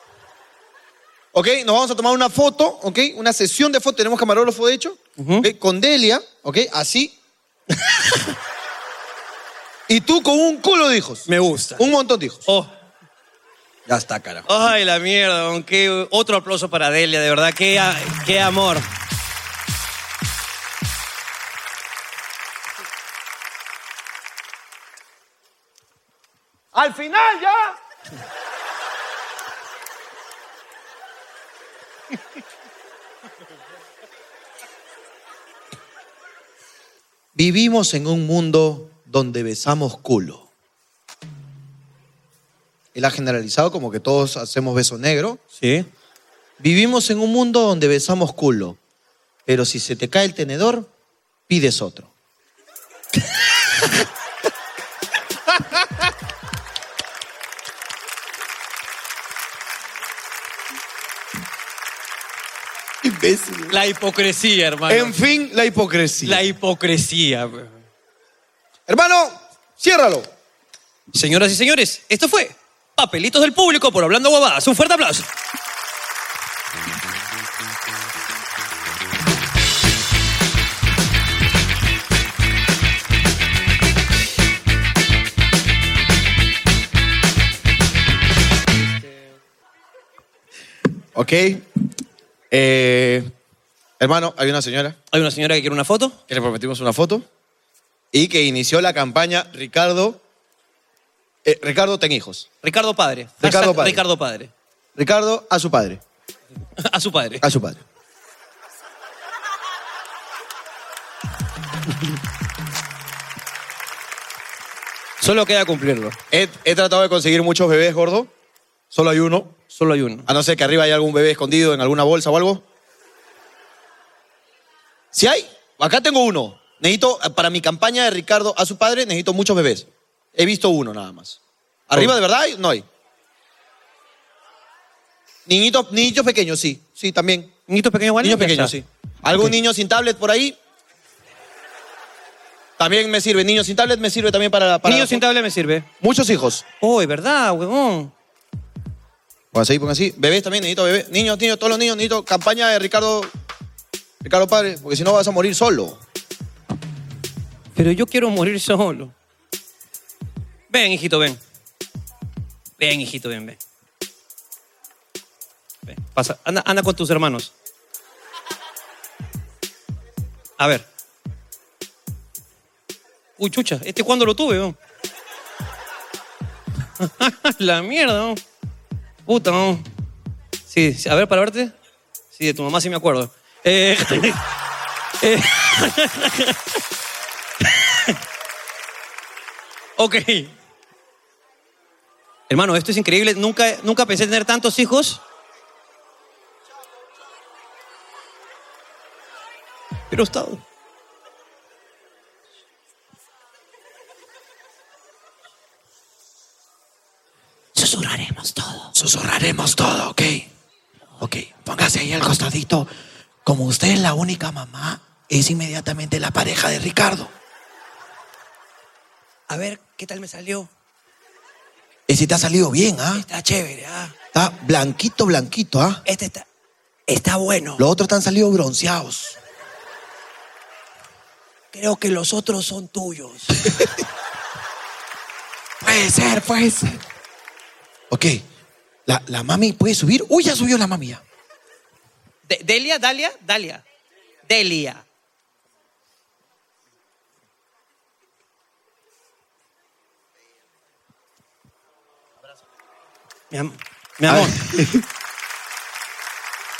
S3: ¿Ok? Nos vamos a tomar una foto, ¿ok? Una sesión de fotos. Tenemos camarógrafo, de hecho. ¿ok? Con Delia, ¿ok? Así. y tú con un culo de hijos.
S1: Me gusta. Oh.
S3: Un montón de hijos. Ya está, carajo.
S1: Ay, la mierda, don, qué- otro aplauso para Delia, de verdad, qué, a- qué amor.
S14: Al final ya.
S23: Vivimos en un mundo donde besamos culo. Él ha generalizado como que todos hacemos beso negro.
S1: Sí.
S23: Vivimos en un mundo donde besamos culo. Pero si se te cae el tenedor, pides otro.
S3: Imbécil.
S1: La hipocresía, hermano.
S3: En fin, la hipocresía.
S1: La hipocresía. pues.
S3: Hermano, ciérralo.
S1: Señoras y señores, esto fue Papelitos del Público por Hablando Guabadas. Un fuerte aplauso.
S3: Ok. Eh, hermano, hay una señora.
S1: Hay una señora que quiere una foto.
S3: Que le prometimos una foto. Y que inició la campaña Ricardo. eh, Ricardo ten hijos.
S1: Ricardo Padre.
S3: Ricardo
S1: Hashtag
S3: Padre.
S1: Ricardo Padre.
S3: Ricardo a su padre.
S1: A su padre.
S3: A su padre.
S1: Solo queda cumplirlo.
S3: He, he tratado de conseguir muchos bebés, gordo. Solo hay uno.
S1: Solo hay uno.
S3: A no ser que arriba haya algún bebé escondido en alguna bolsa o algo. Si hay, acá tengo uno. Necesito, eh, para mi campaña de Ricardo a su padre, necesito muchos bebés. He visto uno nada más. Arriba de verdad hay? no hay. Niñitos, niñitos pequeños, sí. Sí, también.
S1: Niñitos pequeños,
S3: igual. Niños
S1: ya
S3: pequeños, sí.
S1: está.
S3: ¿Algún
S1: Ok.
S3: niño sin tablet por ahí? También me sirve. Niños sin tablet me sirve también para... para
S1: Niños sin tablet me sirve.
S3: Muchos hijos.
S1: Oh, es verdad, huevón.
S3: Pongan así, pongan así. Bebés también, necesito bebés. Niños, niños, todos los niños, necesito campaña de Ricardo. Ricardo Padre, porque si no vas a morir solo.
S1: Pero yo quiero morir solo. Ven, hijito, ven. Ven, hijito, ven, ven. Ven, pasa. Anda, anda con tus hermanos. A ver. Uy, chucha, ¿este cuándo lo tuve? weón? La mierda, weón. Puta, weón. Sí, sí, a ver, para verte. Sí, de tu mamá sí me acuerdo. Eh, eh, Ok. Hermano, esto es increíble. Nunca, nunca pensé tener tantos hijos. Pero está.
S14: Susurraremos todo. Susurraremos todo, ¿ok? Ok, póngase ahí al costadito. Como usted es la única mamá, es inmediatamente la pareja de Ricardo.
S1: A ver, ¿qué tal me salió?
S3: Ese te ha salido bien, ¿ah?
S1: Está chévere, ¿ah?
S3: Está blanquito, blanquito, ¿ah?
S1: Este está. Está bueno.
S3: Los otros te han salido bronceados.
S1: Creo que los otros son tuyos.
S3: Puede ser, puede ser. Ok. La, la mami puede subir. Uy, ya subió la mami. ya.
S1: De- Delia, Dalia, Dalia. Delia. Mi, am- mi amor.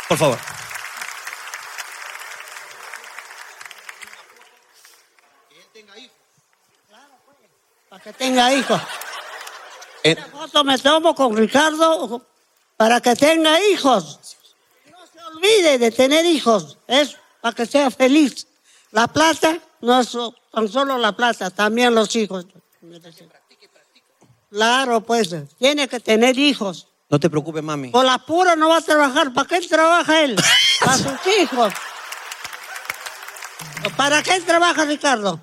S1: Por favor.
S21: Para que tenga hijos. Esta foto me tomo con Ricardo para que tenga hijos. No olvide de tener hijos, es para que sea feliz. La plata no es so- tan solo la plata, también los hijos. Claro, pues, tiene que tener hijos.
S1: No te preocupes, mami.
S21: Por la pura no va a trabajar. ¿Para qué trabaja él? Para sus hijos. ¿Para qué trabaja, Ricardo?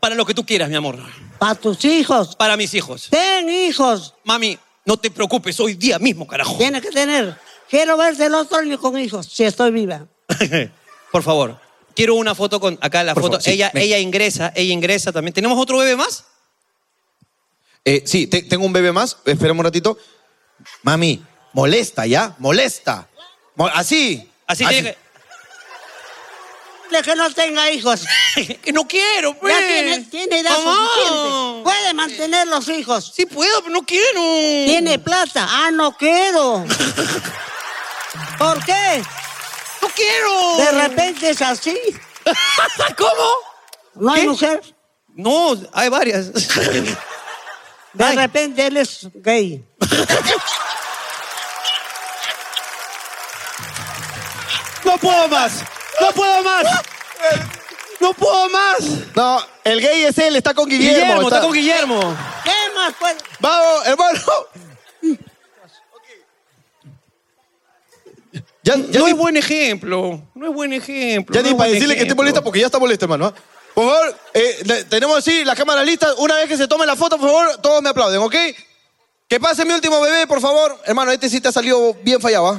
S1: Para lo que tú quieras, mi amor.
S21: Para tus hijos.
S1: Para mis hijos.
S21: Ten hijos.
S1: Mami, no te preocupes, hoy día mismo, carajo.
S21: Tiene que tener. Quiero verte el otro año con hijos, si estoy viva.
S1: Por favor. Quiero una foto con acá la foto.
S3: favor, sí,
S1: ella,
S3: ven.
S1: ella ingresa, ella ingresa también. ¿Tenemos otro bebé más?
S3: Eh, sí, te- tengo un bebé más. Esperemos un ratito. Mami, molesta, ¿ya? Molesta. Mo- así.
S1: Así tiene que-
S21: De que no tenga hijos.
S1: que no quiero,
S21: Ya
S1: pues.
S21: tiene, tiene edad
S1: Mamá.
S21: suficiente. Puede mantener los hijos.
S1: Sí puedo, pero no quiero.
S21: Tiene plata. Ah, no quiero. ¿Por qué?
S1: No quiero.
S21: De repente es así.
S1: ¿Cómo?
S21: ¿No hay mujer?
S1: No, hay varias.
S21: De repente él es gay.
S3: ¡No puedo más! ¡No puedo más! ¡No puedo más! No, el gay es él, está con Guillermo.
S1: Guillermo, está con Guillermo.
S21: ¿Qué más puede?
S3: ¡Vamos, hermano!
S1: no es buen ejemplo. No es buen ejemplo.
S3: Ya
S1: no
S3: ni
S1: es
S3: para
S1: buen
S3: decirle que esté
S1: ejemplo.
S3: molesta porque ya está molesta, hermano. ¿ah? Por favor, eh, le- tenemos así las cámaras listas. Una vez que se tome la foto, por favor, todos me aplauden, ¿ok? Que pase mi último bebé, por favor. Hermano, este sí te ha salido bien fallado, ¿ah?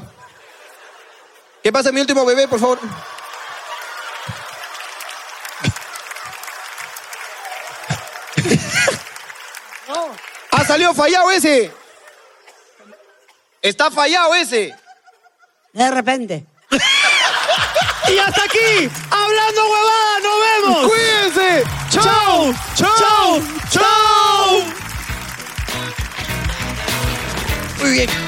S3: Que pase mi último bebé, por favor. ¡Ha salido fallado ese! ¡Está fallado ese!
S21: De repente.
S3: ¡Y hasta aquí! ¡Hablando huevada! ¡Nos vemos! ¡Cuídense! ¡Chao! ¡Chao! ¡Chao!
S1: Muy bien.